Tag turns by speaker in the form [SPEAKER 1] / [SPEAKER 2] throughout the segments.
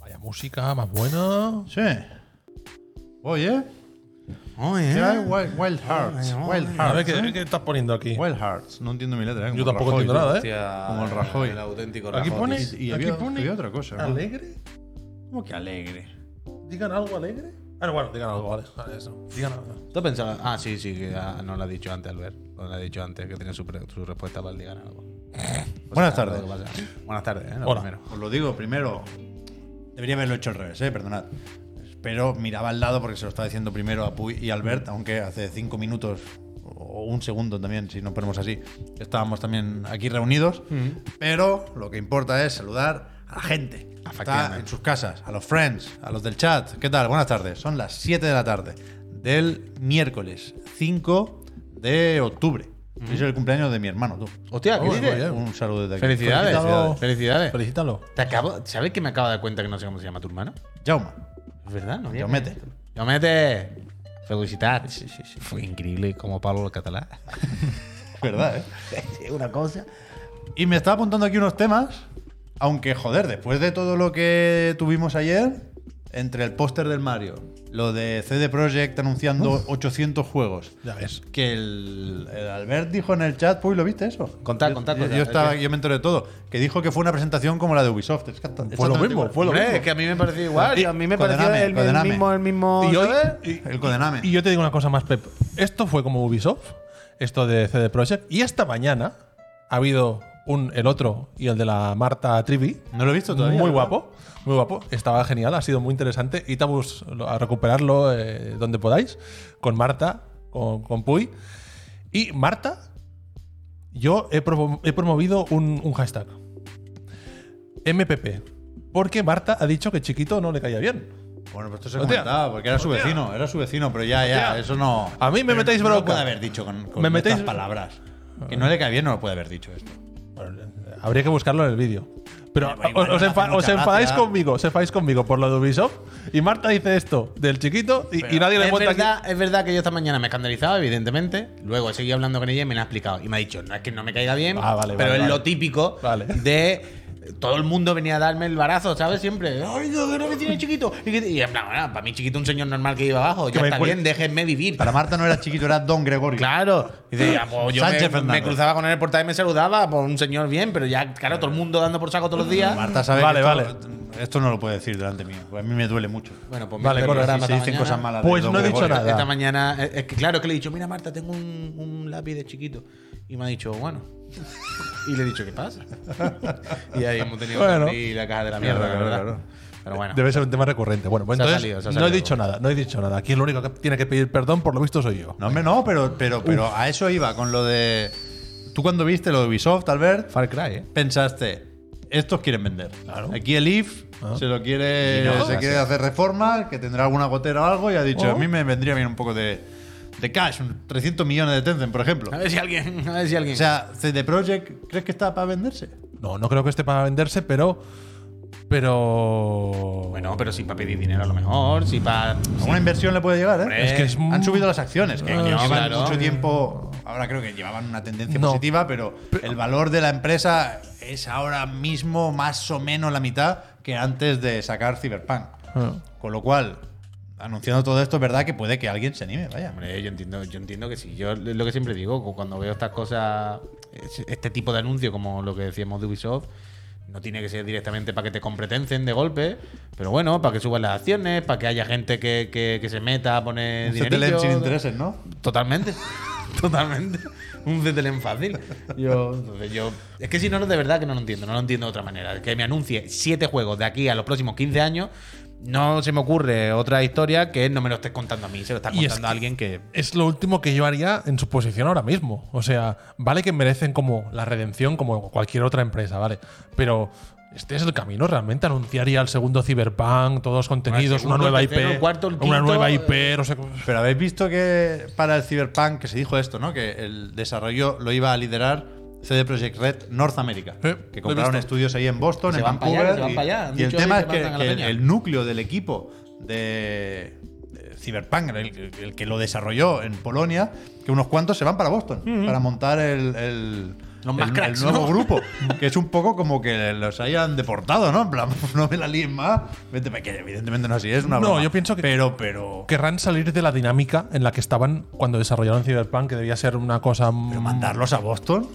[SPEAKER 1] Vaya música más buena.
[SPEAKER 2] Sí. Oye, ¿qué hay? Wild, Wild Hearts. Wild
[SPEAKER 1] A ver,
[SPEAKER 2] Hearts. ¿eh?
[SPEAKER 1] ¿qué, qué estás poniendo aquí?
[SPEAKER 2] Wild Hearts. No entiendo mi letra. ¿eh?
[SPEAKER 1] Yo
[SPEAKER 2] Como
[SPEAKER 1] tampoco
[SPEAKER 2] Rajoy,
[SPEAKER 1] entiendo nada, ¿eh?
[SPEAKER 3] Hostia,
[SPEAKER 2] Como el Rajoy.
[SPEAKER 3] El auténtico
[SPEAKER 1] Aquí
[SPEAKER 3] Rajoy.
[SPEAKER 1] pone-
[SPEAKER 2] Y, y
[SPEAKER 1] Aquí
[SPEAKER 2] había,
[SPEAKER 1] pone
[SPEAKER 2] había otra cosa. ¿no?
[SPEAKER 1] ¿Alegre?
[SPEAKER 2] ¿Cómo que alegre?
[SPEAKER 1] ¿Digan algo alegre? Ah, no, bueno, digan algo, vale. vale, eso. Digan algo.
[SPEAKER 3] ¿Tú pensabas? Ah, sí, sí, que ya nos lo ha dicho antes Albert. Nos lo ha dicho antes, que tenía su, pre- su respuesta para el día algo.
[SPEAKER 2] Buenas tardes.
[SPEAKER 3] lo que pasa. Buenas tardes, ¿eh? Lo
[SPEAKER 1] Hola.
[SPEAKER 3] primero.
[SPEAKER 2] Os lo digo primero. Debería haberlo hecho al revés, ¿eh? Perdonad. Pero miraba al lado porque se lo estaba diciendo primero a Puy y Albert, aunque hace cinco minutos o un segundo también, si nos ponemos así, estábamos también aquí reunidos. Pero lo que importa es saludar a la gente. que Está
[SPEAKER 3] Efectivamente.
[SPEAKER 2] en sus casas, a los friends, a los del chat. ¿Qué tal? Buenas tardes. Son las 7 de la tarde del miércoles 5 de octubre. Es el cumpleaños de mi hermano, tú.
[SPEAKER 3] Hostia, ¿qué
[SPEAKER 2] Oh,
[SPEAKER 3] dices?
[SPEAKER 2] oye, Un saludo desde aquí.
[SPEAKER 3] Felicidades.
[SPEAKER 1] Felicítalo.
[SPEAKER 3] Felicidades. Felicidades.
[SPEAKER 1] Felicítalo.
[SPEAKER 3] Te acabo- ¿Sabes que me acabo de dar cuenta que no sé cómo se llama tu hermano?
[SPEAKER 2] Jaume.
[SPEAKER 3] Es verdad, no. había-
[SPEAKER 2] Jaumet.
[SPEAKER 3] Jaumete. Felicidades. Fue increíble como Pablo catalán.
[SPEAKER 2] verdad, ¿eh?
[SPEAKER 3] Una cosa.
[SPEAKER 2] Y me estaba apuntando aquí unos temas, aunque joder, después de todo lo que tuvimos ayer, entre el póster del Mario, lo de CD Projekt anunciando 800 juegos,
[SPEAKER 1] Ya ves.
[SPEAKER 2] que el, el Albert dijo en el chat, pues lo viste eso.
[SPEAKER 3] Contad,
[SPEAKER 2] Yo-
[SPEAKER 3] contad
[SPEAKER 2] yo,
[SPEAKER 3] cosas.
[SPEAKER 2] yo estaba, yo me enteré de todo, que dijo que fue una presentación como la de Ubisoft. Es que hasta-
[SPEAKER 1] Fue lo
[SPEAKER 2] exactamente
[SPEAKER 1] mismo,
[SPEAKER 2] igual.
[SPEAKER 1] fue lo
[SPEAKER 3] Hombre,
[SPEAKER 1] mismo.
[SPEAKER 3] es que a mí me pareció igual. y a mí me pareció
[SPEAKER 2] Codename,
[SPEAKER 3] el, el
[SPEAKER 2] codename.
[SPEAKER 3] mismo. El mismo
[SPEAKER 1] Y hoy-
[SPEAKER 3] ¿sabes?
[SPEAKER 2] El Codename.
[SPEAKER 1] Y yo te digo una cosa más, Pep. Esto fue como Ubisoft, esto de CD Projekt. Y esta mañana ha habido un, el otro y el de la Marta Trivi.
[SPEAKER 2] no lo he visto todavía.
[SPEAKER 1] Muy
[SPEAKER 2] ¿verdad?
[SPEAKER 1] guapo, muy guapo. Estaba genial, ha sido muy interesante. Itamus, lo- a recuperarlo eh, donde podáis, con Marta, con, con Puy. Y Marta, yo he, promo- he promovido un, un hashtag. MPP. Porque Marta ha dicho que Chiquito no le caía bien.
[SPEAKER 2] Bueno, pues esto se
[SPEAKER 1] Hostia.
[SPEAKER 2] comentaba, porque era su vecino, era su vecino, pero ya, ya,
[SPEAKER 1] Hostia.
[SPEAKER 2] eso no.
[SPEAKER 1] A mí me
[SPEAKER 2] pero
[SPEAKER 1] metéis
[SPEAKER 2] no lo
[SPEAKER 1] bronca.
[SPEAKER 2] puede haber dicho con, con
[SPEAKER 1] Me metéis- Ah.
[SPEAKER 2] estas palabras. Que no le cae bien, no lo puede haber dicho esto.
[SPEAKER 1] Bueno, eh, habría que buscarlo en el vídeo. Pero
[SPEAKER 2] Bueno,
[SPEAKER 1] os,
[SPEAKER 2] igual no
[SPEAKER 1] os
[SPEAKER 2] hace
[SPEAKER 1] enfa-
[SPEAKER 2] mucha
[SPEAKER 1] os enfadáis
[SPEAKER 2] gracia.
[SPEAKER 1] conmigo, os enfadáis conmigo por lo de Ubisoft. Y Marta dice esto del chiquito y, y nadie le
[SPEAKER 3] es
[SPEAKER 1] cuenta aquí.
[SPEAKER 3] verdad, es verdad que yo esta mañana me he escandalizado, evidentemente. Luego he seguido hablando con ella y me la ha explicado. Y me ha dicho, no es que no me caiga bien,
[SPEAKER 1] Ah, vale,
[SPEAKER 3] pero
[SPEAKER 1] vale,
[SPEAKER 3] es
[SPEAKER 1] vale.
[SPEAKER 3] lo típico
[SPEAKER 1] Vale.
[SPEAKER 3] de... Todo el mundo venía a darme el barazo, ¿sabes? Siempre. ¡Ay, no, que no me tiene chiquito! Y, que- y en plan, bueno, para mí chiquito un señor normal que iba abajo.
[SPEAKER 1] Que
[SPEAKER 3] Ya
[SPEAKER 1] me
[SPEAKER 3] está
[SPEAKER 1] cuel-
[SPEAKER 3] bien, déjenme vivir.
[SPEAKER 2] Para Marta no era chiquito, era Don Gregorio.
[SPEAKER 3] Claro. Y dice, ya, pues, yo
[SPEAKER 2] Sánchez
[SPEAKER 3] me, me
[SPEAKER 2] Fernández.
[SPEAKER 3] cruzaba con él en el portal y me saludaba, por un señor bien, pero ya, claro, todo el mundo dando por saco todos los días.
[SPEAKER 2] Marta sabe
[SPEAKER 1] Vale,
[SPEAKER 2] que esto, esto no lo puede decir delante mío. porque A mí me duele mucho.
[SPEAKER 3] Bueno, pues
[SPEAKER 1] Vale,
[SPEAKER 3] mira,
[SPEAKER 1] con
[SPEAKER 3] el
[SPEAKER 1] lo
[SPEAKER 3] programa
[SPEAKER 1] que
[SPEAKER 2] Si
[SPEAKER 3] esta
[SPEAKER 2] dicen
[SPEAKER 3] mañana-
[SPEAKER 2] cosas malas. de
[SPEAKER 1] Pues
[SPEAKER 2] Don
[SPEAKER 1] no he dicho
[SPEAKER 2] Gregorio.
[SPEAKER 1] nada.
[SPEAKER 3] Esta mañana, eh, es es que claro, que le he dicho, mira Marta, tengo un, un lápiz de chiquito. Y me ha dicho, bueno. Y le he dicho, ¿qué pasa? y ahí hemos tenido
[SPEAKER 1] Bueno.
[SPEAKER 3] que abrir la caja de la mierda,
[SPEAKER 2] Claro,
[SPEAKER 3] la verdad.
[SPEAKER 2] claro,
[SPEAKER 3] Pero bueno.
[SPEAKER 1] Debe ser un tema recurrente. Bueno, pues
[SPEAKER 3] Ah, Se ha
[SPEAKER 1] entonces
[SPEAKER 3] salido, se ha
[SPEAKER 1] no he
[SPEAKER 3] salido.
[SPEAKER 1] dicho nada, no he dicho nada. Aquí el único que tiene que pedir perdón, por lo visto, soy yo.
[SPEAKER 2] No, hombre, no, pero, pero, pero a eso iba, con lo de. Tú cuando viste lo de Ubisoft, Albert,
[SPEAKER 3] Far Cry, ¿eh?
[SPEAKER 2] pensaste, estos quieren vender. Aquí el IF
[SPEAKER 1] Ah.
[SPEAKER 2] se lo quiere.
[SPEAKER 3] Y no,
[SPEAKER 2] se
[SPEAKER 3] gracias.
[SPEAKER 2] quiere hacer reforma, que tendrá alguna gotera o algo, y ha dicho,
[SPEAKER 1] Oh.
[SPEAKER 2] a mí me vendría bien un poco de, de cash, un 300 millones de Tencent, por ejemplo.
[SPEAKER 3] A ver si alguien, a ver si alguien.
[SPEAKER 2] O sea, CD Projekt, ¿crees que está para venderse?
[SPEAKER 1] No, no creo que esté para venderse, pero. Pero.
[SPEAKER 3] bueno, pero si para pedir dinero a lo mejor, si para.
[SPEAKER 2] A una inversión le puede llegar, ¿eh?
[SPEAKER 3] Hombre,
[SPEAKER 1] es que es
[SPEAKER 2] Han
[SPEAKER 1] muy-
[SPEAKER 2] subido las acciones, que
[SPEAKER 3] Ah,
[SPEAKER 2] llevaban
[SPEAKER 3] claro.
[SPEAKER 2] mucho tiempo. Ahora creo que llevaban una tendencia
[SPEAKER 1] No.
[SPEAKER 2] positiva, pero el valor de la empresa es ahora mismo más o menos la mitad que antes de sacar Cyberpunk.
[SPEAKER 1] Ah.
[SPEAKER 2] Con lo cual, anunciando todo esto, es verdad que puede que alguien se anime, vaya.
[SPEAKER 3] Hombre, yo entiendo, yo entiendo que sí. Yo es lo que siempre digo, cu- cuando veo estas cosas, es- este tipo de anuncio, como lo que decíamos de Ubisoft, no tiene que ser directamente para que te competencen de golpe, pero bueno, para que suban las acciones, para que haya gente que, que- que se meta a poner
[SPEAKER 2] Un
[SPEAKER 3] dinerillo.
[SPEAKER 2] CTLM sin intereses, ¿no?
[SPEAKER 3] Totalmente. Totalmente. Un CTLM fácil. Yo, entonces yo. Es que si no, no, de verdad que no lo entiendo. No lo entiendo de otra manera. Que me anuncie siete juegos de aquí a los próximos 15 años. No se me ocurre otra historia que no me lo estés contando a mí. Se lo está
[SPEAKER 1] Y
[SPEAKER 3] contando
[SPEAKER 1] es
[SPEAKER 3] a
[SPEAKER 1] que-
[SPEAKER 3] alguien que.
[SPEAKER 1] Es lo último que yo haría en su posición ahora mismo. O sea, vale que merecen como la redención, como cualquier otra empresa, ¿vale? Pero. Este es el camino, realmente anunciaría el segundo Cyberpunk, todos los contenidos,
[SPEAKER 3] segundo,
[SPEAKER 1] una nueva
[SPEAKER 3] el tercero,
[SPEAKER 1] IP,
[SPEAKER 3] el cuarto, el
[SPEAKER 1] una
[SPEAKER 3] quinto,
[SPEAKER 1] nueva
[SPEAKER 3] eh.
[SPEAKER 1] IP, no sé cómo-
[SPEAKER 2] Pero habéis visto que para el Cyberpunk que se dijo esto, ¿no? Que el desarrollo lo iba a liderar CD Projekt Red North America,
[SPEAKER 1] Eh, lo
[SPEAKER 2] que
[SPEAKER 1] he
[SPEAKER 2] compraron
[SPEAKER 1] visto.
[SPEAKER 2] estudios ahí en Boston,
[SPEAKER 3] Se
[SPEAKER 2] en
[SPEAKER 3] van pa' allá,
[SPEAKER 2] Vancouver.
[SPEAKER 3] se van
[SPEAKER 2] y-
[SPEAKER 3] pa' allá. Han
[SPEAKER 2] y el
[SPEAKER 3] dicho ahí
[SPEAKER 2] tema
[SPEAKER 3] que
[SPEAKER 2] es que,
[SPEAKER 3] mandan a la
[SPEAKER 2] que el,
[SPEAKER 3] peña.
[SPEAKER 2] el núcleo del equipo de de Cyberpunk, el, el- el que lo desarrolló en Polonia, que unos cuantos se van para Boston para montar el, el-
[SPEAKER 3] Los más
[SPEAKER 2] el-
[SPEAKER 3] cracks,
[SPEAKER 2] el nuevo
[SPEAKER 3] ¿no?
[SPEAKER 2] grupo. Que es un poco como que los hayan deportado, ¿no? En plan, no me la líen más. Vete pa' que evidentemente no es así, es una
[SPEAKER 1] No,
[SPEAKER 2] broma.
[SPEAKER 1] yo pienso que-
[SPEAKER 2] Pero, pero.
[SPEAKER 1] Querrán salir de la dinámica en la que estaban cuando desarrollaron Cyberpunk, que debía ser una cosa.
[SPEAKER 2] pero mandarlos a Boston.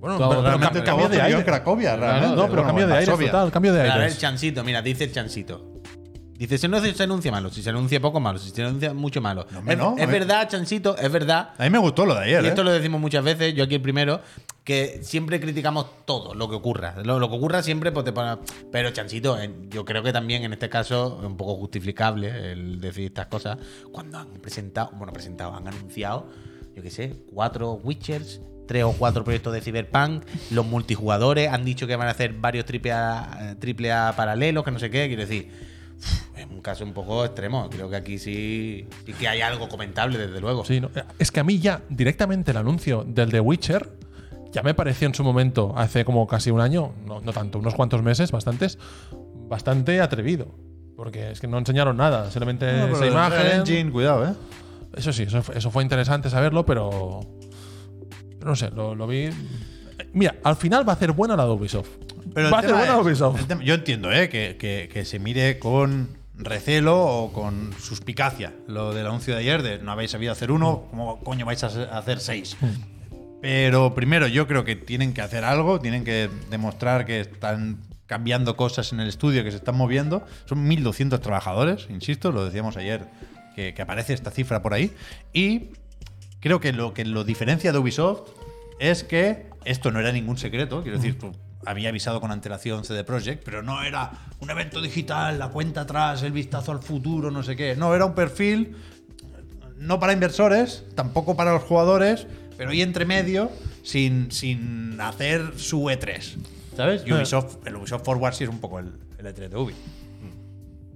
[SPEAKER 1] Bueno, pero,
[SPEAKER 3] Claro,
[SPEAKER 1] pero
[SPEAKER 3] realmente
[SPEAKER 1] cam- cambio
[SPEAKER 2] el cabo
[SPEAKER 1] de
[SPEAKER 2] surgió
[SPEAKER 1] aire.
[SPEAKER 2] en Cracovia, realmente.
[SPEAKER 1] No, pero
[SPEAKER 2] Bueno,
[SPEAKER 1] cambio
[SPEAKER 2] en
[SPEAKER 1] de aire
[SPEAKER 2] Varsovia.
[SPEAKER 1] total, cambio de
[SPEAKER 3] Pero A ver,
[SPEAKER 1] aire.
[SPEAKER 3] el chancito, mira, dice el chancito. Dice, si no se anuncia malo, si se anuncia poco malo, si se anuncia mucho malo.
[SPEAKER 2] No, hombre,
[SPEAKER 3] es
[SPEAKER 2] no,
[SPEAKER 3] es
[SPEAKER 2] eh.
[SPEAKER 3] verdad, chancito, es verdad.
[SPEAKER 2] A mí me gustó lo de ayer.
[SPEAKER 3] Y esto
[SPEAKER 2] ¿eh?
[SPEAKER 3] lo decimos muchas veces, yo aquí el primero, que siempre criticamos todo lo que ocurra. Lo, lo que ocurra siempre, pues te para- Pero, Chancito, en- yo creo que también en este caso es un poco justificable el decir estas cosas. Cuando han presentado, bueno, presentado, han anunciado, yo qué sé, cuatro Witchers, tres o cuatro proyectos de Cyberpunk, los multijugadores, han dicho que van a hacer varios triple A, eh, triple A paralelos, que no sé qué, quiero decir. uf, Es un caso un poco extremo. Creo que aquí sí, sí que hay algo comentable, desde luego.
[SPEAKER 1] Sí, no, Es que a mí ya directamente el anuncio del The Witcher ya me pareció en su momento, hace como casi un año, no, no tanto, unos cuantos meses, bastantes, bastante atrevido. Porque es que no enseñaron nada, solamente
[SPEAKER 2] No, pero
[SPEAKER 1] esa
[SPEAKER 2] lo de Unreal
[SPEAKER 1] imagen.
[SPEAKER 2] Engine, cuidado, ¿eh?
[SPEAKER 1] Eso sí, eso, fue- eso fue interesante saberlo, pero. pero no sé, lo, lo vi. Mira, al final va a hacer buena la de Ubisoft.
[SPEAKER 2] Pero el
[SPEAKER 1] va a hacer
[SPEAKER 2] tema
[SPEAKER 1] buena
[SPEAKER 2] es-
[SPEAKER 1] la de Ubisoft.
[SPEAKER 2] el tema- yo entiendo ¿eh? que, que- que se mire con recelo o con suspicacia lo del anuncio de ayer de no habéis sabido hacer uno, ¿cómo coño vais a hacer- a hacer seis? Pero primero yo creo que tienen que hacer algo, tienen que demostrar que están cambiando cosas en el estudio, que se están moviendo. Son 1.200 trabajadores, insisto, lo decíamos ayer, que, que aparece esta cifra por ahí. Y creo que lo que lo diferencia de Ubisoft es que esto no era ningún secreto, quiero decir, tú había avisado con antelación CD Projekt, pero no era un evento digital, la cuenta atrás, el vistazo al futuro, no sé qué. No, era un perfil no para inversores, tampoco para los jugadores, pero ahí entre medio, sin, sin hacer su E3. ¿Sabes?
[SPEAKER 1] Ah.
[SPEAKER 2] Y Ubisoft, el Ubisoft Forward sí es un poco el, el E3 de Ubi.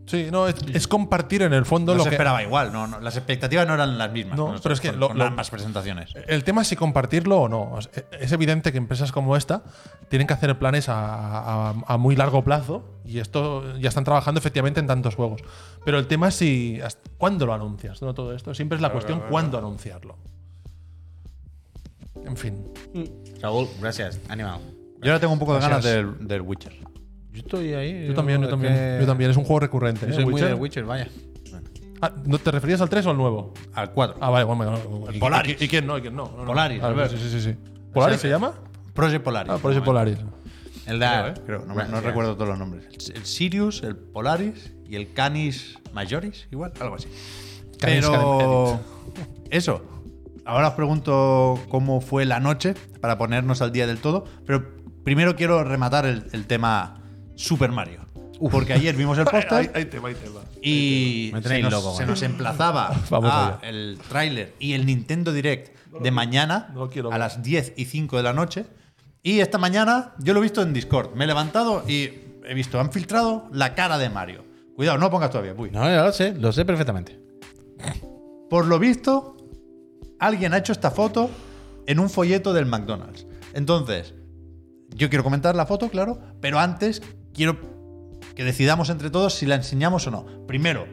[SPEAKER 1] Sí, no, es, es compartir en el fondo
[SPEAKER 2] No
[SPEAKER 1] lo
[SPEAKER 2] se
[SPEAKER 1] que.
[SPEAKER 2] esperaba igual, no, no, las expectativas no eran las mismas.
[SPEAKER 1] No,
[SPEAKER 2] con-
[SPEAKER 1] pero es que
[SPEAKER 2] con-
[SPEAKER 1] lo-
[SPEAKER 2] con
[SPEAKER 1] lo-
[SPEAKER 2] ambas presentaciones.
[SPEAKER 1] El tema es si compartirlo o no. O sea, Es evidente que empresas como esta tienen que hacer planes a, a- a muy largo plazo y esto ya están trabajando efectivamente en tantos juegos. Pero el tema es si hasta- cuándo lo anuncias, no todo esto. Siempre es la cuestión cuándo anunciarlo. En fin.
[SPEAKER 3] Raúl, gracias, animado.
[SPEAKER 2] Yo ahora tengo un poco de
[SPEAKER 1] Gracias.
[SPEAKER 2] ganas del, del Witcher.
[SPEAKER 3] Yo estoy ahí.
[SPEAKER 1] Yo también, yo también. Yo también. Es un juego recurrente. ¿eh?
[SPEAKER 3] soy muy
[SPEAKER 1] Witcher.
[SPEAKER 3] del Witcher, vaya.
[SPEAKER 1] Ah, ¿no ¿Te referías al 3 o al nuevo?
[SPEAKER 2] Al 4.
[SPEAKER 1] Ah, vale, bueno, bueno. ¿Y-
[SPEAKER 2] Polaris.
[SPEAKER 1] ¿Y, quién no? ¿Y quién no? No, no.
[SPEAKER 2] Polaris,
[SPEAKER 1] Ah,
[SPEAKER 2] Albert.
[SPEAKER 1] sí, sí, sí, sí. ¿Polaris
[SPEAKER 2] O
[SPEAKER 1] se
[SPEAKER 2] sea,
[SPEAKER 1] llama?
[SPEAKER 2] Project Polaris.
[SPEAKER 1] Ah, por eso Polaris.
[SPEAKER 3] El
[SPEAKER 2] Creo,
[SPEAKER 3] dar.
[SPEAKER 2] ¿eh? Creo, no, me- no recuerdo todos los nombres. El, el Sirius, el Polaris y el Canis Majoris, igual, algo así.
[SPEAKER 1] Canis
[SPEAKER 2] Pero eso. Ahora os pregunto cómo fue la noche para ponernos al día del todo, pero primero quiero rematar el, el tema Super Mario. Porque ayer vimos el póster
[SPEAKER 1] tema, hay tema.
[SPEAKER 2] y
[SPEAKER 3] Me
[SPEAKER 2] se
[SPEAKER 3] tenéis
[SPEAKER 2] nos,
[SPEAKER 3] loco,
[SPEAKER 2] se
[SPEAKER 3] man.
[SPEAKER 2] nos emplazaba
[SPEAKER 1] Vamos
[SPEAKER 2] a
[SPEAKER 1] allá.
[SPEAKER 2] el tráiler y el Nintendo Direct de mañana
[SPEAKER 1] no lo quiero
[SPEAKER 2] a
[SPEAKER 1] ver.
[SPEAKER 2] las 10 y 5 de la noche. Y esta mañana yo lo he visto en Discord. Me he levantado y he visto, han filtrado la cara de Mario. Cuidado, no lo pongas todavía, Puy.
[SPEAKER 3] No, ya lo sé, lo sé perfectamente.
[SPEAKER 2] Por lo visto, alguien ha hecho esta foto en un folleto del McDonald's. Entonces, yo quiero comentar la foto, claro, pero antes quiero que decidamos entre todos si la enseñamos o no. Primero,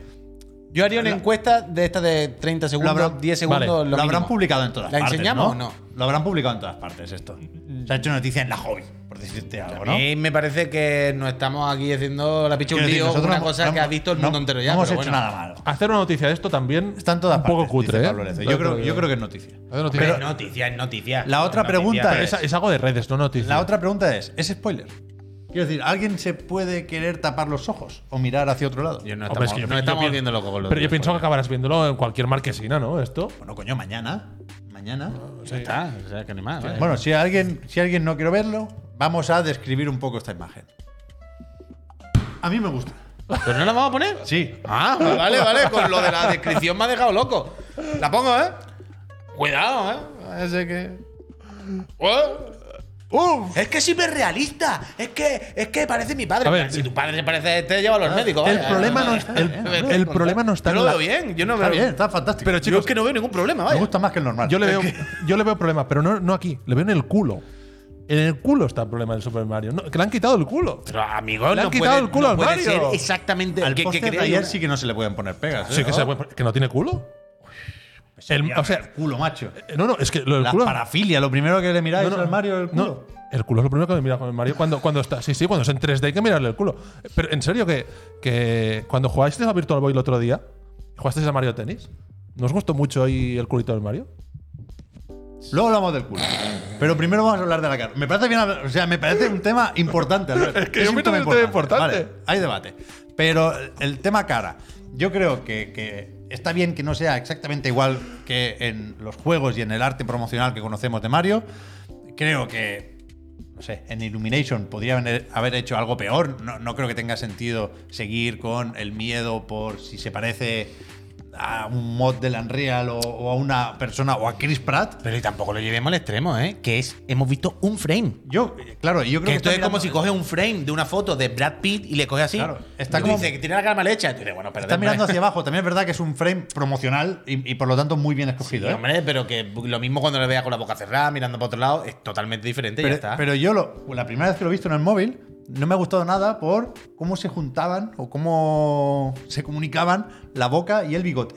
[SPEAKER 3] Yo haría una
[SPEAKER 2] La-
[SPEAKER 3] encuesta de esta de 30 segundos,
[SPEAKER 2] habrán-
[SPEAKER 3] 10 segundos.
[SPEAKER 1] vale,
[SPEAKER 3] lo
[SPEAKER 2] lo,
[SPEAKER 3] mínimo.
[SPEAKER 2] habrán publicado en todas
[SPEAKER 3] ¿La
[SPEAKER 2] partes.
[SPEAKER 3] enseñamos
[SPEAKER 2] ¿no?
[SPEAKER 3] o no?
[SPEAKER 2] Lo habrán publicado en todas partes esto. Se ha hecho noticia en la hobby, por decirte algo, ¿no?
[SPEAKER 3] A mí me parece que no estamos aquí haciendo la picha un
[SPEAKER 2] Quiero decir,
[SPEAKER 3] lío,
[SPEAKER 2] nosotros
[SPEAKER 3] una
[SPEAKER 2] no-
[SPEAKER 3] cosa
[SPEAKER 2] no
[SPEAKER 3] que ha visto el
[SPEAKER 2] no-
[SPEAKER 3] mundo entero ya.
[SPEAKER 2] No hemos
[SPEAKER 3] pero
[SPEAKER 2] hecho
[SPEAKER 3] bueno.
[SPEAKER 2] nada malo.
[SPEAKER 1] Hacer una noticia de esto también
[SPEAKER 2] Está en todas
[SPEAKER 1] un
[SPEAKER 2] partes.
[SPEAKER 1] poco cutre,
[SPEAKER 2] dice
[SPEAKER 1] ¿eh?
[SPEAKER 2] Pablo Lezo. Yo, creo, yo creo que es noticia.
[SPEAKER 1] Hacer noticia.
[SPEAKER 3] Pero,
[SPEAKER 1] Pero,
[SPEAKER 3] es noticia, es noticia.
[SPEAKER 2] La otra
[SPEAKER 3] Es
[SPEAKER 2] pregunta
[SPEAKER 1] pero es, es algo de redes, no noticias.
[SPEAKER 2] La otra pregunta es, ¿es spoiler? Quiero decir, ¿alguien se puede querer tapar los ojos o mirar hacia otro lado?
[SPEAKER 3] Yo no
[SPEAKER 1] Hombre,
[SPEAKER 3] estamos,
[SPEAKER 1] es que yo-
[SPEAKER 3] no
[SPEAKER 1] yo
[SPEAKER 3] estamos
[SPEAKER 1] pienso-
[SPEAKER 3] viendo loco con los pues.
[SPEAKER 1] Pero yo
[SPEAKER 3] tíos,
[SPEAKER 1] pienso que
[SPEAKER 3] porque-
[SPEAKER 1] acabarás viéndolo en cualquier marquesina, ¿no? Esto.
[SPEAKER 2] Bueno, coño, mañana. Mañana.
[SPEAKER 1] Sí.
[SPEAKER 3] Ya está, o sea, que ni más. ¿eh? vaya.
[SPEAKER 2] Bueno, si alguien, si alguien no quiere verlo, vamos a describir un poco esta imagen. A mí me gusta.
[SPEAKER 3] ¿Pero no la vamos a poner?
[SPEAKER 2] Sí.
[SPEAKER 3] Ah, vale, vale. Con lo de la descripción me ha dejado loco. La pongo, ¿eh? Cuidado, ¿eh? Ese que. Es que es
[SPEAKER 2] Ah,
[SPEAKER 3] hiperrealista. Es que, es que parece mi padre.
[SPEAKER 1] A ver,
[SPEAKER 3] si tu padre se parece a este, lleva a los
[SPEAKER 2] Ah,
[SPEAKER 3] médicos.
[SPEAKER 2] Eh,
[SPEAKER 1] el
[SPEAKER 3] vaya.
[SPEAKER 1] problema no es-
[SPEAKER 3] Vaya,
[SPEAKER 1] el-
[SPEAKER 3] vaya,
[SPEAKER 1] el
[SPEAKER 3] vaya.
[SPEAKER 1] problema no está
[SPEAKER 3] Yo
[SPEAKER 1] en
[SPEAKER 3] lo
[SPEAKER 1] la-
[SPEAKER 3] veo bien. Yo no
[SPEAKER 2] Está
[SPEAKER 3] veo.
[SPEAKER 2] bien, está fantástico.
[SPEAKER 1] Pero,
[SPEAKER 3] Yo
[SPEAKER 1] chicos,
[SPEAKER 3] es que no veo ningún problema,
[SPEAKER 2] me
[SPEAKER 3] vaya.
[SPEAKER 2] gusta más que el normal.
[SPEAKER 1] Yo le,
[SPEAKER 2] Es
[SPEAKER 1] veo,
[SPEAKER 2] que-
[SPEAKER 1] yo le veo problema, pero no, no aquí, le veo en el culo. En el culo está el problema del Super Mario. No, que le han quitado el culo.
[SPEAKER 3] Pero, amigo,
[SPEAKER 1] Le han
[SPEAKER 3] no
[SPEAKER 1] quitado
[SPEAKER 3] puede-
[SPEAKER 1] el culo
[SPEAKER 3] no
[SPEAKER 1] al
[SPEAKER 3] puede
[SPEAKER 1] Mario.
[SPEAKER 3] ser exactamente
[SPEAKER 2] Al
[SPEAKER 3] que- que
[SPEAKER 2] póster de
[SPEAKER 3] quería
[SPEAKER 2] ayer
[SPEAKER 3] yo.
[SPEAKER 2] sí que no se le pueden poner pegas.
[SPEAKER 1] Sí,
[SPEAKER 2] ¿eh?
[SPEAKER 1] que, se puede- que no tiene culo. El- o sea,
[SPEAKER 2] culo, macho.
[SPEAKER 1] eh, pues no, no, es que lo del
[SPEAKER 2] La
[SPEAKER 1] culo.
[SPEAKER 2] parafilia, lo primero que le miráis
[SPEAKER 1] No, no,
[SPEAKER 2] al Mario el
[SPEAKER 1] no,
[SPEAKER 2] culo.
[SPEAKER 1] el culo es lo primero que me mira con el Mario cuando, cuando está. Sí, sí, cuando es en 3D hay que mirarle el culo. Pero en serio que, que cuando jugasteis a Virtual Boy el otro día, jugasteis a Mario Tennis, ¿no os gustó mucho ahí el culito del Mario?
[SPEAKER 2] Luego hablamos del culo. Pero primero vamos a hablar de la cara. Me parece bien, o sea, me parece un tema importante. Alberto.
[SPEAKER 1] Es que yo
[SPEAKER 2] un
[SPEAKER 1] me
[SPEAKER 2] tema
[SPEAKER 1] parece importante.
[SPEAKER 2] Vale, hay debate. Pero el tema cara, yo creo que, que está bien que no sea exactamente igual que en los juegos y en el arte promocional que conocemos de Mario. Creo que no sé, en Illumination podrían he- haber hecho algo peor. No, no creo que tenga sentido seguir con el miedo por si se parece a un mod del Unreal o, o a una persona o a Chris Pratt.
[SPEAKER 3] Pero y tampoco lo llevemos al extremo, ¿eh? Que es, hemos visto un frame.
[SPEAKER 2] Yo, eh, claro, yo creo
[SPEAKER 3] Que
[SPEAKER 2] que.
[SPEAKER 3] esto
[SPEAKER 2] está
[SPEAKER 3] es como
[SPEAKER 2] mirando-
[SPEAKER 3] si coges un frame de una foto de Brad Pitt y le coges así.
[SPEAKER 2] Claro, está
[SPEAKER 3] está
[SPEAKER 2] como-
[SPEAKER 3] como dice que tiene la cara mal hecha. Y tú dices, bueno, pero
[SPEAKER 2] Está mirando hacia abajo. También es verdad que es un frame promocional y, y por lo tanto muy bien escogido. ¿eh?
[SPEAKER 3] Hombre, pero que lo mismo cuando le veas con la boca cerrada, mirando para otro lado, es totalmente diferente y ya
[SPEAKER 2] pero,
[SPEAKER 3] está.
[SPEAKER 2] pero yo lo- la primera vez que lo he visto en el móvil no me ha gustado nada por cómo se juntaban o cómo se comunicaban la boca y el bigote.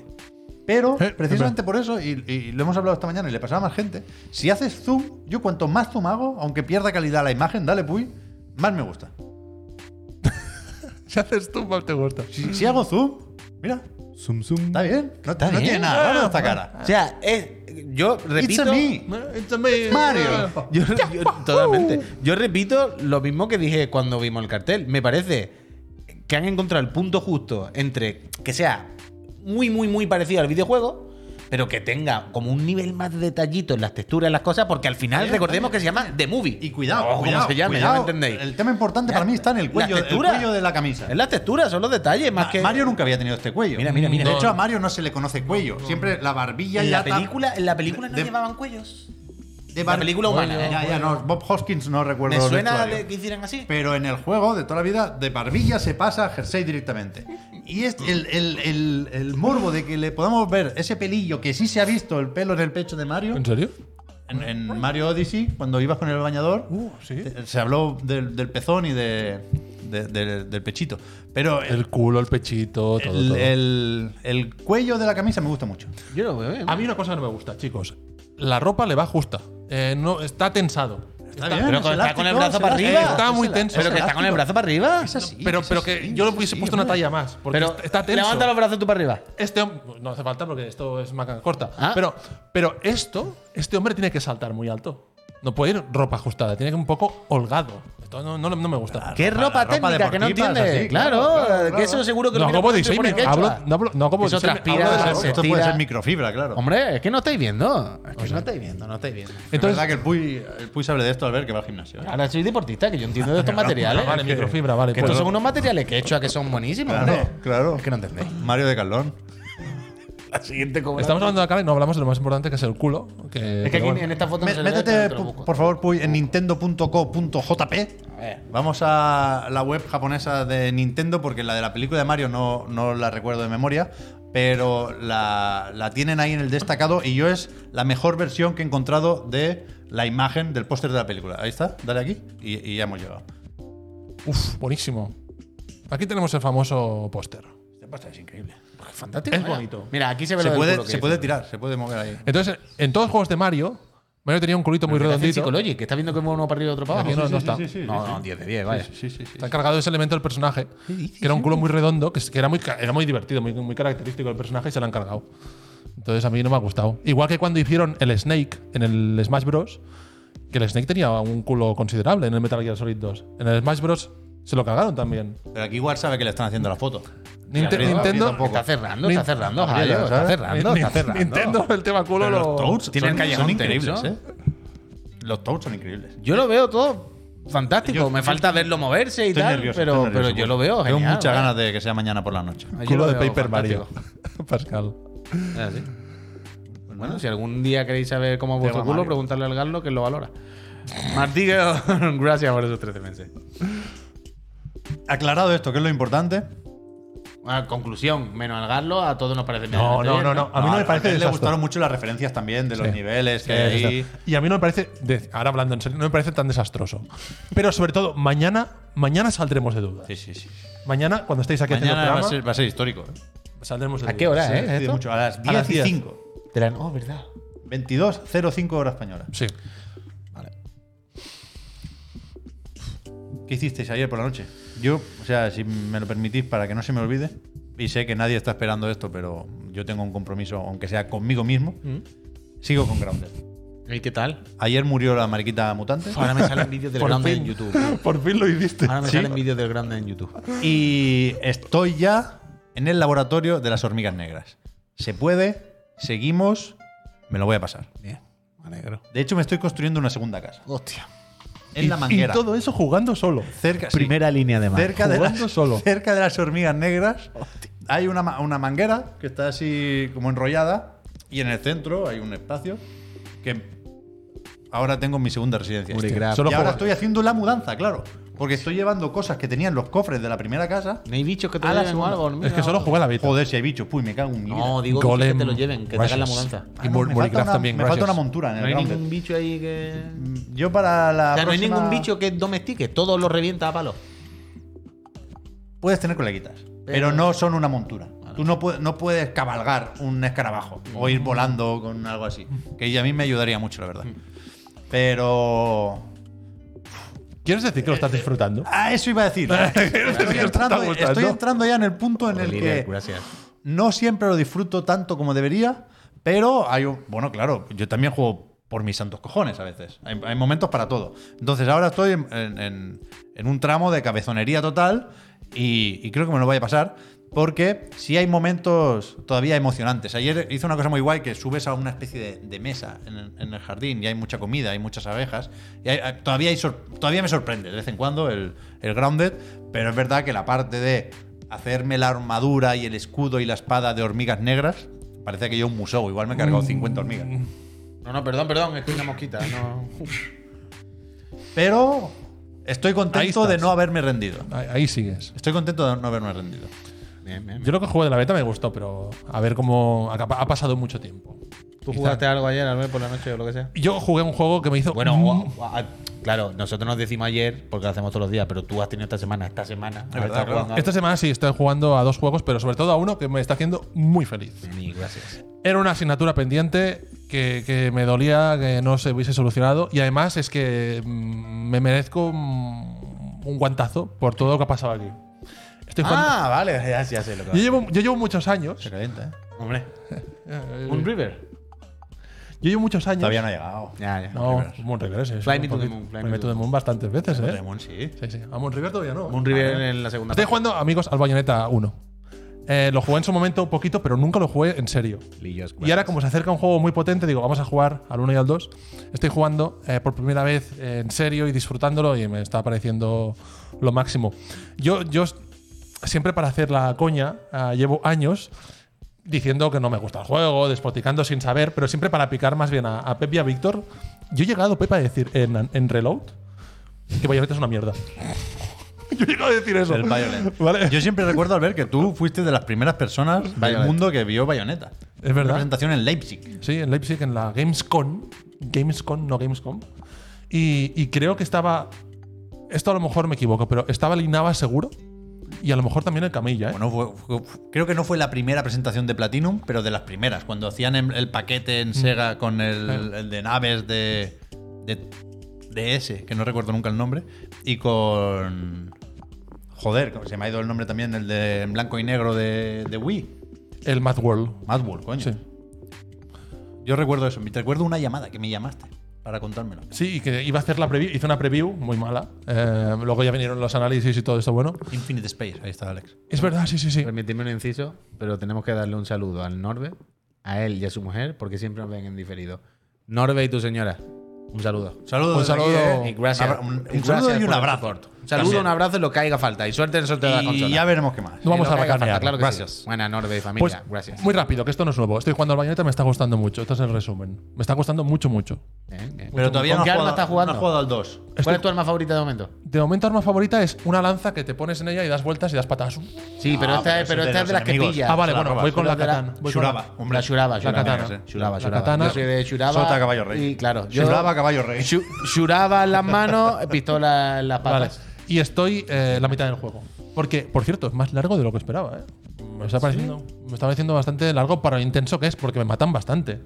[SPEAKER 2] Pero
[SPEAKER 1] Eh,
[SPEAKER 2] precisamente por eso, y, y lo hemos hablado esta mañana y le pasaba a más gente, si haces zoom, yo cuanto más zoom hago, aunque pierda calidad la imagen, dale puy, más me gusta.
[SPEAKER 1] Si haces tú, más te gusta.
[SPEAKER 2] Si, si hago zoom, mira,
[SPEAKER 4] Zoom, zoom.
[SPEAKER 2] está bien, no,
[SPEAKER 3] Está
[SPEAKER 2] no
[SPEAKER 3] bien. Ah,
[SPEAKER 2] tiene nada raro esta cara.
[SPEAKER 3] o sea, es, yo repito.
[SPEAKER 2] It's a me. Mario.
[SPEAKER 3] Yo, yo- totalmente. Yo repito lo mismo que dije cuando vimos el cartel. Me parece que han encontrado el punto justo entre que sea muy, muy, muy parecido al videojuego, pero que tenga como un nivel más detallito en las texturas, en las cosas, porque al final recordemos que se llama The Movie.
[SPEAKER 2] Y cuidado,
[SPEAKER 3] O como
[SPEAKER 2] cuidado,
[SPEAKER 3] se llame,
[SPEAKER 2] cuidado.
[SPEAKER 3] ya me entendéis.
[SPEAKER 2] El tema importante
[SPEAKER 3] Ya
[SPEAKER 2] para mí está en el
[SPEAKER 3] Las
[SPEAKER 2] cuello, el
[SPEAKER 3] texturas.
[SPEAKER 2] cuello de la camisa.
[SPEAKER 3] Es las texturas, son los detalles, más
[SPEAKER 2] Ma-
[SPEAKER 3] que.
[SPEAKER 2] Mario nunca había tenido este cuello.
[SPEAKER 3] Mira, mira, mira.
[SPEAKER 2] De
[SPEAKER 3] No,
[SPEAKER 2] hecho, a
[SPEAKER 3] no.
[SPEAKER 2] Mario no se le conoce cuello. Siempre la barbilla
[SPEAKER 3] en
[SPEAKER 2] y
[SPEAKER 3] la película, en la película no
[SPEAKER 2] de-
[SPEAKER 3] llevaban cuellos.
[SPEAKER 2] De
[SPEAKER 3] la película humana, ¿eh?
[SPEAKER 2] Ya, ya, no. Bob Hoskins no recuerdo.
[SPEAKER 3] Me
[SPEAKER 2] el
[SPEAKER 3] suena
[SPEAKER 2] vestuario.
[SPEAKER 3] de que hicieran así.
[SPEAKER 2] Pero en el juego de toda la vida, de barbilla se pasa a jersey directamente. Y es el, el- el- el morbo de que le podamos ver ese pelillo que sí se ha visto, el pelo en el pecho de Mario.
[SPEAKER 1] ¿En serio?
[SPEAKER 2] En, en Mario Odyssey, cuando ibas con el bañador,
[SPEAKER 1] Uh, sí.
[SPEAKER 2] te- se habló del, del pezón y de- de- del, del pechito. Pero
[SPEAKER 1] El culo, el pechito, todo.
[SPEAKER 2] el,
[SPEAKER 1] todo.
[SPEAKER 2] el- el cuello de la camisa me gusta mucho.
[SPEAKER 3] Yo lo veo bien.
[SPEAKER 1] A mí una cosa que no me gusta, chicos. La ropa le va justa. Eh, no, está tensado.
[SPEAKER 2] Está bien,
[SPEAKER 3] Pero
[SPEAKER 2] es
[SPEAKER 3] con- está
[SPEAKER 2] elástico,
[SPEAKER 3] con el brazo
[SPEAKER 2] es
[SPEAKER 3] para
[SPEAKER 2] elástico.
[SPEAKER 3] arriba.
[SPEAKER 1] Está muy
[SPEAKER 2] Es
[SPEAKER 1] tenso.
[SPEAKER 3] Pero que está con el brazo para arriba.
[SPEAKER 2] Es así,
[SPEAKER 1] Pero,
[SPEAKER 2] es
[SPEAKER 1] pero
[SPEAKER 2] así,
[SPEAKER 1] que yo le
[SPEAKER 2] es
[SPEAKER 1] hubiese
[SPEAKER 2] así,
[SPEAKER 1] puesto una
[SPEAKER 2] hombre.
[SPEAKER 1] talla más. Porque
[SPEAKER 3] Pero
[SPEAKER 1] está- está tenso.
[SPEAKER 3] Levanta los brazos tú para arriba.
[SPEAKER 1] Este hom- no hace falta porque esto es manga corta.
[SPEAKER 3] Ah.
[SPEAKER 1] Pero, pero esto, este hombre tiene que saltar muy alto. No puede ir ropa ajustada, tiene que un poco holgado. Esto no, no- no me gusta.
[SPEAKER 3] ¿Qué
[SPEAKER 2] ropa- la
[SPEAKER 3] ropa,
[SPEAKER 2] ropa
[SPEAKER 3] técnica que no
[SPEAKER 2] deportiva es
[SPEAKER 3] entiendes?
[SPEAKER 2] así,
[SPEAKER 3] claro,
[SPEAKER 2] claro, claro,
[SPEAKER 3] que
[SPEAKER 2] claro.
[SPEAKER 3] eso seguro que
[SPEAKER 1] No
[SPEAKER 3] lo mira
[SPEAKER 1] como
[SPEAKER 3] todo el mundo
[SPEAKER 1] diseño,
[SPEAKER 3] y pone quechua.
[SPEAKER 1] hablo- no hablo- no como
[SPEAKER 3] Eso
[SPEAKER 1] diseño,
[SPEAKER 3] transpira,
[SPEAKER 1] hablo de la
[SPEAKER 3] se
[SPEAKER 1] ropa.
[SPEAKER 2] Esto puede
[SPEAKER 3] estira.
[SPEAKER 2] ser microfibra, claro.
[SPEAKER 3] Hombre, es que no estáis viendo. Es que no estáis viendo, no estáis viendo.
[SPEAKER 2] Entonces,
[SPEAKER 1] Entonces-
[SPEAKER 2] verdad que el Puy, el Puy sabe de esto al ver que va al gimnasio. ¿eh?
[SPEAKER 3] Ahora soy deportista, que yo entiendo de estos materiales.
[SPEAKER 1] vale,
[SPEAKER 3] Que-
[SPEAKER 1] microfibra, vale,
[SPEAKER 3] Que
[SPEAKER 1] pues
[SPEAKER 3] estos son
[SPEAKER 1] no.
[SPEAKER 3] unos materiales que he hecho a que son buenísimos. hombre.
[SPEAKER 2] claro.
[SPEAKER 3] Es que no entendéis.
[SPEAKER 2] Mario de Carlón.
[SPEAKER 3] La siguiente cobra.
[SPEAKER 1] Estamos hablando de la cara y no hablamos de lo más importante que es el culo. Que,
[SPEAKER 3] Es
[SPEAKER 1] pero
[SPEAKER 3] que aquí
[SPEAKER 1] bueno.
[SPEAKER 3] en esta foto no se le ve,
[SPEAKER 2] métete,
[SPEAKER 3] pero te lo
[SPEAKER 2] pu-
[SPEAKER 3] busco.
[SPEAKER 2] por favor, Puy, en nintendo.co.jp.
[SPEAKER 3] A ver.
[SPEAKER 2] Vamos a la web japonesa de Nintendo, porque la de la película de Mario no, no la recuerdo de memoria, pero la, la tienen ahí en el destacado y yo es la mejor versión que he encontrado de la imagen del póster de la película. Ahí está, dale aquí y, y ya hemos llegado.
[SPEAKER 1] Uf, buenísimo. Aquí tenemos el famoso póster. Pues
[SPEAKER 2] Este póster es increíble.
[SPEAKER 3] Qué Fantástico.
[SPEAKER 1] Es
[SPEAKER 3] vaya.
[SPEAKER 1] bonito.
[SPEAKER 3] Mira, aquí se ve
[SPEAKER 2] Se
[SPEAKER 3] lo del
[SPEAKER 2] puede,
[SPEAKER 3] culo que
[SPEAKER 2] se
[SPEAKER 3] dice.
[SPEAKER 2] puede tirar, se puede mover ahí.
[SPEAKER 1] Entonces, en todos los juegos de Mario, Mario tenía un culito muy
[SPEAKER 3] Pero que hace el
[SPEAKER 1] redondito.
[SPEAKER 3] Psicologic, que está viendo que mueve uno para arriba y otro para
[SPEAKER 1] Aquí
[SPEAKER 3] abajo.
[SPEAKER 1] no- no está.
[SPEAKER 3] No, no, 10 de 10, vaya.
[SPEAKER 2] Sí, sí, sí.
[SPEAKER 1] Está encargado de ese elemento del personaje. Que era un culo muy redondo, que, es- que era, muy, ca- era muy divertido, muy, muy característico del personaje y se lo han cargado. Entonces a mí no me ha gustado. Igual que cuando hicieron el Snake en el Smash Bros. Que el Snake tenía un culo considerable en el Metal Gear Solid 2. En el Smash Bros. se lo cargaron también.
[SPEAKER 2] Pero aquí igual sabe que le están haciendo la foto.
[SPEAKER 1] Ninte-
[SPEAKER 2] pero
[SPEAKER 1] Nintendo.
[SPEAKER 2] tampoco.
[SPEAKER 3] Está cerrando,
[SPEAKER 1] Nin-
[SPEAKER 3] está cerrando,
[SPEAKER 2] Gabriel,
[SPEAKER 3] Jairo, Está
[SPEAKER 2] ¿sabes?
[SPEAKER 3] cerrando, está
[SPEAKER 1] Nin-
[SPEAKER 3] cerrando.
[SPEAKER 1] Nintendo, el tema culo
[SPEAKER 2] Pero
[SPEAKER 1] lo.
[SPEAKER 2] los Toads
[SPEAKER 3] tiene el
[SPEAKER 2] son,
[SPEAKER 3] callejón
[SPEAKER 2] son increíbles, ¿eh?
[SPEAKER 3] tenso.
[SPEAKER 2] Los Toads son increíbles.
[SPEAKER 3] Yo lo veo todo fantástico.
[SPEAKER 2] Yo-
[SPEAKER 3] Me falta verlo moverse y
[SPEAKER 2] Estoy
[SPEAKER 3] tal,
[SPEAKER 2] nervioso,
[SPEAKER 3] pero,
[SPEAKER 2] estoy nervioso,
[SPEAKER 3] pero yo
[SPEAKER 2] pues.
[SPEAKER 3] lo veo genial.
[SPEAKER 2] Tengo muchas
[SPEAKER 3] ¿eh?
[SPEAKER 2] ganas de que sea mañana por la noche.
[SPEAKER 3] Yo
[SPEAKER 1] culo
[SPEAKER 3] lo
[SPEAKER 1] de
[SPEAKER 3] veo
[SPEAKER 1] Paper Mario.
[SPEAKER 3] fantástico.
[SPEAKER 1] Pascal.
[SPEAKER 3] Es así. Ah,
[SPEAKER 2] Pues
[SPEAKER 3] Bueno, si algún día queréis saber cómo es vuestro
[SPEAKER 2] Tema
[SPEAKER 3] culo,
[SPEAKER 2] Mario.
[SPEAKER 3] preguntarle al Garlo que lo valora. Martí, gracias por esos 13 meses.
[SPEAKER 2] Aclarado esto, que es lo importante.
[SPEAKER 3] ah, conclusión, menos al Garlo, a todos nos parece
[SPEAKER 1] No,
[SPEAKER 3] medianamente
[SPEAKER 1] no,
[SPEAKER 3] bien,
[SPEAKER 1] no,
[SPEAKER 3] Ah.
[SPEAKER 1] no. A mí no, me parece
[SPEAKER 2] le
[SPEAKER 1] desastre.
[SPEAKER 2] gustaron mucho las referencias también de los
[SPEAKER 1] Sí.
[SPEAKER 2] niveles que
[SPEAKER 1] Sí,
[SPEAKER 2] hay.
[SPEAKER 1] desastre. Eh, Y a mí no me parece, de- ahora hablando en serio, no me parece tan desastroso. Pero sobre todo, mañana, mañana saldremos de dudas.
[SPEAKER 2] Sí, sí, sí.
[SPEAKER 1] Mañana, cuando estéis aquí haciendo el
[SPEAKER 2] Mañana va a,
[SPEAKER 1] programa,
[SPEAKER 2] ser, va a ser histórico. ¿eh?
[SPEAKER 1] saldremos de
[SPEAKER 3] ¿A
[SPEAKER 1] dudas.
[SPEAKER 3] qué hora,
[SPEAKER 2] Sí,
[SPEAKER 3] eh?
[SPEAKER 2] decide
[SPEAKER 3] esto?
[SPEAKER 2] mucho. A las
[SPEAKER 1] A las
[SPEAKER 2] 10 y
[SPEAKER 1] 10.
[SPEAKER 2] 5.
[SPEAKER 3] Te la- oh, verdad.
[SPEAKER 2] 22.05 hora española.
[SPEAKER 1] Sí.
[SPEAKER 2] ¿Qué hicisteis ayer por la noche? Yo, o sea, si me lo permitís para que no se me olvide, y sé que nadie está esperando esto, pero yo tengo un compromiso, aunque sea conmigo mismo, sigo con Grounded.
[SPEAKER 3] ¿Y qué tal?
[SPEAKER 2] Ayer murió la mariquita mutante
[SPEAKER 3] Ahora me salen vídeos del
[SPEAKER 1] Por
[SPEAKER 3] grande
[SPEAKER 1] fin.
[SPEAKER 3] en YouTube.
[SPEAKER 1] Por fin lo hiciste.
[SPEAKER 3] Ahora me
[SPEAKER 2] ¿Sí?
[SPEAKER 3] salen vídeos del grande en YouTube.
[SPEAKER 2] y estoy ya en el laboratorio de las hormigas negras. Se puede, seguimos, me lo voy a pasar.
[SPEAKER 3] Bien, me alegro.
[SPEAKER 2] De hecho, me estoy construyendo una segunda casa.
[SPEAKER 3] Hostia.
[SPEAKER 2] En la
[SPEAKER 1] Y-
[SPEAKER 2] manguera.
[SPEAKER 1] Y todo eso jugando solo.
[SPEAKER 2] cerca, sí.
[SPEAKER 3] Primera línea de mar.
[SPEAKER 2] cerca de, las,
[SPEAKER 1] Jugando solo.
[SPEAKER 2] cerca de las hormigas negras hay una, ma- una manguera que está así como enrollada y en el centro hay un espacio que ahora tengo mi segunda residencia.
[SPEAKER 3] Hostia,
[SPEAKER 2] Y
[SPEAKER 3] Grab.
[SPEAKER 1] solo
[SPEAKER 2] ahora
[SPEAKER 1] juego-
[SPEAKER 2] estoy haciendo la mudanza, claro. Porque estoy llevando cosas que tenía en los cofres de la primera casa.
[SPEAKER 3] ¿No hay bichos que te
[SPEAKER 2] A la
[SPEAKER 3] lleven o
[SPEAKER 2] segunda.
[SPEAKER 3] algo? Mira,
[SPEAKER 1] Es que solo jugué a la beta.
[SPEAKER 2] Joder, si hay bichos, puy, me cago en mi
[SPEAKER 3] No,
[SPEAKER 2] vida.
[SPEAKER 3] digo bichos que
[SPEAKER 1] Golem,
[SPEAKER 3] te lo lleven, que te hagan la
[SPEAKER 1] Rushes.
[SPEAKER 3] mudanza.
[SPEAKER 1] Y
[SPEAKER 2] Ah, no,
[SPEAKER 1] Mur-
[SPEAKER 2] me
[SPEAKER 1] Muricraft
[SPEAKER 2] falta una-
[SPEAKER 1] también,
[SPEAKER 2] Me falta
[SPEAKER 1] gracias.
[SPEAKER 2] una montura en el
[SPEAKER 3] No hay
[SPEAKER 2] Grounded.
[SPEAKER 3] ningún bicho ahí que.
[SPEAKER 2] Mm, Yo para la
[SPEAKER 3] O sea, no hay
[SPEAKER 2] próxima-
[SPEAKER 3] ningún bicho que domestique, todos los revienta a palo.
[SPEAKER 2] Puedes tener coleguitas,
[SPEAKER 3] Eh,
[SPEAKER 2] pero, no son una montura. Tú no, puedes- no puedes cabalgar un escarabajo o
[SPEAKER 3] Mm.
[SPEAKER 2] ir volando con algo así. Que a mí me ayudaría mucho, la verdad. Pero.
[SPEAKER 1] ¿Quieres decir que lo estás disfrutando?
[SPEAKER 2] Ah, eso iba a decir. Estoy
[SPEAKER 1] te está
[SPEAKER 2] entrando,
[SPEAKER 1] gustando.
[SPEAKER 2] estoy entrando ya en el punto en el
[SPEAKER 3] Líder,
[SPEAKER 2] que
[SPEAKER 3] gracias.
[SPEAKER 2] no siempre lo disfruto tanto como debería, pero hay un. Bueno, claro, yo también juego por mis santos cojones a veces. Hay, hay momentos para todo. Entonces ahora estoy en, en- en- en un tramo de cabezonería total y, y creo que me lo voy a pasar. Porque sí hay momentos todavía emocionantes. Ayer hice una cosa muy guay que subes a una especie de, de mesa en, el- en el jardín y hay mucha comida, hay muchas abejas. Y hay- hay- todavía, hay sor- todavía me sorprende de vez en cuando el, el grounded, pero es verdad que la parte de hacerme la armadura y el escudo y la espada de hormigas negras. Parece que yo un museo, igual me he
[SPEAKER 1] Mm.
[SPEAKER 2] cargado 50 hormigas.
[SPEAKER 3] No, no, perdón, perdón, estoy una mosquita. No.
[SPEAKER 2] Pero estoy
[SPEAKER 1] Ahí
[SPEAKER 2] contento
[SPEAKER 1] estás.
[SPEAKER 2] de no haberme rendido.
[SPEAKER 1] Ahí, ahí sigues.
[SPEAKER 2] Estoy contento de no haberme rendido.
[SPEAKER 3] Bien, bien, bien.
[SPEAKER 1] Yo lo que jugué de la beta me gustó, pero a ver cómo. Ha, ha pasado mucho tiempo.
[SPEAKER 3] ¿Tú jugaste algo ayer, Albert, por la noche o lo que sea?
[SPEAKER 1] Yo jugué un juego que me hizo.
[SPEAKER 3] Bueno,
[SPEAKER 1] mm,
[SPEAKER 3] o- o- a- claro, nosotros nos decimos ayer, porque lo hacemos todos los días, pero tú has tenido esta semana, esta semana. has
[SPEAKER 2] verdad,
[SPEAKER 3] estado
[SPEAKER 2] claro.
[SPEAKER 3] jugando a-
[SPEAKER 1] Esta semana sí estoy jugando a dos juegos, pero sobre todo a uno que me está haciendo muy feliz.
[SPEAKER 3] Ni gracias.
[SPEAKER 1] Era una asignatura pendiente que, que me dolía que no se hubiese solucionado y además es que mm, me merezco mm, un guantazo por todo lo que ha pasado aquí. Estoy jugando-
[SPEAKER 3] Ah, vale, ya, ya sé lo que
[SPEAKER 1] yo, llevo, yo llevo muchos años.
[SPEAKER 2] Se calienta, ¿eh?
[SPEAKER 3] Hombre, un River.
[SPEAKER 1] Yo llevo muchos años.
[SPEAKER 2] Todavía no ha llegado.
[SPEAKER 3] Ya, ya.
[SPEAKER 1] No, Moon River ese.
[SPEAKER 3] Fly
[SPEAKER 1] un
[SPEAKER 3] me to the
[SPEAKER 1] poquito.
[SPEAKER 3] moon, fly
[SPEAKER 1] Fly
[SPEAKER 3] me
[SPEAKER 1] me
[SPEAKER 3] to
[SPEAKER 1] to
[SPEAKER 3] the
[SPEAKER 1] the moon bastantes veces, ¿eh?
[SPEAKER 2] Demon, sí.
[SPEAKER 1] Sí, sí. A Moon River todavía no.
[SPEAKER 3] Un River en la segunda.
[SPEAKER 1] Estoy
[SPEAKER 3] parte.
[SPEAKER 1] jugando, amigos, al Bayonetta 1. Eh, lo jugué en su momento un poquito, pero nunca lo jugué en serio.
[SPEAKER 3] Lillos,
[SPEAKER 1] Y ahora, como se acerca un juego muy potente, digo, vamos a jugar al 1 y al 2. Estoy jugando eh, por primera vez eh, en serio y disfrutándolo y me está pareciendo lo máximo. Yo, yo s- siempre para hacer la coña ah, llevo años diciendo que no me gusta el juego, despoticando sin saber, pero siempre para picar más bien a, a Pep y a Víctor. Yo he llegado, Pep, a decir en, en Reload que Bayonetta es una mierda. yo he llegado a decir eso.
[SPEAKER 2] El Violent.
[SPEAKER 1] ¿Vale?
[SPEAKER 2] Yo siempre recuerdo, Albert, que tú fuiste de las primeras personas del
[SPEAKER 3] Violent.
[SPEAKER 2] mundo que vio Bayonetta.
[SPEAKER 1] Es verdad.
[SPEAKER 2] Una presentación en Leipzig.
[SPEAKER 1] Sí, en Leipzig, en la Gamescom. Gamescom, no Gamescom. Y, y creo que estaba. Esto a lo mejor me equivoco, pero estaba el Inaba seguro. Y a lo mejor también el Camilla, ¿eh?
[SPEAKER 2] Bueno, fue- fue- creo que no fue la primera presentación de Platinum, pero de las primeras, cuando hacían em- el paquete
[SPEAKER 3] Mm.
[SPEAKER 2] en Sega con el, el de naves de, de DS, que no recuerdo nunca el nombre, y con... Joder, se me ha ido el nombre también, el de en blanco y negro de, de Wii.
[SPEAKER 1] El Mad World.
[SPEAKER 2] Mad World, coño.
[SPEAKER 1] Sí.
[SPEAKER 2] Yo recuerdo eso, te recuerdo una llamada que me llamaste para contármelo.
[SPEAKER 1] Sí, y que iba a hacer la preview. Hice una preview muy mala. Eh, luego ya vinieron los análisis y todo esto bueno.
[SPEAKER 2] Infinite Space, ahí está Alex.
[SPEAKER 1] Es verdad, sí, sí, sí.
[SPEAKER 3] Permitidme un inciso, pero tenemos que darle un saludo al Norbe, a él y a su mujer, porque siempre nos ven en diferido. Norbe y tu señora, un saludo.
[SPEAKER 2] Saludos
[SPEAKER 1] Un
[SPEAKER 2] desde aquí,
[SPEAKER 1] saludo.
[SPEAKER 2] ¿eh?
[SPEAKER 3] Y gracias.
[SPEAKER 2] Abra- Un, un
[SPEAKER 3] Y gracias
[SPEAKER 2] saludo y
[SPEAKER 3] por
[SPEAKER 2] un
[SPEAKER 3] el
[SPEAKER 2] abrazo.
[SPEAKER 3] support. Un saludo, un abrazo y lo que haga falta. Y suerte en el sorteo de la consola.
[SPEAKER 2] Y ya veremos qué más.
[SPEAKER 1] No vamos
[SPEAKER 3] Y lo
[SPEAKER 1] a
[SPEAKER 3] que haga
[SPEAKER 1] racanear.
[SPEAKER 3] falta, Claro que
[SPEAKER 1] Gracias.
[SPEAKER 3] sí. Buena Norbe y
[SPEAKER 1] Pues,
[SPEAKER 3] familia. gracias.
[SPEAKER 1] Muy rápido, que esto no es nuevo. Estoy jugando al Bayonetta, me está gustando mucho. Este es el resumen. Me está gustando mucho, mucho.
[SPEAKER 3] Bien, bien.
[SPEAKER 2] Pero todavía
[SPEAKER 3] ¿Con
[SPEAKER 2] no
[SPEAKER 3] qué
[SPEAKER 2] has
[SPEAKER 3] arma
[SPEAKER 2] jugado-
[SPEAKER 3] estás
[SPEAKER 2] No
[SPEAKER 3] jugando?
[SPEAKER 2] has jugado al 2.
[SPEAKER 3] ¿Cuál es tu arma favorita de momento?
[SPEAKER 1] de momento arma favorita es una lanza que te pones en ella y das vueltas y das patadas.
[SPEAKER 3] Sí, pero
[SPEAKER 2] Ah,
[SPEAKER 3] esta
[SPEAKER 2] pero
[SPEAKER 3] es,
[SPEAKER 2] eso
[SPEAKER 3] pero
[SPEAKER 2] es de
[SPEAKER 3] esta es
[SPEAKER 2] los
[SPEAKER 3] de las que
[SPEAKER 2] enemigos.
[SPEAKER 3] pilla.
[SPEAKER 1] Ah, vale,
[SPEAKER 2] la
[SPEAKER 1] bueno,
[SPEAKER 2] brava.
[SPEAKER 1] voy con la
[SPEAKER 3] De la-
[SPEAKER 1] katana. voy con la-
[SPEAKER 2] Shuraba, hombre.
[SPEAKER 3] La Shuraba, Shuraba.
[SPEAKER 1] katana.
[SPEAKER 3] Shuraba, Shuraba,
[SPEAKER 1] La katana.
[SPEAKER 3] Yo soy de Shuraba.
[SPEAKER 2] Sota, caballo rey.
[SPEAKER 3] Y claro, yo.
[SPEAKER 2] Shuraba, caballo rey.
[SPEAKER 3] Shu- Shuraba en las manos, pistola en las
[SPEAKER 1] Vale.
[SPEAKER 3] patas.
[SPEAKER 1] Y estoy eh, la mitad del juego. Porque, por cierto, es más largo de lo que esperaba, ¿eh? Me está pareciendo, me está pareciendo bastante largo para lo intenso que es, porque me matan bastante.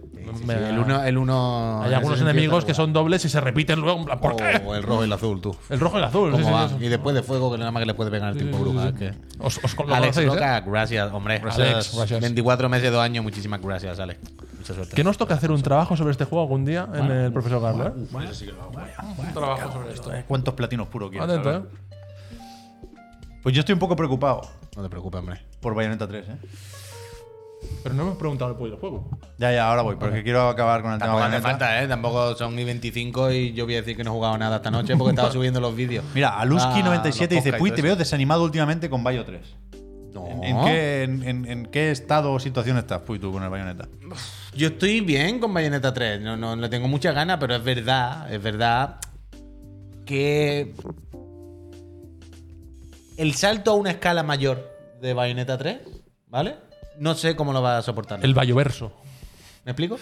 [SPEAKER 1] Me-
[SPEAKER 3] Sí, el uno, el uno en
[SPEAKER 1] hay
[SPEAKER 3] ese
[SPEAKER 1] algunos
[SPEAKER 3] sentido
[SPEAKER 1] enemigos
[SPEAKER 3] está
[SPEAKER 1] que son dobles y se repiten luego. en plan, ¿Por
[SPEAKER 3] guay.
[SPEAKER 1] qué?
[SPEAKER 3] O el rojo y el azul, tú.
[SPEAKER 1] El rojo y el azul. sí,
[SPEAKER 3] ¿Cómo
[SPEAKER 1] sí,
[SPEAKER 3] Oh. va?
[SPEAKER 1] sí, sí.
[SPEAKER 3] Y después de fuego, que nada más que le puede pegar el tiempo bruja. es que-
[SPEAKER 1] Os, os lo
[SPEAKER 3] Alex
[SPEAKER 1] conocéis, ¿eh?
[SPEAKER 3] Roca, gracias, hombre.
[SPEAKER 1] Gracias. gracias.
[SPEAKER 3] 24 meses, 2 años, muchísimas gracias, Alex. Mucha suerte.
[SPEAKER 1] Que nos toca hacer un trabajo sobre este juego algún día en el profesor Garlo, ¿eh?
[SPEAKER 2] Eso sí que lo hago.
[SPEAKER 1] Un trabajo sobre esto.
[SPEAKER 2] ¿Cuántos platinos puros quieres?
[SPEAKER 1] Atento, ¿eh?
[SPEAKER 2] ¿sabes? Pues yo estoy un poco preocupado
[SPEAKER 3] No te preocupes, hombre.
[SPEAKER 2] por Bayonetta 3, ¿eh?
[SPEAKER 1] Pero no hemos preguntado el del juego.
[SPEAKER 2] Ya, ya, ahora voy, porque quiero acabar con el tema
[SPEAKER 3] Tampoco hace
[SPEAKER 2] Bayonetta.
[SPEAKER 3] falta, ¿eh? Tampoco son ni 25 y yo voy a decir que no he jugado nada esta noche porque estaba subiendo los vídeos.
[SPEAKER 2] Mira, Aluski97
[SPEAKER 3] Ah, los
[SPEAKER 2] dice,
[SPEAKER 3] podcasts y
[SPEAKER 2] Puy,
[SPEAKER 3] todo ¿Ah?
[SPEAKER 2] te veo desanimado últimamente con Bayo 3.
[SPEAKER 3] No.
[SPEAKER 2] ¿En, en qué, en- en- en qué estado o situación estás, Puy, tú con el Bayonetta?
[SPEAKER 3] Yo estoy bien con Bayonetta 3. No, no, le tengo muchas ganas, pero es verdad, es verdad que el salto a una escala mayor de Bayonetta 3, ¿vale? No sé cómo lo va a soportar.
[SPEAKER 1] El Bayoverso.
[SPEAKER 3] ¿Me explico?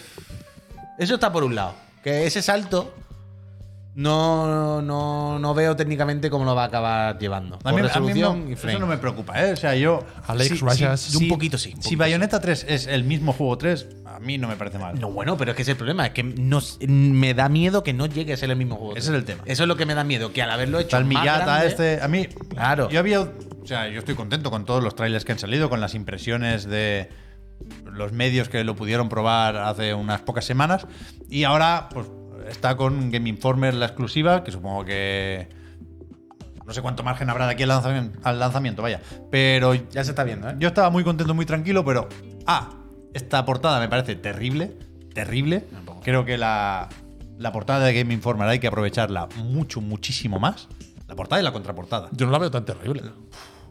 [SPEAKER 3] Eso está por un lado. Que ese salto no, no, no veo técnicamente cómo lo va a acabar llevando.
[SPEAKER 2] A
[SPEAKER 3] Por
[SPEAKER 2] mí, a mí
[SPEAKER 3] resolución
[SPEAKER 2] no-
[SPEAKER 3] y
[SPEAKER 2] eso
[SPEAKER 3] frame.
[SPEAKER 2] no me preocupa, ¿eh? O sea, yo...
[SPEAKER 1] Alex Rayas.
[SPEAKER 3] un poquito sí, un
[SPEAKER 2] si
[SPEAKER 3] poquito
[SPEAKER 2] Bayonetta 3 es el mismo juego 3, a mí no me parece mal.
[SPEAKER 3] No, bueno, pero es que ese es el problema. Es que no, me da miedo que no llegue a ser el mismo juego.
[SPEAKER 2] Ese es el tema.
[SPEAKER 3] Eso es lo que me da miedo. Que al haberlo hecho.
[SPEAKER 2] Está el
[SPEAKER 3] más
[SPEAKER 2] Miyata
[SPEAKER 3] grande-
[SPEAKER 2] este. A mí,
[SPEAKER 3] Claro.
[SPEAKER 2] Yo había. O sea, yo estoy contento con todos los trailers que han salido, con las impresiones de los medios que lo pudieron probar hace unas pocas semanas. Y ahora, pues, está con Game Informer la exclusiva, que supongo que. No sé cuánto margen habrá de aquí al lanzamiento, al lanzamiento vaya. Pero
[SPEAKER 3] Ya se está viendo, ¿eh?
[SPEAKER 2] yo estaba muy contento, muy tranquilo, pero. Ah, esta portada me parece terrible. Terrible. Creo que la, la portada de Game Informer hay que aprovecharla mucho, muchísimo más. La portada y la contraportada.
[SPEAKER 1] Yo no la veo tan terrible.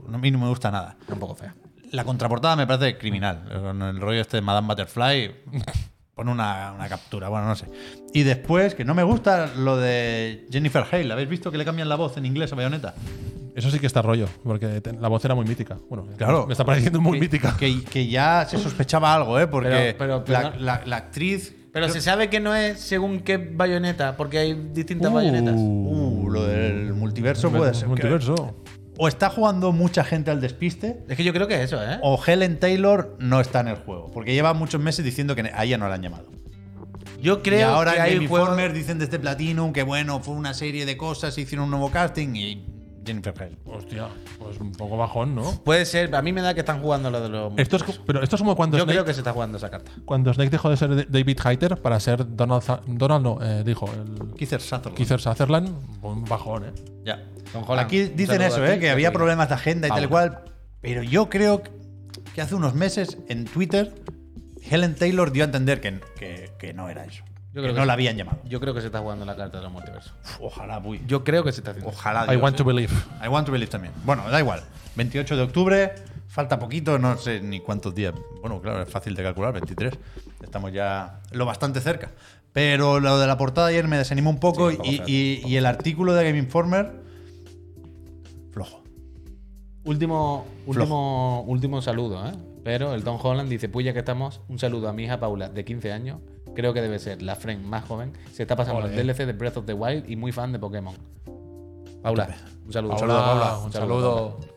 [SPEAKER 2] No- A mí no me gusta nada.
[SPEAKER 3] Está un poco fea.
[SPEAKER 2] La contraportada me parece criminal. Con el rollo este de Madame Butterfly. Pone una, una captura, bueno, no sé. Y después, que no me gusta lo de Jennifer Hale. ¿Habéis visto que le cambian la voz en inglés a Bayonetta?
[SPEAKER 1] Eso sí que está rollo, porque te- la voz era muy mítica. Bueno,
[SPEAKER 2] Claro.
[SPEAKER 1] me está pareciendo muy mítica.
[SPEAKER 2] Que, que ya se sospechaba algo, ¿eh? Porque
[SPEAKER 3] Pero- pero-
[SPEAKER 2] la-
[SPEAKER 3] pero-
[SPEAKER 2] la, la actriz.
[SPEAKER 3] Pero se sabe que no es según qué bayoneta, porque hay distintas
[SPEAKER 1] Uh,
[SPEAKER 3] bayonetas.
[SPEAKER 2] Uh, lo del multiverso puede ser. que-
[SPEAKER 1] multiverso.
[SPEAKER 2] O está jugando mucha gente al despiste,
[SPEAKER 3] Es que yo creo que es eso, ¿eh?
[SPEAKER 2] o Helen Taylor no está en el juego. Porque lleva muchos meses diciendo que a ella no la han llamado.
[SPEAKER 3] Yo creo
[SPEAKER 2] y ahora
[SPEAKER 3] que
[SPEAKER 2] en
[SPEAKER 3] hay
[SPEAKER 2] Game
[SPEAKER 3] juegos-
[SPEAKER 2] Informer dicen desde Platinum que bueno, fue una serie de cosas, hicieron un nuevo casting y Jennifer Hale.
[SPEAKER 1] Hostia, pues un poco bajón, ¿no?
[SPEAKER 3] Puede ser, a mí me da que están jugando lo de los.
[SPEAKER 1] Esto es, co- pero esto es como cuando
[SPEAKER 3] Pues- yo
[SPEAKER 1] Snake,
[SPEAKER 3] creo que se está jugando esa carta.
[SPEAKER 1] cuando Snake dejó de ser de- David Hayter para ser Donald, Za- Donald no, eh, dijo, el
[SPEAKER 2] Keith Sutherland.
[SPEAKER 1] Keith Sutherland, un bajón, ¿eh?
[SPEAKER 2] Ya.
[SPEAKER 3] Don Holland,
[SPEAKER 2] Aquí
[SPEAKER 3] un
[SPEAKER 2] dicen
[SPEAKER 3] saludo
[SPEAKER 2] eso,
[SPEAKER 3] a ti,
[SPEAKER 2] ¿eh? que
[SPEAKER 3] te
[SPEAKER 2] había
[SPEAKER 3] digo.
[SPEAKER 2] problemas de agenda y
[SPEAKER 3] Ah,
[SPEAKER 2] tal y
[SPEAKER 3] bueno.
[SPEAKER 2] cual. Pero yo creo que hace unos meses en Twitter Helen Taylor dio a entender que, que- que no era eso.
[SPEAKER 3] Yo
[SPEAKER 2] que,
[SPEAKER 3] creo que
[SPEAKER 2] no la
[SPEAKER 3] sí.
[SPEAKER 2] habían llamado.
[SPEAKER 3] Yo creo que se está jugando la carta de los multiversos.
[SPEAKER 2] Uf, ojalá, uy.
[SPEAKER 3] Yo creo que se está haciendo.
[SPEAKER 2] Ojalá.
[SPEAKER 1] I
[SPEAKER 2] Dios,
[SPEAKER 1] want
[SPEAKER 2] eh.
[SPEAKER 1] to believe.
[SPEAKER 2] I want to believe también. Bueno, da igual. 28 de octubre, falta poquito, no sé ni cuántos días. Bueno, claro, es fácil de calcular, 23. Estamos ya lo bastante cerca. Pero lo de la portada ayer me desanimó un poco,
[SPEAKER 3] Sí, un poco
[SPEAKER 2] y,
[SPEAKER 3] feo,
[SPEAKER 2] y- y el artículo de Game Informer, flojo.
[SPEAKER 3] Último, último, último saludo, ¿eh? Pero el Don Holland dice, puya que estamos, un saludo a mi hija Paula, de 15 años. Creo que debe ser la friend más joven. Se está pasando el DLC de Breath of the Wild y muy fan de Pokémon. Paula, un saludo.
[SPEAKER 1] Paula, Paula, un saludo.
[SPEAKER 3] Paula.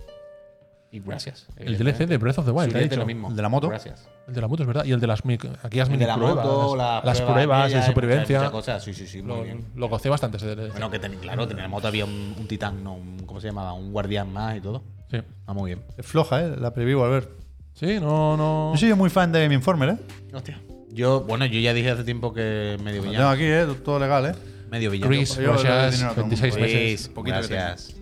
[SPEAKER 3] Y gracias.
[SPEAKER 1] El DLC de Breath of the Wild,
[SPEAKER 3] Sí,
[SPEAKER 1] te he
[SPEAKER 3] es de
[SPEAKER 1] dicho.
[SPEAKER 3] lo mismo.
[SPEAKER 2] ¿El de la moto?
[SPEAKER 3] Gracias.
[SPEAKER 1] El de la moto, es verdad. Y el de las mic- aquellas
[SPEAKER 3] El
[SPEAKER 1] mini
[SPEAKER 3] de la
[SPEAKER 1] pruebas,
[SPEAKER 3] moto,
[SPEAKER 1] las,
[SPEAKER 3] las,
[SPEAKER 1] pruebas
[SPEAKER 3] aquellas,
[SPEAKER 1] de supervivencia.
[SPEAKER 3] muchas- muchas cosas. Sí, sí, sí. muy
[SPEAKER 1] Lo,
[SPEAKER 3] bien.
[SPEAKER 1] lo gocé bastante ese DLC.
[SPEAKER 3] Bueno, que ten- claro, en la moto había un, un titán, no, un- ¿cómo se llamaba? Un guardián más y todo.
[SPEAKER 1] Sí.
[SPEAKER 3] Ah, muy bien.
[SPEAKER 2] Es floja, ¿eh? La preview, al ver.
[SPEAKER 1] Sí, no, no.
[SPEAKER 2] Yo soy muy fan de Game Informer, ¿eh?
[SPEAKER 3] Hostia. Yo, bueno, yo ya dije hace tiempo que medio
[SPEAKER 1] Pues
[SPEAKER 2] Lo tengo
[SPEAKER 3] villano.
[SPEAKER 2] aquí, ¿eh? Todo legal, ¿eh?
[SPEAKER 3] Medio villano.
[SPEAKER 1] Chris,
[SPEAKER 2] Yo- yo le doy dinero
[SPEAKER 1] gracias,
[SPEAKER 2] a todo el mundo.
[SPEAKER 1] 26 meses.
[SPEAKER 3] Pues,
[SPEAKER 2] poquito que
[SPEAKER 3] gracias.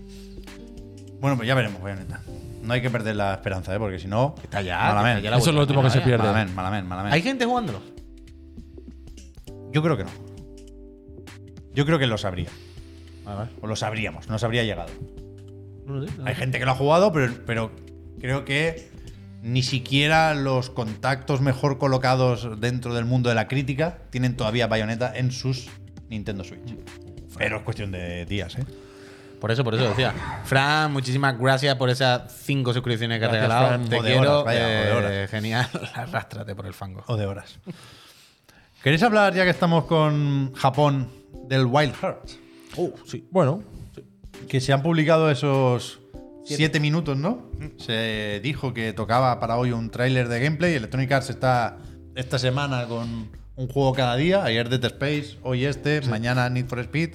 [SPEAKER 2] Bueno, pues ya veremos, neta. No hay que perder la esperanza, ¿eh? Porque si no.
[SPEAKER 3] Está ya,
[SPEAKER 2] malamente.
[SPEAKER 3] está ya la
[SPEAKER 1] Eso es lo
[SPEAKER 3] vuelta,
[SPEAKER 1] último que se
[SPEAKER 3] mira, vaya.
[SPEAKER 1] pierde.
[SPEAKER 2] Malamente, malamente, malamente.
[SPEAKER 3] Hay gente jugándolo.
[SPEAKER 2] Yo creo que no. Yo creo que lo sabría. O lo sabríamos, no se habría llegado. Hay gente que lo ha jugado, pero, pero creo que ni siquiera los contactos mejor colocados dentro del mundo de la crítica tienen todavía Bayonetta en sus Nintendo Switch. Pero es cuestión de días, ¿eh?
[SPEAKER 3] Por eso, por eso decía. Fran, muchísimas gracias por esas cinco suscripciones que has
[SPEAKER 2] Gracias,
[SPEAKER 3] regalado.
[SPEAKER 2] Fran.
[SPEAKER 3] Te
[SPEAKER 2] O de
[SPEAKER 3] quiero.
[SPEAKER 2] horas, vaya, o de
[SPEAKER 3] eh,
[SPEAKER 2] horas.
[SPEAKER 3] genial. Arrástrate por el fango.
[SPEAKER 2] O de horas. ¿Queréis hablar, ya que estamos con Japón, del Wild Heart?
[SPEAKER 3] Oh, sí.
[SPEAKER 1] Bueno,
[SPEAKER 2] Que se han publicado esos siete minutos, ¿no? Se dijo que tocaba para hoy un tráiler de gameplay. Electronic Arts está esta semana con un juego cada día. Ayer Dead Space, hoy este, mañana Need for Speed.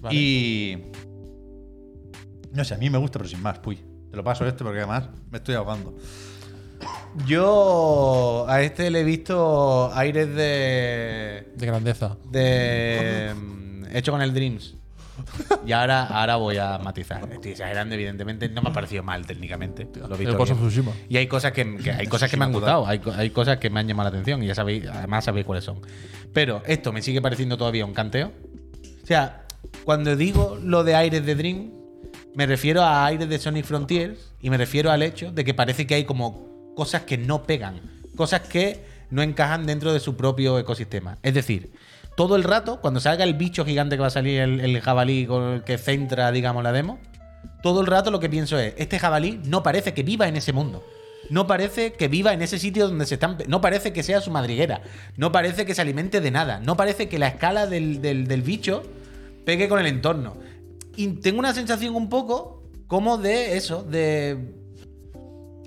[SPEAKER 3] Vale.
[SPEAKER 2] Y... No sé, a mí me gusta, pero sin más, puy. Te lo paso este porque además me estoy ahogando.
[SPEAKER 3] Yo a este le he visto aires de.
[SPEAKER 1] de grandeza.
[SPEAKER 3] de mm, hecho con el Dreams. Y ahora, ahora voy a matizar. Estoy exagerando, evidentemente. No me ha parecido mal técnicamente. Lo he visto
[SPEAKER 1] El Ghost of
[SPEAKER 3] bien.
[SPEAKER 1] Tsushima.
[SPEAKER 3] Y hay cosas que, que hay cosas que me han gustado, hay, co- hay cosas que me han llamado la atención y ya sabéis, además sabéis cuáles son. Pero esto me sigue pareciendo todavía un canteo. O sea, cuando digo lo de aires de Dream, me refiero a aires de Sonic Frontiers y me refiero al hecho de que parece que hay como cosas que no pegan, cosas que no encajan dentro de su propio ecosistema. Es decir, todo el rato, cuando salga el bicho gigante que va a salir, el, el jabalí con el que centra, digamos, la demo, todo el rato lo que pienso es, este jabalí no parece que viva en ese mundo. No parece que viva en ese sitio donde se están... No parece que sea su madriguera. No parece que se alimente de nada. No parece que la escala del, del- del bicho pegue con el entorno. Y tengo una sensación un poco como de eso, de...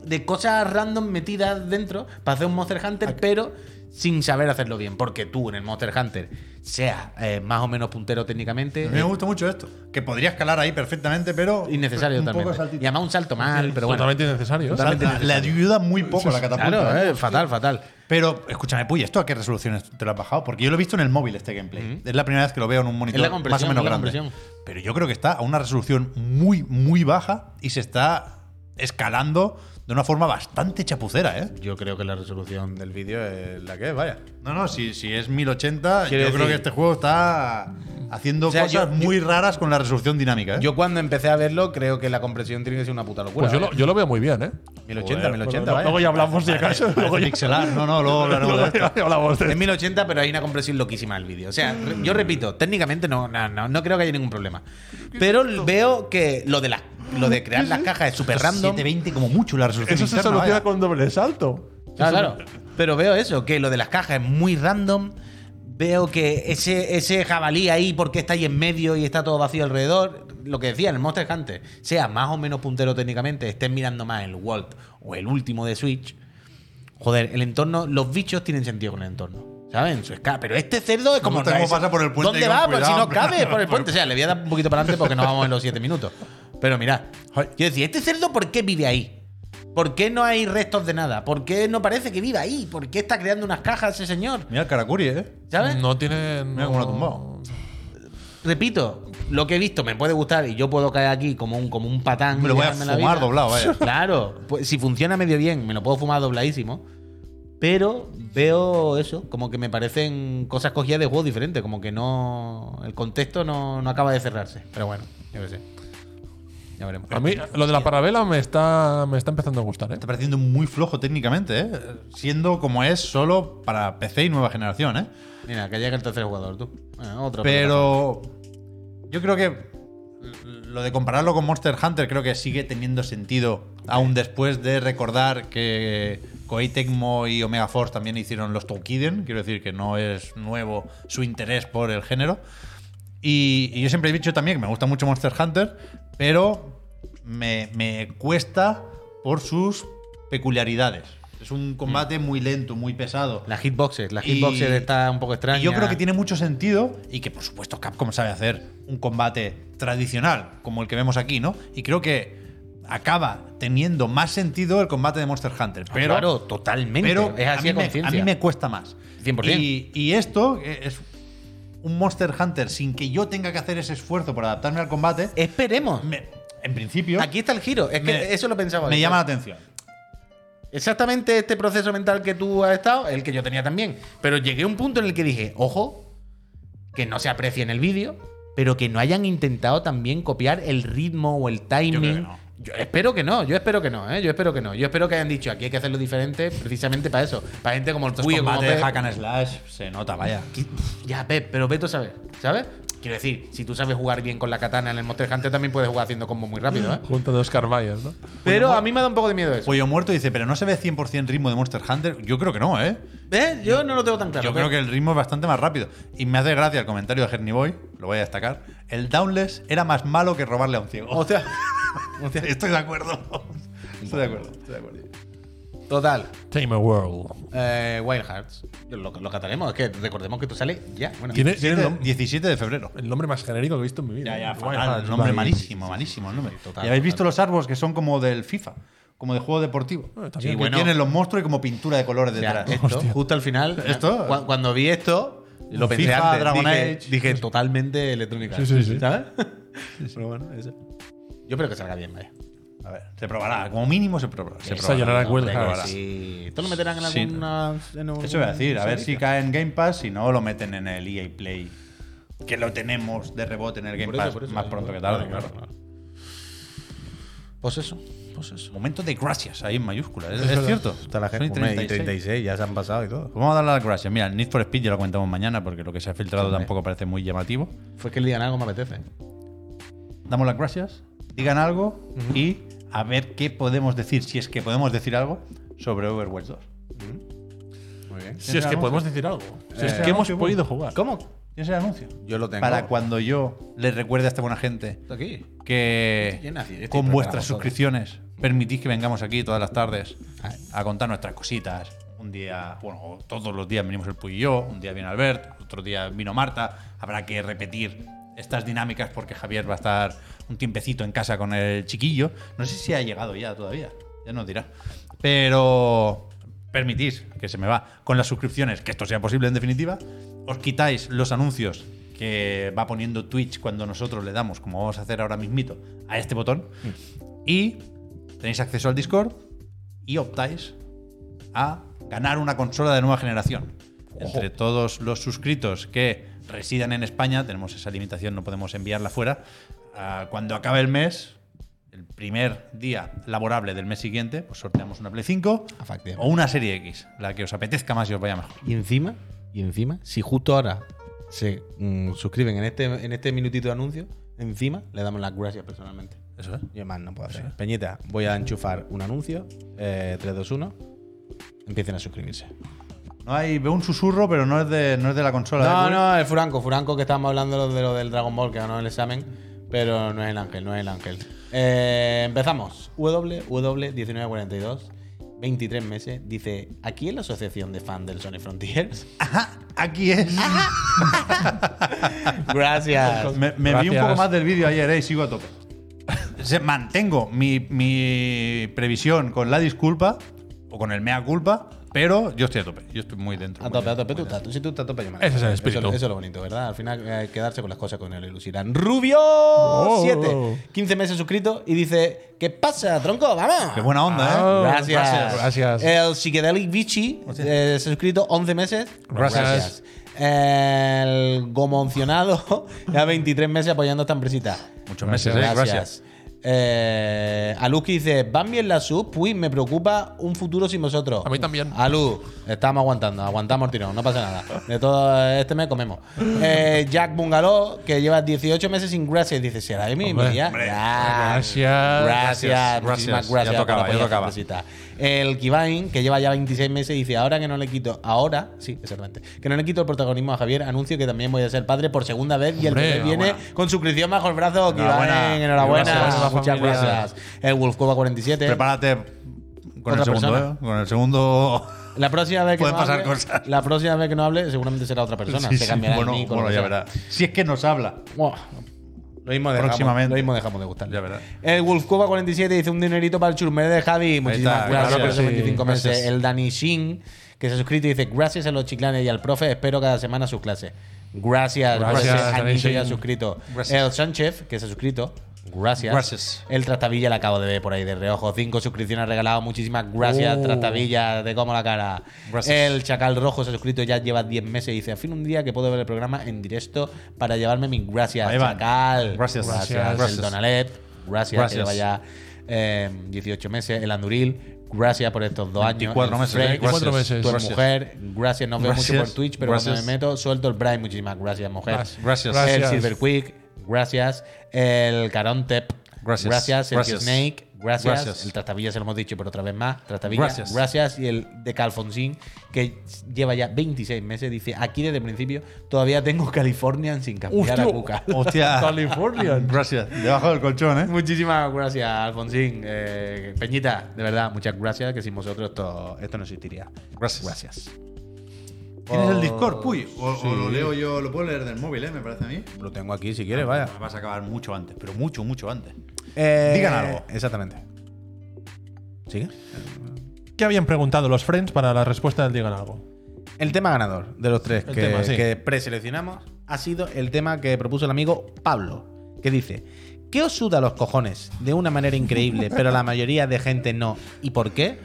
[SPEAKER 3] De cosas random metidas dentro para hacer un Monster Hunter, pero sin saber hacerlo bien. Porque tú en el Monster Hunter, sea eh, más o menos puntero técnicamente, eh,
[SPEAKER 2] A mí me gusta mucho esto. Que podría escalar ahí perfectamente, pero...
[SPEAKER 3] Innecesario
[SPEAKER 2] un poco
[SPEAKER 3] totalmente.
[SPEAKER 2] saltito.
[SPEAKER 3] Y además un salto mal, pero bueno.
[SPEAKER 1] Totalmente innecesario. ¿eh?
[SPEAKER 2] Salta, le ayuda muy poco la catapulta.
[SPEAKER 3] Claro,
[SPEAKER 2] ¿eh?
[SPEAKER 3] eh, fatal, fatal.
[SPEAKER 2] Pero escúchame, Puy, ¿esto a qué resoluciones te lo has bajado? Porque yo lo he visto en el móvil este gameplay. Es la primera vez que lo veo en un monitor
[SPEAKER 3] Es la compresión,
[SPEAKER 2] más o menos
[SPEAKER 3] es la
[SPEAKER 2] grande.
[SPEAKER 3] compresión.
[SPEAKER 2] Pero yo creo que está a una resolución muy, muy baja y se está escalando de una forma bastante chapucera, ¿eh?
[SPEAKER 3] Yo creo que la resolución del vídeo es Eh, la que es, vaya.
[SPEAKER 2] No, no, si, si es 1080,
[SPEAKER 3] Quiero
[SPEAKER 2] yo creo
[SPEAKER 3] decir-
[SPEAKER 2] que este juego está haciendo
[SPEAKER 3] O sea,
[SPEAKER 2] cosas
[SPEAKER 3] yo- yo-
[SPEAKER 2] muy raras con la resolución dinámica, ¿eh?
[SPEAKER 3] Yo cuando empecé a verlo, creo que la compresión tiene que ser una puta locura.
[SPEAKER 1] Pues yo lo, yo lo veo muy bien, ¿eh?
[SPEAKER 3] 1080,
[SPEAKER 2] pues
[SPEAKER 3] 1080,
[SPEAKER 1] Luego-
[SPEAKER 3] vaya.
[SPEAKER 1] Luego ya hablamos si acaso. Luego ya-
[SPEAKER 2] pixelar, no, no, luego hablaremos de
[SPEAKER 1] luego
[SPEAKER 2] esto.
[SPEAKER 1] ya hablamos de
[SPEAKER 3] En 1080, pero hay una compresión loquísima del vídeo. O sea, re- yo repito, técnicamente no, no, no, no creo que haya ningún problema. Pero veo que lo de, las lo de crear las cajas es súper random.
[SPEAKER 2] 720 como mucho la resolución.
[SPEAKER 1] Eso se
[SPEAKER 2] interna,
[SPEAKER 1] soluciona
[SPEAKER 2] vaya.
[SPEAKER 1] con doble salto.
[SPEAKER 3] Ah, claro. Pero veo eso, que lo de las cajas es muy random. Veo que ese, ese jabalí ahí, porque está ahí en medio y está todo vacío alrededor, lo que decía en el Monster Hunter, sea más o menos puntero técnicamente, estés mirando más el Walt o el último de Switch, joder, el entorno, los bichos tienen sentido con el entorno. ¿Saben? Su escala. Pero este cerdo es como.
[SPEAKER 2] gusta cómo pasa por el puente
[SPEAKER 3] ¿Dónde
[SPEAKER 2] con
[SPEAKER 3] va? Pues si
[SPEAKER 2] cuidado,
[SPEAKER 3] no
[SPEAKER 2] hombre.
[SPEAKER 3] cabe por el puente. O sea, le voy a dar un poquito para adelante porque no vamos en los 7 minutos. Pero mirad.
[SPEAKER 1] Ay.
[SPEAKER 3] Quiero decir, ¿este cerdo por qué vive ahí? ¿Por qué no hay restos de nada? ¿Por qué no parece que viva ahí? ¿Por qué está creando unas cajas ese señor?
[SPEAKER 2] Mira el Karakuri, ¿eh?
[SPEAKER 3] ¿Sabes?
[SPEAKER 1] No tiene.
[SPEAKER 2] Mira cómo lo ha tumbado.
[SPEAKER 3] Repito, lo que he visto me puede gustar y yo puedo caer aquí como un, como un patán.
[SPEAKER 2] Me lo voy a
[SPEAKER 3] llevarme la
[SPEAKER 2] fumar
[SPEAKER 3] vida.
[SPEAKER 2] doblado, vaya.
[SPEAKER 3] Claro, pues, si funciona medio bien, me lo puedo fumar dobladísimo. Pero veo eso, como que me parecen cosas cogidas de juegos diferentes, como que no. El contexto no, no acaba de cerrarse. Pero bueno, yo qué sé. Ya veremos.
[SPEAKER 1] A mí lo de la parabela me está, me está empezando a gustar, ¿eh?
[SPEAKER 2] Está pareciendo muy flojo técnicamente, ¿eh? Siendo como es solo para PC y nueva generación, ¿eh?
[SPEAKER 3] Mira, que llega el tercer jugador, tú. Bueno, otro.
[SPEAKER 2] Pero yo creo que lo de compararlo con Monster Hunter creo que sigue teniendo sentido, aún después de recordar que Koei Tecmo y Omega Force también hicieron los Tolkien, quiero decir que no es nuevo su interés por el género. Y, y yo siempre he dicho también que me gusta mucho Monster Hunter, pero me, me cuesta por sus peculiaridades. Es un combate muy lento, muy pesado.
[SPEAKER 3] Las hitboxes, las
[SPEAKER 2] Y-
[SPEAKER 3] hitboxes está un poco extraña.
[SPEAKER 2] Y yo creo que tiene mucho sentido y que, por supuesto, Capcom sabe hacer un combate tradicional como el que vemos aquí, ¿no? Y creo que acaba teniendo más sentido el combate de Monster Hunter. Pero,
[SPEAKER 3] Ah, claro, totalmente.
[SPEAKER 2] pero
[SPEAKER 3] es
[SPEAKER 2] a,
[SPEAKER 3] así
[SPEAKER 2] mí
[SPEAKER 3] de
[SPEAKER 2] me, a
[SPEAKER 3] conciencia.
[SPEAKER 2] mí me cuesta más.
[SPEAKER 3] 100%.
[SPEAKER 2] Y, y esto es un Monster Hunter sin que yo tenga que hacer ese esfuerzo por adaptarme al combate.
[SPEAKER 3] Esperemos.
[SPEAKER 2] me- en principio,
[SPEAKER 3] Aquí está el giro. Es que
[SPEAKER 2] me-
[SPEAKER 3] eso lo pensaba.
[SPEAKER 2] me
[SPEAKER 3] yo.
[SPEAKER 2] llama la atención.
[SPEAKER 3] Exactamente este proceso mental que tú has estado, el que yo tenía también. Pero llegué a un punto en el que dije, ojo, que no se aprecie en el vídeo, pero que no hayan intentado también copiar el ritmo o el timing.
[SPEAKER 2] Yo creo que no.
[SPEAKER 3] Yo espero que no, yo espero que no, ¿eh? yo espero que no. Yo espero que hayan dicho, aquí hay que hacerlo diferente precisamente para eso. Para gente como el
[SPEAKER 2] Estos
[SPEAKER 3] tuyo, como
[SPEAKER 2] combates de
[SPEAKER 3] Pep.
[SPEAKER 2] hack and slash se nota, vaya.
[SPEAKER 3] Ya, Pep, pero Beto sabe, ¿sabes? Quiero decir, si tú sabes jugar bien con la katana en el Monster Hunter, también puedes jugar haciendo combos muy rápido, ¿eh?
[SPEAKER 1] Junto de Oscar Mayer, ¿no?
[SPEAKER 3] Pero a mí me da un poco de miedo eso.
[SPEAKER 2] Pollo Muerto dice, pero no se ve 100% ritmo de Monster Hunter. Yo creo que no, ¿eh?
[SPEAKER 3] ¿Ves? Pues, Yo no lo tengo tan claro. ¿eh?
[SPEAKER 2] Yo creo que el ritmo es bastante más rápido. Y me hace gracia el comentario de Herny Boy, lo voy a destacar. El downless era más malo que robarle a un ciego.
[SPEAKER 3] O sea,
[SPEAKER 2] estoy de acuerdo. Estoy de acuerdo, estoy de acuerdo.
[SPEAKER 3] total.
[SPEAKER 1] Tame a World.
[SPEAKER 3] Eh, Wild Hearts. Lo, lo cataremos. Es que recordemos que tú sales ya. Bueno,
[SPEAKER 1] Tiene- tiene el,
[SPEAKER 2] 17,
[SPEAKER 1] nom-
[SPEAKER 2] 17 de febrero.
[SPEAKER 1] el nombre más genérico que he visto en mi vida.
[SPEAKER 2] Ya, ya,
[SPEAKER 1] Wild
[SPEAKER 2] fatal,
[SPEAKER 1] Hearts,
[SPEAKER 2] el nombre
[SPEAKER 1] vale.
[SPEAKER 2] malísimo, malísimo el nombre.
[SPEAKER 3] total,
[SPEAKER 2] y habéis
[SPEAKER 3] total.
[SPEAKER 2] visto los árboles que son como del FIFA, como de juego deportivo.
[SPEAKER 1] Bueno,
[SPEAKER 2] sí,
[SPEAKER 1] también
[SPEAKER 2] que
[SPEAKER 1] que
[SPEAKER 3] bueno.
[SPEAKER 2] tienen los monstruos y como pintura de colores
[SPEAKER 3] o sea,
[SPEAKER 2] detrás.
[SPEAKER 3] esto, justo al final.
[SPEAKER 2] Esto-
[SPEAKER 3] cua- cuando vi esto, lo pensé
[SPEAKER 2] FIFA,
[SPEAKER 3] antes.
[SPEAKER 2] Dragon
[SPEAKER 3] dije,
[SPEAKER 2] Age.
[SPEAKER 3] dije totalmente electrónica.
[SPEAKER 1] Sí, sí, sí.
[SPEAKER 3] ¿Sabes? Pero bueno, eso. Yo espero que salga bien, vaya.
[SPEAKER 2] A ver, se probará, como mínimo se probará. se
[SPEAKER 1] Esa
[SPEAKER 2] probará.
[SPEAKER 1] llorará
[SPEAKER 2] No,
[SPEAKER 1] Wild
[SPEAKER 2] hombre,
[SPEAKER 1] Hearts.
[SPEAKER 2] probará.
[SPEAKER 3] Sí. ¿Esto lo meterán en
[SPEAKER 2] Sí.
[SPEAKER 3] alguna. en un-
[SPEAKER 2] Eso iba a decir, a ver si
[SPEAKER 3] serie?
[SPEAKER 2] cae en Game Pass, si no lo meten en el EA Play. Que lo tenemos de rebote en el Game
[SPEAKER 3] Por eso,
[SPEAKER 2] Pass
[SPEAKER 3] por eso.
[SPEAKER 2] más pronto que tarde, claro.
[SPEAKER 3] Pues eso, pues eso.
[SPEAKER 2] Momento de gracias ahí en mayúsculas, es, es
[SPEAKER 1] verdad.
[SPEAKER 2] cierto.
[SPEAKER 3] Está la gente
[SPEAKER 2] Son
[SPEAKER 3] 36.
[SPEAKER 2] 36.
[SPEAKER 3] 36, ya se han pasado y todo.
[SPEAKER 2] Pues vamos a darle las gracias. Mira, el Need for Speed ya lo comentamos mañana porque lo que se ha filtrado
[SPEAKER 3] Hombre.
[SPEAKER 2] tampoco parece muy llamativo.
[SPEAKER 3] Fue que le digan algo me apetece.
[SPEAKER 2] damos las gracias, digan algo y a ver qué podemos decir, si es que podemos decir algo sobre Overwatch 2.
[SPEAKER 3] Muy bien.
[SPEAKER 1] Si es que podemos decir algo. Si es
[SPEAKER 2] Eh,
[SPEAKER 1] que hemos
[SPEAKER 2] ¿cómo?
[SPEAKER 1] podido jugar.
[SPEAKER 2] ¿Cómo? ¿Tienes el anuncio?
[SPEAKER 3] Yo lo tengo.
[SPEAKER 2] Para cuando yo les recuerde a esta buena gente
[SPEAKER 3] Aquí.
[SPEAKER 2] que
[SPEAKER 3] Yo nací- yo
[SPEAKER 2] con
[SPEAKER 3] estoy preparado
[SPEAKER 2] vuestras
[SPEAKER 3] para
[SPEAKER 2] suscripciones permitís que vengamos aquí todas las tardes a contar nuestras cositas. Un día, bueno, o todos los días venimos el Puy y yo, un día viene Albert, otro día vino Marta. Habrá que repetir estas dinámicas porque Javier va a estar un tiempecito en casa con el chiquillo. No sé si ha llegado ya todavía, ya nos dirá. Pero permitís que se me va con las suscripciones, que esto sea posible en definitiva. Os quitáis los anuncios que va poniendo Twitch cuando nosotros le damos, como vamos a hacer ahora mismito, a este botón. Y tenéis acceso al Discord y optáis a ganar una consola de nueva generación. Entre todos los suscritos que residan en España, tenemos esa limitación, no podemos enviarla fuera. ah, cuando acabe el mes, el primer día laborable del mes siguiente, pues sorteamos una Play 5 o
[SPEAKER 3] Efectivamente.
[SPEAKER 2] una Serie X, la que os apetezca más y os vaya mejor.
[SPEAKER 3] Y encima, y encima, si justo ahora se mm, suscriben en este, en este minutito de anuncio, encima le damos las gracias personalmente.
[SPEAKER 2] Eso es.
[SPEAKER 3] Yo más no puedo hacer. Peñita, voy a enchufar un anuncio. Eh, 3, 2, 1. Empiecen a suscribirse.
[SPEAKER 2] No hay, veo un susurro, pero no es de, no es de la consola.
[SPEAKER 3] No,
[SPEAKER 2] ¿eh?
[SPEAKER 3] no, el Furanco, Furanco que estábamos hablando de lo del Dragon Ball que ganó el examen, pero no es el ángel, no es el ángel. Eh, empezamos. WW1942, 23 meses, dice, aquí en la asociación de fans del Sonic Frontiers.
[SPEAKER 2] Ajá, aquí
[SPEAKER 3] Ah,
[SPEAKER 2] es.
[SPEAKER 3] Gracias.
[SPEAKER 2] Me, me vi un
[SPEAKER 1] Gracias.
[SPEAKER 2] poco más del vídeo ayer eh, y sigo a tope. Se- Mantengo mi, mi previsión con la disculpa o con el mea culpa, pero yo estoy a tope. Yo estoy muy dentro.
[SPEAKER 3] A
[SPEAKER 2] muy
[SPEAKER 3] tope, a
[SPEAKER 2] dentro,
[SPEAKER 3] tope. Tú
[SPEAKER 2] muy dentro.
[SPEAKER 3] estás, si tú estás a tope, yo me
[SPEAKER 1] Ese es el
[SPEAKER 3] alegro.
[SPEAKER 1] espíritu.
[SPEAKER 3] Eso, eso es lo bonito, ¿verdad? Al final, eh, quedarse con las cosas con el ilusión. Rubio
[SPEAKER 1] Oh.
[SPEAKER 3] 7, 15 meses suscrito y dice, ¿qué pasa, tronco? ¡Vamos!
[SPEAKER 2] Qué buena onda, ¿eh?
[SPEAKER 1] Ah.
[SPEAKER 3] Gracias.
[SPEAKER 1] Gracias.
[SPEAKER 3] El Psychedelic Vichy eh, se ha suscrito 11 meses.
[SPEAKER 1] Gracias.
[SPEAKER 3] El Gomoncionado ya 23 meses apoyando esta empresita.
[SPEAKER 2] Muchos meses, eh, gracias.
[SPEAKER 3] Eh, Alu que dice, ¿van bien las sub? Pues me preocupa un futuro sin vosotros.
[SPEAKER 1] A mí también.
[SPEAKER 3] Alu, estamos aguantando, aguantamos el tirón, no pasa nada. De todo este mes comemos. Eh, Jack Bungalow, que lleva 18 meses sin gracias, dice, será de mi
[SPEAKER 1] Hombre,
[SPEAKER 3] mi día?".
[SPEAKER 2] hombre,
[SPEAKER 3] Gracias.
[SPEAKER 1] gracias.
[SPEAKER 3] Gracias,
[SPEAKER 2] Gracias, gracias.
[SPEAKER 3] muchísimas
[SPEAKER 2] Ya
[SPEAKER 3] gracias.
[SPEAKER 2] tocaba,
[SPEAKER 3] por
[SPEAKER 2] ya
[SPEAKER 3] apoyar
[SPEAKER 2] tocaba.
[SPEAKER 3] esta cosita. El Kivain, que lleva ya 26 meses, dice, ahora que no le quito, ahora, sí, exactamente, que no le quito el protagonismo a Javier, anuncio que también voy a ser padre por segunda vez y el
[SPEAKER 1] Hombre,
[SPEAKER 3] bebé viene
[SPEAKER 1] enhorabuena.
[SPEAKER 3] con suscripción bajo el brazo. Kivain,
[SPEAKER 2] Enhorabuena.
[SPEAKER 3] enhorabuena.
[SPEAKER 1] Gracias,
[SPEAKER 3] Muchas
[SPEAKER 1] familia.
[SPEAKER 3] gracias. El Wolfcova 47.
[SPEAKER 2] Prepárate con el
[SPEAKER 3] Otra
[SPEAKER 2] segundo,
[SPEAKER 3] persona.
[SPEAKER 2] ¿eh? Con el segundo.
[SPEAKER 3] La próxima vez que
[SPEAKER 2] Pueden
[SPEAKER 3] no
[SPEAKER 2] pasar
[SPEAKER 3] hable,
[SPEAKER 2] cosas.
[SPEAKER 3] La próxima vez que no hable, seguramente será otra persona.
[SPEAKER 2] Sí,
[SPEAKER 3] se
[SPEAKER 2] sí,
[SPEAKER 3] cambiará el
[SPEAKER 2] bueno,
[SPEAKER 3] nick o lo
[SPEAKER 2] bueno,
[SPEAKER 3] que
[SPEAKER 2] ya
[SPEAKER 3] sea.
[SPEAKER 2] verá. Si es que nos habla.
[SPEAKER 3] Buah. Lo mismo, dejamos,
[SPEAKER 2] Próximamente.
[SPEAKER 3] lo mismo dejamos de gustar.
[SPEAKER 2] Ya verás.
[SPEAKER 3] El Wolfcuba 47 dice un dinerito para el churmé de Javi. Muchísimas
[SPEAKER 2] está,
[SPEAKER 3] gracias
[SPEAKER 2] claro
[SPEAKER 3] por
[SPEAKER 2] que
[SPEAKER 3] esos
[SPEAKER 1] sí.
[SPEAKER 3] 25 meses.
[SPEAKER 2] Gracias.
[SPEAKER 3] El Dani Shin, que se ha suscrito y dice gracias a los chiclanes y al profe. Espero cada semana sus clases. Gracias,
[SPEAKER 1] Gracias,
[SPEAKER 3] gracias,
[SPEAKER 1] Dani
[SPEAKER 3] Anito ya
[SPEAKER 1] Shin.
[SPEAKER 3] suscrito.
[SPEAKER 2] Gracias.
[SPEAKER 3] El Sánchez, que se ha suscrito. Gracias.
[SPEAKER 2] Gracias.
[SPEAKER 3] El Trastavilla la acabo de ver por ahí de reojo. Cinco suscripciones regaladas. Muchísimas gracias,
[SPEAKER 1] Oh.
[SPEAKER 3] Trastavilla. Te como la cara.
[SPEAKER 2] Uh. Gracias.
[SPEAKER 3] El Chacal Rojo se ha suscrito ya lleva 10 meses. Y dice, al fin un día que puedo ver el programa en directo para llevarme mis gracias.
[SPEAKER 2] Ahí van.
[SPEAKER 3] Chacal.
[SPEAKER 2] Gracias.
[SPEAKER 3] Gracias.
[SPEAKER 1] Gracias.
[SPEAKER 3] El Don Alep. Gracias. Que
[SPEAKER 2] Gracias.
[SPEAKER 3] vaya. eh, 18 meses, el Anduril, gracias por estos dos años. eh,
[SPEAKER 2] 24
[SPEAKER 3] el
[SPEAKER 2] meses, ¿eh?
[SPEAKER 3] Frex,
[SPEAKER 1] 24 meses.
[SPEAKER 3] Tu
[SPEAKER 1] Gracias.
[SPEAKER 3] mujer, gracias, no veo mucho por
[SPEAKER 2] Gracias,
[SPEAKER 3] Twitch, pero cuando
[SPEAKER 2] gracias.
[SPEAKER 3] me meto, suelto el Brian, muchísimas gracias, mujer.
[SPEAKER 2] Gracias.
[SPEAKER 3] El Silver Quick, gracias. El Carontep,
[SPEAKER 2] Gracias.
[SPEAKER 3] Gracias. El
[SPEAKER 2] Gracias.
[SPEAKER 3] Snake, gracias.
[SPEAKER 2] Gracias.
[SPEAKER 3] El Trastavilla, se lo hemos dicho, pero otra vez más. Trastavilla,
[SPEAKER 2] Gracias.
[SPEAKER 3] gracias. Y el de Calfonsín, que lleva ya 26 meses, dice: aquí desde el principio todavía tengo Californian sin cambiar a Cuca.
[SPEAKER 2] Hostia.
[SPEAKER 1] Californian.
[SPEAKER 2] Gracias. Debajo del colchón, ¿eh?
[SPEAKER 3] Muchísimas gracias, Alfonsín. Eh, Peñita, de verdad, muchas gracias, que sin vosotros esto, esto no existiría.
[SPEAKER 2] Gracias.
[SPEAKER 3] Gracias.
[SPEAKER 2] ¿Tienes el Discord,
[SPEAKER 1] Oh.
[SPEAKER 2] Puy? O,
[SPEAKER 3] Sí.
[SPEAKER 2] o lo leo yo, lo puedo leer del móvil, ¿eh? Me parece a mí.
[SPEAKER 3] Lo tengo aquí si quieres, vaya.
[SPEAKER 2] Vas a acabar mucho antes, pero mucho, mucho antes.
[SPEAKER 3] Digan
[SPEAKER 2] algo.
[SPEAKER 3] Exactamente. ¿Sigue?
[SPEAKER 1] ¿Qué habían preguntado los friends para la respuesta del digan algo?
[SPEAKER 3] El tema ganador de los tres
[SPEAKER 1] El
[SPEAKER 3] que,
[SPEAKER 1] tema, sí.
[SPEAKER 3] que preseleccionamos ha sido el tema que propuso el amigo Pablo, que dice: ¿Qué os suda los cojones de una manera increíble, pero la mayoría de gente no? ¿Y por qué?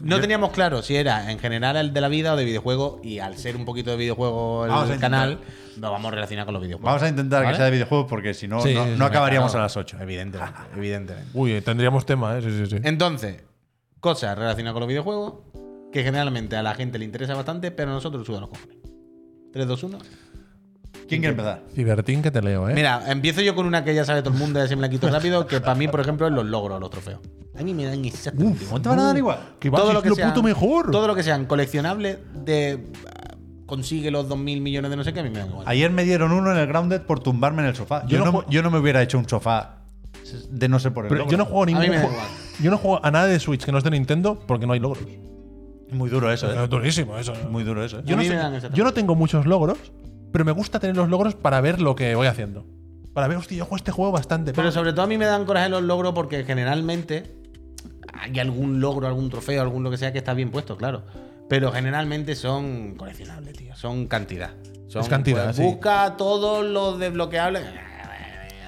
[SPEAKER 3] No teníamos claro si era en general el de la vida o de videojuego, y al ser un poquito de videojuego el
[SPEAKER 2] Vamos a intentar.
[SPEAKER 3] canal, nos vamos a relacionar con los videojuegos.
[SPEAKER 2] Vamos a intentar
[SPEAKER 3] ¿Vale?
[SPEAKER 2] que sea de videojuegos porque si no,
[SPEAKER 1] Sí,
[SPEAKER 2] no,
[SPEAKER 1] sí,
[SPEAKER 2] no
[SPEAKER 1] sí,
[SPEAKER 2] acabaríamos
[SPEAKER 3] Claro,
[SPEAKER 2] a las 8.
[SPEAKER 3] Evidentemente, evidentemente.
[SPEAKER 1] Uy, eh, tendríamos tema, ¿eh? Sí, sí, sí.
[SPEAKER 3] Entonces, cosas relacionadas con los videojuegos que generalmente a la gente le interesa bastante, pero a nosotros nos sudan los cojones. 3, 2, 1.
[SPEAKER 2] ¿Quién quiere empezar?
[SPEAKER 1] Cibertín que te leo, ¿eh?
[SPEAKER 3] Mira, empiezo yo con una que ya sabe todo el mundo, ya se me la quito rápido, que para mí, por ejemplo, es los logros, los trofeos. A mí me dan exactamente igual.
[SPEAKER 2] te van a dar igual?
[SPEAKER 1] que va a lo puto mejor.
[SPEAKER 3] Todo lo que sean coleccionables de ah, consigue los 2.000 millones de no sé qué, a mí me dan igual.
[SPEAKER 2] Ayer me dieron uno en el Grounded por tumbarme en el sofá. Yo,
[SPEAKER 1] Yo no
[SPEAKER 2] no,
[SPEAKER 1] ju-
[SPEAKER 2] yo no me hubiera hecho un sofá de no ser por el
[SPEAKER 1] Pero
[SPEAKER 2] logro.
[SPEAKER 1] yo no juego a ningún
[SPEAKER 3] mí me da
[SPEAKER 1] juego-
[SPEAKER 3] igual.
[SPEAKER 1] Yo no juego a nada de Switch que no es de Nintendo porque no hay logros.
[SPEAKER 2] Muy duro eso, ¿eh?
[SPEAKER 1] Es durísimo eso.
[SPEAKER 2] Muy duro eso, ¿eh?
[SPEAKER 1] Yo
[SPEAKER 3] A
[SPEAKER 1] no,
[SPEAKER 3] mí
[SPEAKER 1] sé-
[SPEAKER 3] me dan esa
[SPEAKER 1] yo no tengo muchos logros, pero me gusta tener los logros para ver lo que voy haciendo. Para ver, hostia, yo juego este juego bastante.
[SPEAKER 3] Pero
[SPEAKER 1] pa.
[SPEAKER 3] sobre todo a mí me dan coraje los logros porque generalmente hay algún logro, algún trofeo, algún lo que sea que está bien puesto, claro. Pero generalmente son coleccionables, tío. Son cantidad. Son, pues
[SPEAKER 1] Es cantidad, sí.
[SPEAKER 3] Busca todos los desbloqueables.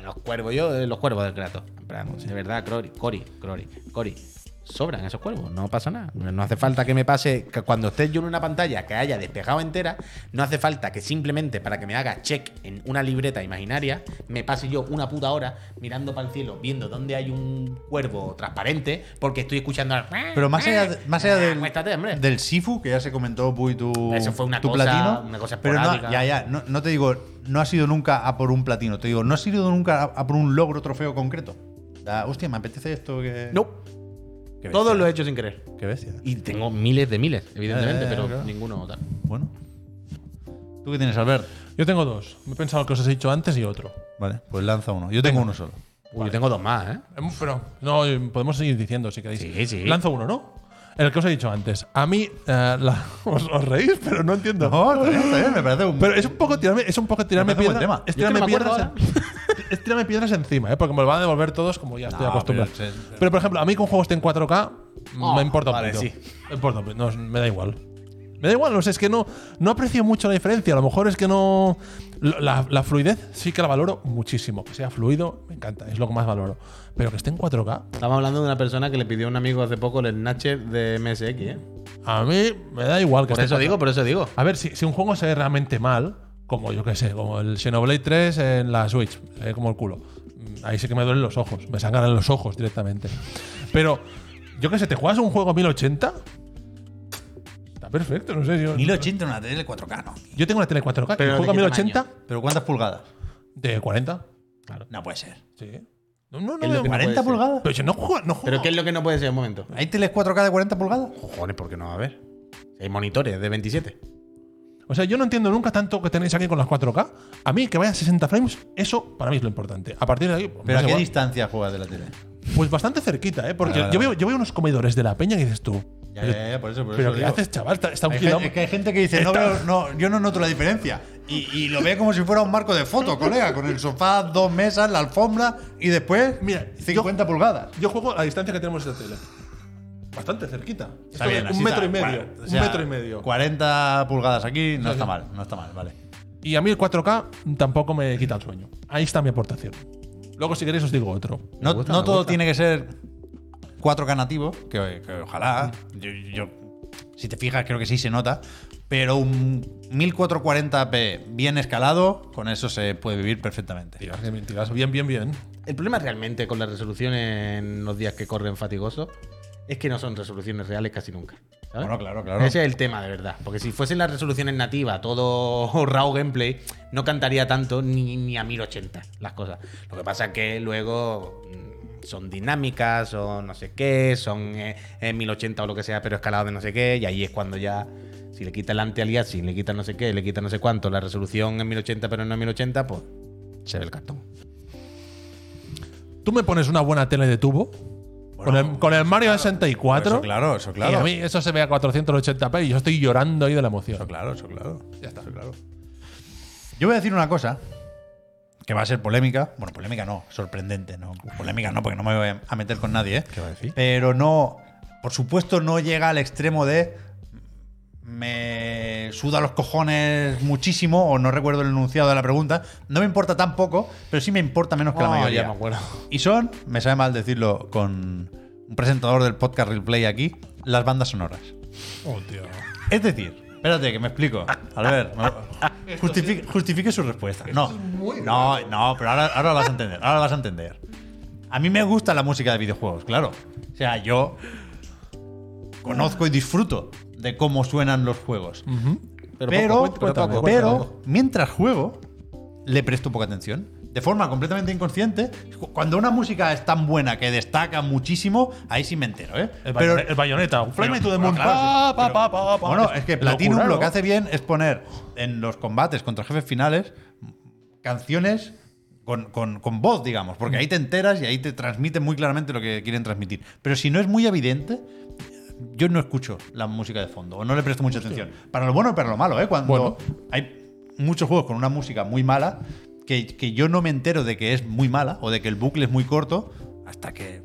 [SPEAKER 3] Los cuervos, yo, eh, los cuervos del Kratos. En plan, De verdad, Cory, Cory, Cory, Cory. Sobran esos cuervos, no pasa nada. No hace falta que me pase que cuando esté yo en una pantalla que haya despejado entera, no hace falta que simplemente para que me haga check en una libreta imaginaria, me pase yo una puta hora mirando para el cielo, viendo dónde hay un cuervo transparente, porque estoy escuchando al-
[SPEAKER 2] Pero más allá, de- más allá
[SPEAKER 3] Ah,
[SPEAKER 2] del,
[SPEAKER 3] acuéstate, hombre.
[SPEAKER 2] del Sifu, que ya se comentó Puy tu,
[SPEAKER 3] Eso fue una
[SPEAKER 2] tu
[SPEAKER 3] cosa-
[SPEAKER 2] platino.
[SPEAKER 3] una cosa
[SPEAKER 2] pero no,
[SPEAKER 3] esporádica.
[SPEAKER 2] ya, ya, no, no te digo, no has ido nunca a por un platino, te digo, no has ido nunca a, a por un logro trofeo concreto. Da, hostia, me apetece esto que.
[SPEAKER 3] No,
[SPEAKER 2] Qué bestia,
[SPEAKER 3] todo lo he hecho sin querer.
[SPEAKER 2] Qué bestia.
[SPEAKER 3] Y tengo miles de miles, evidentemente,
[SPEAKER 2] Eh,
[SPEAKER 3] pero
[SPEAKER 2] claro.
[SPEAKER 3] ninguno tal.
[SPEAKER 2] Bueno. ¿Tú qué tienes, Albert?
[SPEAKER 1] Yo tengo dos. Me he pensado que os he dicho antes y otro.
[SPEAKER 2] Vale, pues lanza uno. Yo tengo uno solo.
[SPEAKER 3] Uy, yo tengo dos más, ¿eh?
[SPEAKER 1] Em, Pero no, em, podemos seguir diciendo si queréis.
[SPEAKER 3] Sí, sí.
[SPEAKER 1] Lanzo uno, ¿no? El que os he dicho antes. A mí, eh, la- os, os reís, pero no entiendo.
[SPEAKER 2] No, Oh, está bien, está bien, me parece un.
[SPEAKER 1] Pero es un poco tirarme, es un poco tirarme
[SPEAKER 2] Me parece
[SPEAKER 1] piedras.
[SPEAKER 2] buen tema.
[SPEAKER 1] es
[SPEAKER 3] Yo es que no
[SPEAKER 1] tirarme
[SPEAKER 3] me acuerdo
[SPEAKER 1] piedras en- es tirarme piedras encima, ¿eh? porque me lo van a devolver todos como ya estoy
[SPEAKER 2] No,
[SPEAKER 1] acostumbrado.
[SPEAKER 2] pero
[SPEAKER 1] Pero,
[SPEAKER 2] es-
[SPEAKER 1] por ejemplo, a mí con juegos esté en 4K
[SPEAKER 3] Oh,
[SPEAKER 1] me importa
[SPEAKER 3] vale,
[SPEAKER 1] un poquito.
[SPEAKER 3] sí.
[SPEAKER 1] Me importa un poquito, no, es- me da igual. Me da igual, no sé, es que no, no aprecio mucho la diferencia. A lo mejor es que no. lo- La, la fluidez sí que la valoro muchísimo. Que sea fluido, me encanta, es lo que más valoro. Pero que esté en 4K,
[SPEAKER 3] Estamos hablando de una persona que le pidió a un amigo hace poco el Snatcher de MSX, ¿eh?
[SPEAKER 1] a mí me da igual que
[SPEAKER 3] Por
[SPEAKER 1] esté
[SPEAKER 3] eso
[SPEAKER 1] en 4K.
[SPEAKER 3] digo, por eso digo.
[SPEAKER 1] A ver, si, si un juego se ve realmente mal, como yo que sé, como el Xenoblade 3 en la Switch, se ve como el culo. Mm, Ahí sí que me duelen los ojos, me sangran los ojos directamente. Pero, yo que sé, ¿te juegas un juego a 1080? Está perfecto, no sé. Yo,
[SPEAKER 2] 1080 en una tele 4K, ¿no?
[SPEAKER 1] yo tengo una tele 4K,
[SPEAKER 3] Pero
[SPEAKER 1] que
[SPEAKER 3] ¿de
[SPEAKER 1] juego a
[SPEAKER 3] qué
[SPEAKER 1] 1080
[SPEAKER 3] tamaño?
[SPEAKER 2] ¿Pero cuántas pulgadas?
[SPEAKER 1] de 40.
[SPEAKER 2] No puede ser.
[SPEAKER 1] Sí. No, no,
[SPEAKER 3] Es
[SPEAKER 1] no.
[SPEAKER 3] lo
[SPEAKER 1] veo
[SPEAKER 3] que no
[SPEAKER 1] mal.
[SPEAKER 2] ¿40
[SPEAKER 3] puede ser.
[SPEAKER 2] pulgadas?
[SPEAKER 1] Pero yo no juego. No juego.
[SPEAKER 3] Pero ¿qué es lo que no puede ser? Un momento.
[SPEAKER 2] ¿Hay teles 4K de 40 pulgadas?
[SPEAKER 3] Cojones, ¿por qué no va a haber? Hay monitores de 27.
[SPEAKER 1] O sea, yo no entiendo nunca tanto que tenéis aquí con las 4K. A mí, que vaya a 60 frames, eso para mí es lo importante. A partir de ahí. pues, me
[SPEAKER 2] ¿Pero
[SPEAKER 1] da
[SPEAKER 2] a qué
[SPEAKER 1] igual.
[SPEAKER 2] distancia juegas de la tele?
[SPEAKER 1] Pues bastante cerquita, ¿eh? Porque
[SPEAKER 2] Vale,
[SPEAKER 1] yo,
[SPEAKER 2] vale.
[SPEAKER 1] veo, yo veo unos comedores de la peña que dices tú.
[SPEAKER 2] Ya,
[SPEAKER 1] pero-
[SPEAKER 2] ya, ya, por eso, por
[SPEAKER 1] pero
[SPEAKER 2] eso
[SPEAKER 1] ¿qué
[SPEAKER 2] digo.
[SPEAKER 1] haces, chaval? Está, está un
[SPEAKER 2] Hay gen-
[SPEAKER 1] kilómetro.
[SPEAKER 2] es que hay gente que dice, no,
[SPEAKER 1] Está-
[SPEAKER 2] veo- no, yo no noto la diferencia. Y, y lo ve como si fuera un marco de foto, colega, con el sofá, dos mesas, la alfombra y después
[SPEAKER 1] Mira,
[SPEAKER 2] 50 pulgadas.
[SPEAKER 1] Yo juego a la distancia que tenemos de la tele. Bastante cerquita. Esto de
[SPEAKER 2] así
[SPEAKER 1] un metro
[SPEAKER 2] está.
[SPEAKER 1] y medio.
[SPEAKER 2] Bueno, o
[SPEAKER 1] un
[SPEAKER 2] sea,
[SPEAKER 1] metro y medio.
[SPEAKER 2] 40 pulgadas aquí, no está mal, no está mal, vale.
[SPEAKER 1] Y a mí el 4K tampoco me quita el sueño. Ahí está mi aportación. Luego, si queréis, os digo otro.
[SPEAKER 2] No,
[SPEAKER 3] gusta,
[SPEAKER 2] no
[SPEAKER 3] me
[SPEAKER 2] todo
[SPEAKER 3] gusta.
[SPEAKER 2] tiene que ser
[SPEAKER 3] Mm.
[SPEAKER 2] 4K nativo, que, que ojalá. Yo, yo- si te fijas, creo que sí se nota. Pero un 1440p bien escalado, con eso se puede vivir perfectamente.
[SPEAKER 1] Tío, qué mentiras. Bien, bien, bien.
[SPEAKER 3] El problema realmente con las resoluciones en los días que corren fatigosos es que no son resoluciones reales casi nunca. ¿sabes?
[SPEAKER 2] Bueno, claro, claro.
[SPEAKER 3] Ese es el tema, de verdad. Porque si fuesen las resoluciones nativas, todo raw gameplay, no cantaría tanto ni, ni a 1080 las cosas. Lo que pasa es que luego mm, son dinámicas, son no sé qué, son eh, eh, 1080 o lo que sea, pero escalado de no sé qué, y ahí es cuando ya. Si le quitan el anti-aliasing, le quitan no sé qué, le quitan no sé cuánto, la resolución en 1080 pero no en 1080, pues se ve el cartón.
[SPEAKER 1] Tú me pones una buena tele de tubo. con, el, con el Mario 64.
[SPEAKER 2] Eso claro, eso
[SPEAKER 1] Y
[SPEAKER 2] claro.
[SPEAKER 1] a mí eso se ve a 480p y yo estoy llorando ahí de la emoción.
[SPEAKER 2] Eso claro, eso claro.
[SPEAKER 1] Ya está.
[SPEAKER 2] Eso claro. Yo voy a decir una cosa que va a ser polémica. Bueno, polémica no, sorprendente, no. Polémica no, porque no me voy a meter con nadie, ¿eh?
[SPEAKER 1] ¿Qué va a decir?
[SPEAKER 2] Pero no, por supuesto, no llega al extremo de me suda los cojones muchísimo, o no recuerdo el enunciado de la pregunta. No me importa tampoco, pero sí me importa menos que la
[SPEAKER 3] Ah, ya
[SPEAKER 2] mayoría.
[SPEAKER 3] me acuerdo.
[SPEAKER 2] Y son, me sabe mal decirlo con un presentador del podcast Replay aquí, las bandas sonoras.
[SPEAKER 1] Oh, tío.
[SPEAKER 2] Es decir, espérate, que me explico. Albert, me- justifique, justifique su respuesta. No, no, no, pero ahora, ahora lo vas a entender. Ahora lo vas a entender. A mí me gusta la música de videojuegos, claro. O sea, yo conozco y disfruto de cómo suenan los juegos. Pero,
[SPEAKER 1] poco, cuéntame,
[SPEAKER 2] pero,
[SPEAKER 1] cuéntame, cuéntame.
[SPEAKER 2] pero, mientras juego, le presto poca atención. De forma completamente inconsciente. Cu- Cuando una música es tan buena que destaca muchísimo, ahí sí me entero, ¿eh?
[SPEAKER 1] El,
[SPEAKER 2] Pero-
[SPEAKER 1] bayoneta, el bayoneta, un Fly Me to the
[SPEAKER 2] bueno,
[SPEAKER 1] Moon.
[SPEAKER 2] claro,
[SPEAKER 1] Pa, pa,
[SPEAKER 2] pero-
[SPEAKER 1] pa, pa, pa.
[SPEAKER 2] Bueno, es que Platinum
[SPEAKER 1] Locura,
[SPEAKER 2] lo
[SPEAKER 1] ¿no?
[SPEAKER 2] que hace bien es poner en los combates contra jefes finales canciones con, con- con voz, digamos, porque ahí te enteras y ahí te transmiten muy claramente lo que quieren transmitir. Pero si no es muy evidente, yo no escucho la música de fondo o no le presto mucha atención. Para lo bueno y para lo malo, ¿eh? Cuando
[SPEAKER 1] Bueno.
[SPEAKER 2] hay muchos juegos con una música muy mala que, que yo no me entero de que es muy mala o de que el bucle es muy corto hasta que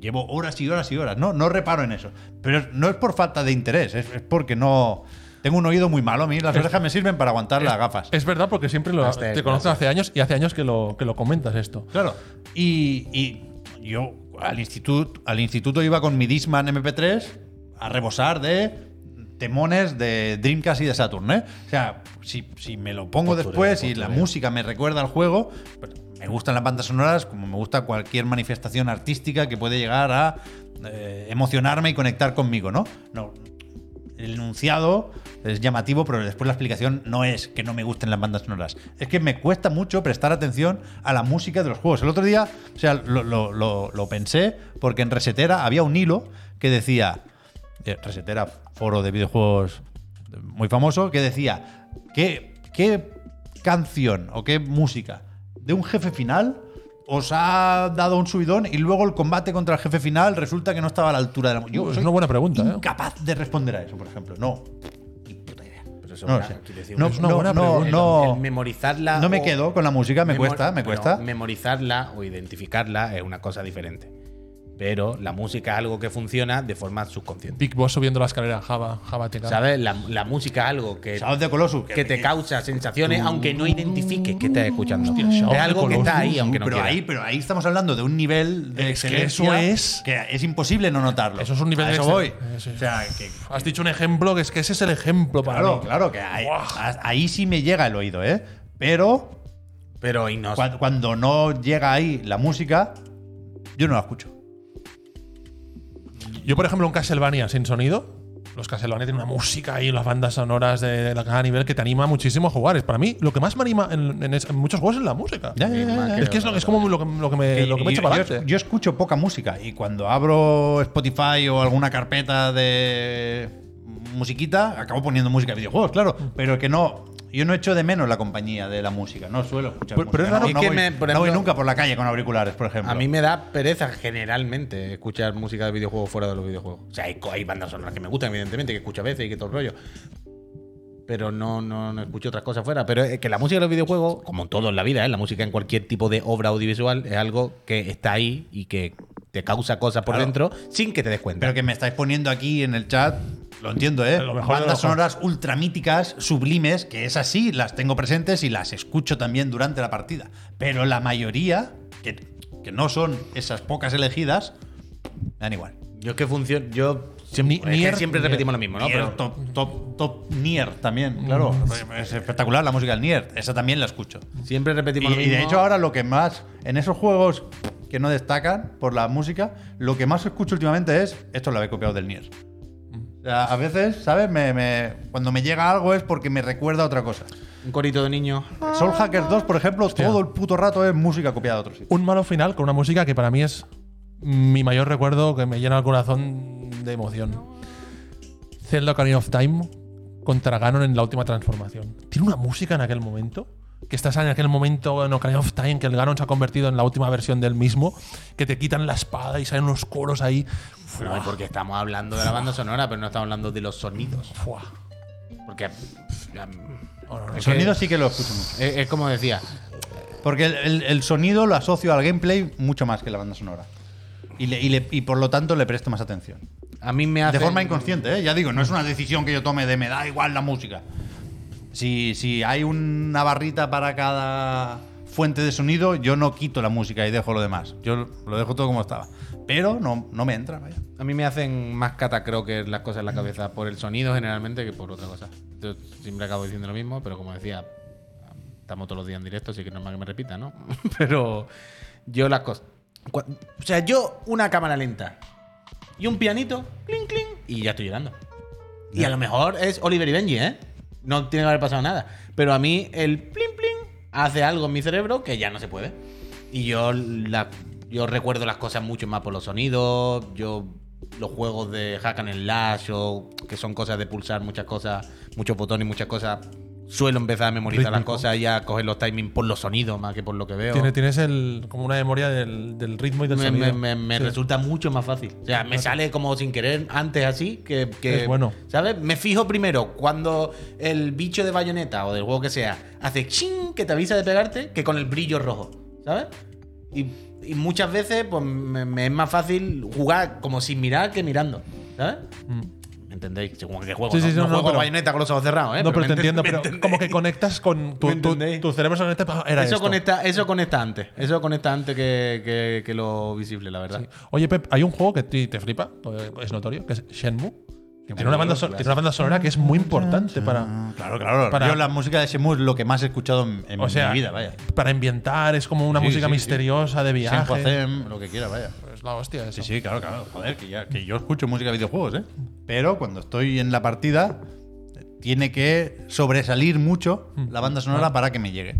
[SPEAKER 2] llevo horas y horas y horas. No, no reparo en eso. Pero no es por falta de interés, es, es porque no. Tengo un oído muy malo. A mí las orejas me sirven para aguantar las gafas.
[SPEAKER 1] Es verdad, porque siempre lo,
[SPEAKER 3] Hasta
[SPEAKER 1] te
[SPEAKER 3] el-
[SPEAKER 1] conozco hace años y hace años que lo, que lo comentas esto.
[SPEAKER 2] Claro. Y, y yo al instituto, al instituto iba con mi Disman MP3 a rebosar de temones de Dreamcast y de Saturn. ¿eh? O sea, si, si me lo pongo después y la música me recuerda al juego, pues, me gustan las bandas sonoras como me gusta cualquier manifestación artística que puede llegar a eh, emocionarme y conectar conmigo, ¿no? No, el enunciado es llamativo, pero después la explicación no es que no me gusten las bandas sonoras. Es que me cuesta mucho prestar atención a la música de los juegos. El otro día, o sea, lo, lo- lo- lo pensé porque en Resetera había un hilo que decía, eh, Resetera, foro de videojuegos muy famoso, que decía, ¿qué, qué canción o qué música de un jefe final os ha dado un subidón y luego el combate contra el jefe final resulta que no estaba a la altura de la... Yo
[SPEAKER 1] es
[SPEAKER 2] soy
[SPEAKER 1] una buena pregunta, ¿eh?
[SPEAKER 2] incapaz de responder a eso, por ejemplo. No.
[SPEAKER 3] Pero eso
[SPEAKER 2] No,
[SPEAKER 3] era-
[SPEAKER 2] o sea,
[SPEAKER 3] quiero decir,
[SPEAKER 2] no,
[SPEAKER 1] es una
[SPEAKER 2] no,
[SPEAKER 1] buena
[SPEAKER 2] no,
[SPEAKER 1] pregunta.
[SPEAKER 2] no.
[SPEAKER 3] el memorizarla.
[SPEAKER 2] No me
[SPEAKER 3] o-
[SPEAKER 2] quedo con la música, me
[SPEAKER 3] memor-
[SPEAKER 2] cuesta, me
[SPEAKER 3] pero
[SPEAKER 2] cuesta.
[SPEAKER 3] Memorizarla o identificarla es una cosa diferente. Pero la música es algo que funciona de forma subconsciente.
[SPEAKER 1] Big Boss subiendo la escalera, Java, Java te cae.
[SPEAKER 3] ¿Sabes? La, la música es algo que,
[SPEAKER 2] Shadow of the Colossus,
[SPEAKER 3] que te causa sensaciones, aunque no identifiques que estás escuchando. es algo que está ahí, aunque no
[SPEAKER 2] pero
[SPEAKER 3] quieras.
[SPEAKER 2] ahí, pero ahí estamos hablando de un nivel de
[SPEAKER 1] Es que
[SPEAKER 2] excelencia
[SPEAKER 1] eso es-
[SPEAKER 2] que es imposible no notarlo.
[SPEAKER 1] Eso es un nivel
[SPEAKER 2] A
[SPEAKER 1] de
[SPEAKER 2] eso voy.
[SPEAKER 1] excel- Eh, sí.
[SPEAKER 2] O sea, que
[SPEAKER 1] Has dicho un ejemplo que es que ese es el ejemplo para
[SPEAKER 2] claro,
[SPEAKER 1] mí.
[SPEAKER 2] claro que ahí,
[SPEAKER 1] Buah.
[SPEAKER 2] a- ahí sí me llega el oído, ¿eh? Pero
[SPEAKER 3] Pero ahí no.
[SPEAKER 2] cua- cuando no llega ahí la música, yo no la escucho.
[SPEAKER 1] Yo, por ejemplo, un Castlevania sin sonido. Los Castlevania tienen una música ahí, las bandas sonoras de, de la- cada nivel que te anima muchísimo a jugar. Es para mí lo que más me anima en, en es- en muchos juegos es la música.
[SPEAKER 2] Ya, ya, ya, ya.
[SPEAKER 1] Es que es, lo- es como lo que, lo que me, lo que me
[SPEAKER 2] Y-
[SPEAKER 1] echa
[SPEAKER 2] yo-
[SPEAKER 1] para
[SPEAKER 2] yo,
[SPEAKER 1] adelante.
[SPEAKER 2] yo escucho poca música y cuando abro Spotify o alguna carpeta de musiquita, acabo poniendo música de videojuegos, claro.
[SPEAKER 1] Mm.
[SPEAKER 2] Pero que no. Yo no echo de menos la compañía de la música, no suelo escuchar.
[SPEAKER 1] Pero- pero es
[SPEAKER 2] música,
[SPEAKER 1] raro
[SPEAKER 2] no, no
[SPEAKER 3] que
[SPEAKER 2] voy,
[SPEAKER 3] me- por
[SPEAKER 2] no voy
[SPEAKER 3] ejemplo-
[SPEAKER 2] nunca por la calle con auriculares, por ejemplo.
[SPEAKER 3] A mí me da pereza generalmente escuchar música de videojuegos fuera de los videojuegos. O sea, hay, co- hay bandas sonoras que me gustan, evidentemente, que escucho a veces y que todo el rollo. Pero no, no, no escucho otras cosas fuera. Pero es que la música de los videojuegos, como todo en la vida, ¿eh? la música en cualquier tipo de obra audiovisual, es algo que está ahí y que te causa cosas por
[SPEAKER 2] Claro.
[SPEAKER 3] dentro sin que te des cuenta.
[SPEAKER 2] Pero que me estáis poniendo aquí en el chat, lo entiendo, ¿eh?
[SPEAKER 1] Lo mejor de lo mejor.
[SPEAKER 2] Bandas sonoras ultramíticas, sublimes, que es así, las tengo presentes y las escucho también durante la partida. Pero la mayoría, que, que no son esas pocas elegidas, me dan igual.
[SPEAKER 3] Yo es que funciona. Yo
[SPEAKER 1] Si- ni- er
[SPEAKER 3] Es que
[SPEAKER 1] Nier-
[SPEAKER 3] siempre
[SPEAKER 1] Nier.
[SPEAKER 3] repetimos lo mismo, ¿no?
[SPEAKER 2] Nier,
[SPEAKER 3] Pero-
[SPEAKER 2] top, top, top Nier también, claro.
[SPEAKER 1] Mm.
[SPEAKER 2] Es espectacular la música del Nier. Esa también la escucho.
[SPEAKER 3] siempre
[SPEAKER 2] Y,
[SPEAKER 3] repetimos lo
[SPEAKER 2] y
[SPEAKER 3] mismo.
[SPEAKER 2] de hecho, ahora lo que más. En esos juegos que no destacan por la música, lo que más escucho últimamente es. Esto lo habéis copiado del Nier. O sea, a veces, ¿sabes? Me- me- cuando me llega algo es porque me recuerda a otra cosa.
[SPEAKER 3] Un corito de niño.
[SPEAKER 2] Soul Hackers 2, por ejemplo, todo el puto rato es música copiada de otro sitio.
[SPEAKER 1] un malo final con una música que para mí es mi mayor recuerdo que me llena el corazón de emoción. Zelda Ocarina of Time contra Ganon en la última transformación. Tiene una música en aquel momento que estás en aquel momento en Ocarina of Time que el Ganon se ha convertido en la última versión del mismo, que te quitan la espada y salen unos coros ahí.
[SPEAKER 3] No, y porque estamos hablando de la banda sonora, pero no estamos hablando de los sonidos.
[SPEAKER 1] Fuah.
[SPEAKER 3] Porque. pff, la-
[SPEAKER 2] El sonido sí que lo escucho mucho.
[SPEAKER 3] eh, Es, es como decía.
[SPEAKER 2] Porque el, el- el sonido lo asocio al gameplay mucho más que la banda sonora. Y, le- y le- y por lo tanto le presto más atención.
[SPEAKER 3] A mí me hace.
[SPEAKER 2] De forma inconsciente, ¿eh? ya digo, no es una decisión que yo tome de me da igual la música. Si, si hay una barrita para cada fuente de sonido, yo no quito la música y dejo lo demás. Yo lo dejo todo como estaba. Pero no, no me entra, vaya.
[SPEAKER 3] A mí me hacen más catacroker las cosas en la cabeza por el sonido generalmente que por otra cosa. Yo siempre acabo diciendo lo mismo, pero como decía, estamos todos los días en directo, así que no es normal que me repita, ¿no? pero yo las cosas. cua- O sea, yo una cámara lenta y un pianito, clink, clink, y ya estoy llorando. Y a lo mejor es Oliver y Benji, ¿eh? No tiene que haber pasado nada. Pero a mí el plin plin hace algo en mi cerebro que ya no se puede. Y yo, la, yo recuerdo las cosas mucho más por los sonidos. Yo los juegos de hack and slash o que son cosas de pulsar muchas cosas, muchos botones, muchas cosas. Suelo empezar a memorizar las
[SPEAKER 1] Rítmico.
[SPEAKER 3] cosas y a coger los timings por los sonidos más que por lo que veo.
[SPEAKER 1] Tiene- tienes el, como una memoria del, del ritmo y del
[SPEAKER 3] me,
[SPEAKER 1] sonido.
[SPEAKER 3] me- me- me
[SPEAKER 1] Sí.
[SPEAKER 3] resulta mucho más fácil. O sea, me sale como sin querer antes así que, que-
[SPEAKER 1] Es bueno.
[SPEAKER 3] ¿Sabes? Me fijo primero cuando el bicho de bayoneta o del juego que sea hace ching que te avisa de pegarte que con el brillo rojo. ¿Sabes? Y, y muchas veces pues me, me es más fácil jugar como sin mirar que mirando. ¿sabes?
[SPEAKER 1] Mm.
[SPEAKER 3] ¿Me entendéis? Según qué juego.
[SPEAKER 1] Sí,
[SPEAKER 3] no,
[SPEAKER 1] sí, sí,
[SPEAKER 3] No
[SPEAKER 1] no,
[SPEAKER 3] juego
[SPEAKER 1] pero-
[SPEAKER 3] bayoneta con los ojos cerrados, ¿eh?
[SPEAKER 1] No, pero te
[SPEAKER 3] me
[SPEAKER 1] entiendo,
[SPEAKER 3] enten-
[SPEAKER 1] pero
[SPEAKER 3] me entendéis.
[SPEAKER 1] como que conectas con tu,
[SPEAKER 3] ¿Me
[SPEAKER 1] tu-
[SPEAKER 3] entendéis?
[SPEAKER 1] tu cerebro se conecta, era
[SPEAKER 3] Eso
[SPEAKER 1] esto.
[SPEAKER 3] conecta, eso conecta antes. Eso conecta antes que, que- que lo visible, la verdad.
[SPEAKER 1] Oye, Pep, hay un juego que a ti te flipa, eh, es notorio, que es Shenmue. Que tiene, una banda so-
[SPEAKER 3] claro.
[SPEAKER 1] tiene una banda sonora que es muy importante para,
[SPEAKER 2] Claro, claro.
[SPEAKER 1] Para-
[SPEAKER 2] Yo la música de Shemu es lo que más he escuchado en, en
[SPEAKER 1] o sea,
[SPEAKER 2] mi vida, vaya.
[SPEAKER 1] para ambientar, es como una
[SPEAKER 2] Sí,
[SPEAKER 1] música
[SPEAKER 2] sí, sí.
[SPEAKER 1] misteriosa de
[SPEAKER 2] Senko
[SPEAKER 1] viaje.
[SPEAKER 2] Zem, lo que quiera, vaya.
[SPEAKER 1] Es la hostia eso.
[SPEAKER 2] Sí, sí, claro, claro. Joder, que, ya- que yo escucho música de videojuegos, ¿eh? Pero cuando estoy en la partida, eh, tiene que sobresalir mucho
[SPEAKER 3] Mm.
[SPEAKER 2] la banda sonora para que me llegue.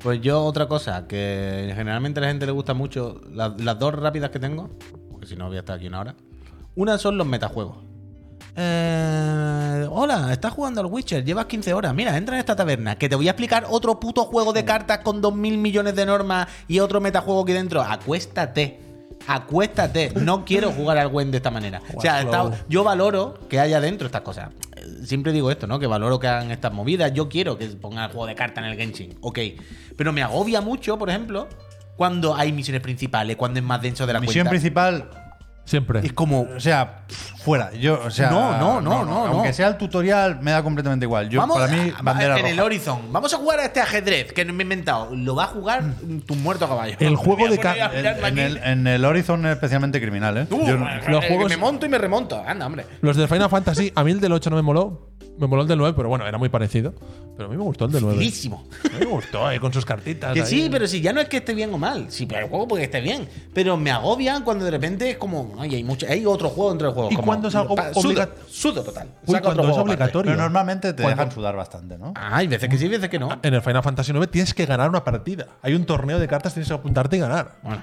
[SPEAKER 3] Pues yo otra cosa, que generalmente a la gente le gusta mucho, la- las dos rápidas que tengo, porque si no voy a estar aquí una hora, una son los metajuegos. Eh, hola, estás jugando al Witcher, llevas 15 horas, mira, entra en esta taberna, que te voy a explicar otro puto juego de cartas con 2.000 millones de normas y otro metajuego aquí dentro, acuéstate. Acuéstate, no quiero jugar al Gwen de esta manera. O sea,
[SPEAKER 1] Wow.
[SPEAKER 3] está- yo valoro que haya dentro estas cosas. Eh, Siempre digo esto, ¿no? Que valoro que hagan estas movidas. Yo quiero que pongan el juego de cartas en el Genshin. Ok. Pero me agobia mucho, por ejemplo, cuando hay misiones principales, cuando es más denso de la
[SPEAKER 2] La misión
[SPEAKER 3] cuenta.
[SPEAKER 2] principal
[SPEAKER 1] Siempre.
[SPEAKER 2] es como, o sea, fuera. Yo, o sea,
[SPEAKER 3] No, no, no, no,
[SPEAKER 2] Aunque
[SPEAKER 3] no.
[SPEAKER 2] sea el tutorial, me da completamente igual. Yo,
[SPEAKER 3] Vamos
[SPEAKER 2] para mí,
[SPEAKER 3] a-
[SPEAKER 2] bandera
[SPEAKER 3] en el
[SPEAKER 2] roja.
[SPEAKER 3] Horizon. Vamos a jugar a este ajedrez que me he inventado. Lo va a jugar tu muerto caballo.
[SPEAKER 1] El juego de
[SPEAKER 3] cartas.
[SPEAKER 1] ca-
[SPEAKER 2] En- En el, en el Horizon, especialmente criminal, ¿eh? Yo no-
[SPEAKER 1] los juegos-
[SPEAKER 3] Me monto y me remonto. Anda, hombre.
[SPEAKER 1] Los de Final Fantasy, a mí el del 8 no me moló. Me moló el del 9, pero bueno, era muy parecido. Pero a mí me gustó el del 9.
[SPEAKER 3] Buenísimo.
[SPEAKER 1] A mí me gustó, eh, con sus cartitas.
[SPEAKER 3] Que
[SPEAKER 1] ahí.
[SPEAKER 3] sí, pero si ya no es que esté bien o mal. Sí, pero el juego porque esté bien. Pero me agobia cuando de repente es como. Ay, hay, mucho, hay otro juego dentro del juego.
[SPEAKER 1] ¿Y
[SPEAKER 3] como-
[SPEAKER 1] cuándo es algo
[SPEAKER 3] pa-
[SPEAKER 1] obliga-
[SPEAKER 3] Sudo, sudo total.
[SPEAKER 1] Uy,
[SPEAKER 3] Saca
[SPEAKER 1] cuando
[SPEAKER 3] otro
[SPEAKER 1] es
[SPEAKER 3] juego aparte.
[SPEAKER 1] obligatorio.
[SPEAKER 2] Pero normalmente te
[SPEAKER 1] Cuando-
[SPEAKER 2] dejan sudar bastante, ¿no?
[SPEAKER 3] Ah, hay veces que sí, veces que no.
[SPEAKER 1] En el Final Fantasy 9 tienes que ganar una partida. Hay un torneo de cartas, tienes que apuntarte y ganar.
[SPEAKER 3] Bueno,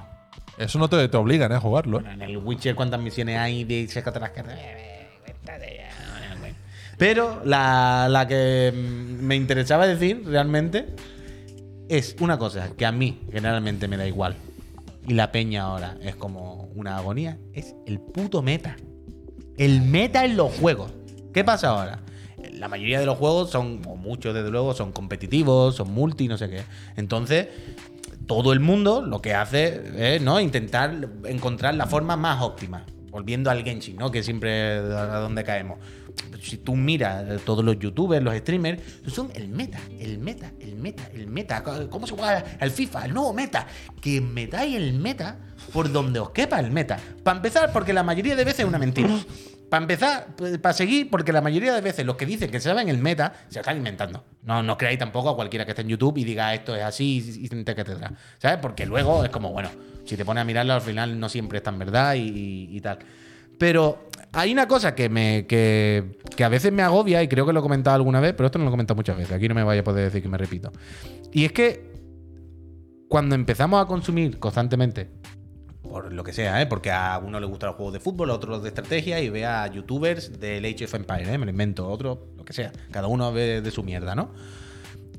[SPEAKER 1] Eso no te, te obligan eh, a jugarlo. eh.
[SPEAKER 3] en el Witcher, ¿cuántas misiones hay de sácate las cartas? Pero la, la que mm, me interesaba decir realmente es una cosa que a mí generalmente me da igual. Y la peña ahora es como una agonía. Es el puto meta. El meta en los juegos. ¿Qué pasa ahora? La mayoría de los juegos son, o muchos desde luego, son competitivos, son multi, no sé qué. Entonces, eh, todo el mundo lo que hace es ¿no? intentar encontrar la forma más óptima. volviendo al Genshin, ¿no? Que siempre es a donde caemos. Pero si tú miras eh, todos los youtubers, los streamers, son el meta, el meta, el meta, el meta. ¿Cómo se juega al FIFA? El nuevo meta. Que metáis el meta por donde os quepa el meta. Para empezar, porque la mayoría de veces es una mentira. Para empezar, para seguir, porque la mayoría de veces los que dicen que saben el meta se lo están inventando. No, no creáis tampoco a cualquiera que esté en YouTube y diga esto es así y que etcétera. ¿Sabes? Porque luego es como, bueno, si te pones a mirarlo al final no siempre es tan verdad y, y tal. Pero hay una cosa que, me, que, que a veces me agobia y creo que lo he comentado alguna vez, pero esto no lo he comentado muchas veces. Aquí no me vaya a poder decir que me repito. Y es que cuando empezamos a consumir constantemente por lo que sea, ¿eh? porque a uno le gusta los juegos de fútbol, a otro los de estrategia y ve a youtubers del Age of Empires, ¿eh? me lo invento, otro, lo que sea. Cada uno ve de su mierda, ¿no?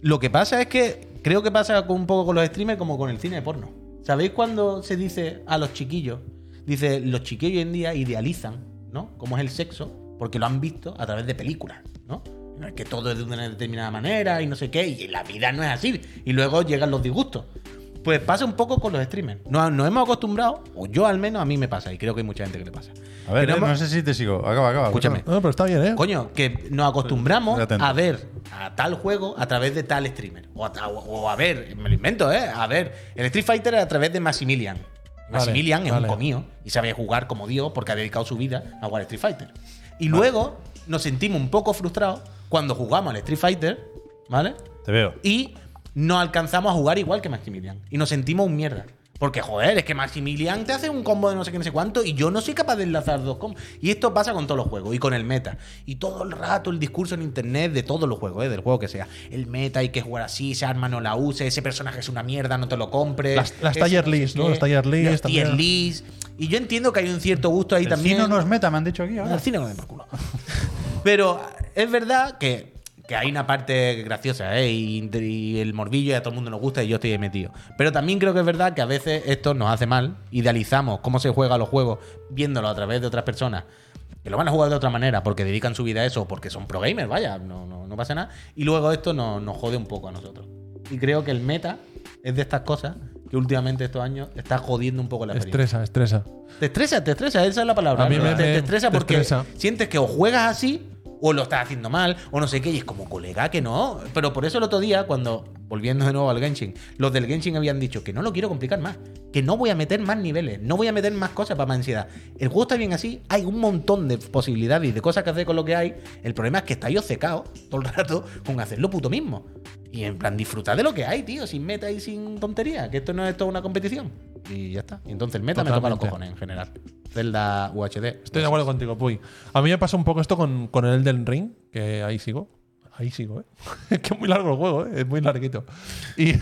[SPEAKER 3] Lo que pasa es que creo que pasa con- un poco con los streamers como con el cine de porno. ¿Sabéis cuando se dice a los chiquillos? Dice, los chiquillos hoy en día idealizan, ¿no? Cómo es el sexo, porque lo han visto a través de películas, ¿no? En el que todo es de una determinada manera y no sé qué, y la vida no es así. Y luego llegan los disgustos. Pues pasa un poco con los streamers. Nos, nos hemos acostumbrado, o yo al menos, a mí me pasa, y creo que hay mucha gente que le pasa.
[SPEAKER 2] A ver,
[SPEAKER 3] Que
[SPEAKER 2] eh,
[SPEAKER 3] nos hemos-
[SPEAKER 2] no sé si te sigo. Acaba, acaba.
[SPEAKER 3] Escúchame.
[SPEAKER 1] No, pero está bien, ¿eh?
[SPEAKER 3] Coño, que nos acostumbramos
[SPEAKER 2] Estoy atento.
[SPEAKER 3] a ver a tal juego a través de tal streamer. O a, ta- o a ver, me lo invento, ¿eh? A ver, el Street Fighter a través de Maximilian. Maximilian es
[SPEAKER 1] vale.
[SPEAKER 3] un comido y sabe jugar como Dios porque ha dedicado su vida a jugar al Street Fighter. Y luego nos sentimos un poco frustrados cuando jugamos al Street Fighter, ¿vale?
[SPEAKER 2] Te veo.
[SPEAKER 3] Y no alcanzamos a jugar igual que Maximilian. Y nos sentimos un mierda. Porque, joder, es que Maximilian te hace un combo de no sé qué, no sé cuánto, y yo no soy capaz de enlazar dos combos. Y esto pasa con todos los juegos, y con el meta. Y todo el rato el discurso en internet de todos los juegos, ¿eh? del juego que sea. El meta hay que jugar así, esa arma no la use, ese personaje es una mierda, no te lo compres.
[SPEAKER 1] Las- las
[SPEAKER 3] ese
[SPEAKER 1] tier
[SPEAKER 3] no sé
[SPEAKER 1] list, ¿no?
[SPEAKER 3] qué,
[SPEAKER 1] Las tier list
[SPEAKER 3] las tier
[SPEAKER 1] también.
[SPEAKER 3] list. Y yo entiendo que hay un cierto gusto ahí
[SPEAKER 2] El
[SPEAKER 3] también.
[SPEAKER 2] Cino no es meta, me han dicho aquí
[SPEAKER 3] Al
[SPEAKER 2] ahora.
[SPEAKER 3] cine no me den por culo. Pero es verdad que, que hay una parte graciosa, ¿eh? Y, y el morbillo y a todo el mundo nos gusta y yo estoy ahí metido. Pero también creo que es verdad que a veces esto nos hace mal. Idealizamos cómo se juega los juegos viéndolo a través de otras personas. Que lo van a jugar de otra manera porque dedican su vida a eso o porque son pro gamers, vaya, no, no, no pasa nada. Y luego esto nos, nos jode un poco a nosotros. Y creo que el meta es de estas cosas que últimamente estos años está jodiendo un poco la experiencia.
[SPEAKER 1] Estresa, estresa.
[SPEAKER 3] Te estresa, te estresa, esa es la palabra.
[SPEAKER 1] A mí me-
[SPEAKER 3] te, te estresa
[SPEAKER 1] te
[SPEAKER 3] porque
[SPEAKER 1] estresa.
[SPEAKER 3] sientes que o juegas así o lo estás haciendo mal o no sé qué y es como colega que no. Pero por eso el otro día, cuando, volviendo de nuevo al Genshin, los del Genshin habían dicho que no lo quiero complicar más, que no voy a meter más niveles, no voy a meter más cosas para mi ansiedad. El juego está bien así, hay un montón de posibilidades y de cosas que hacer con lo que hay. El problema es que estáis obcecados todo el rato con hacer lo puto mismo. Y en plan, disfrutar de lo que hay, tío, sin meta y sin tontería, que esto no es toda una competición. Y ya está. Y entonces el meta me toca los
[SPEAKER 1] Totalmente.
[SPEAKER 3] cojones en general. Zelda UHD.
[SPEAKER 1] Estoy de acuerdo contigo, Puy. A mí me pasa un poco esto con, con el Elden Ring, que ahí sigo. Ahí sigo, ¿eh? es que es muy largo el juego, ¿eh? Es muy larguito. Y,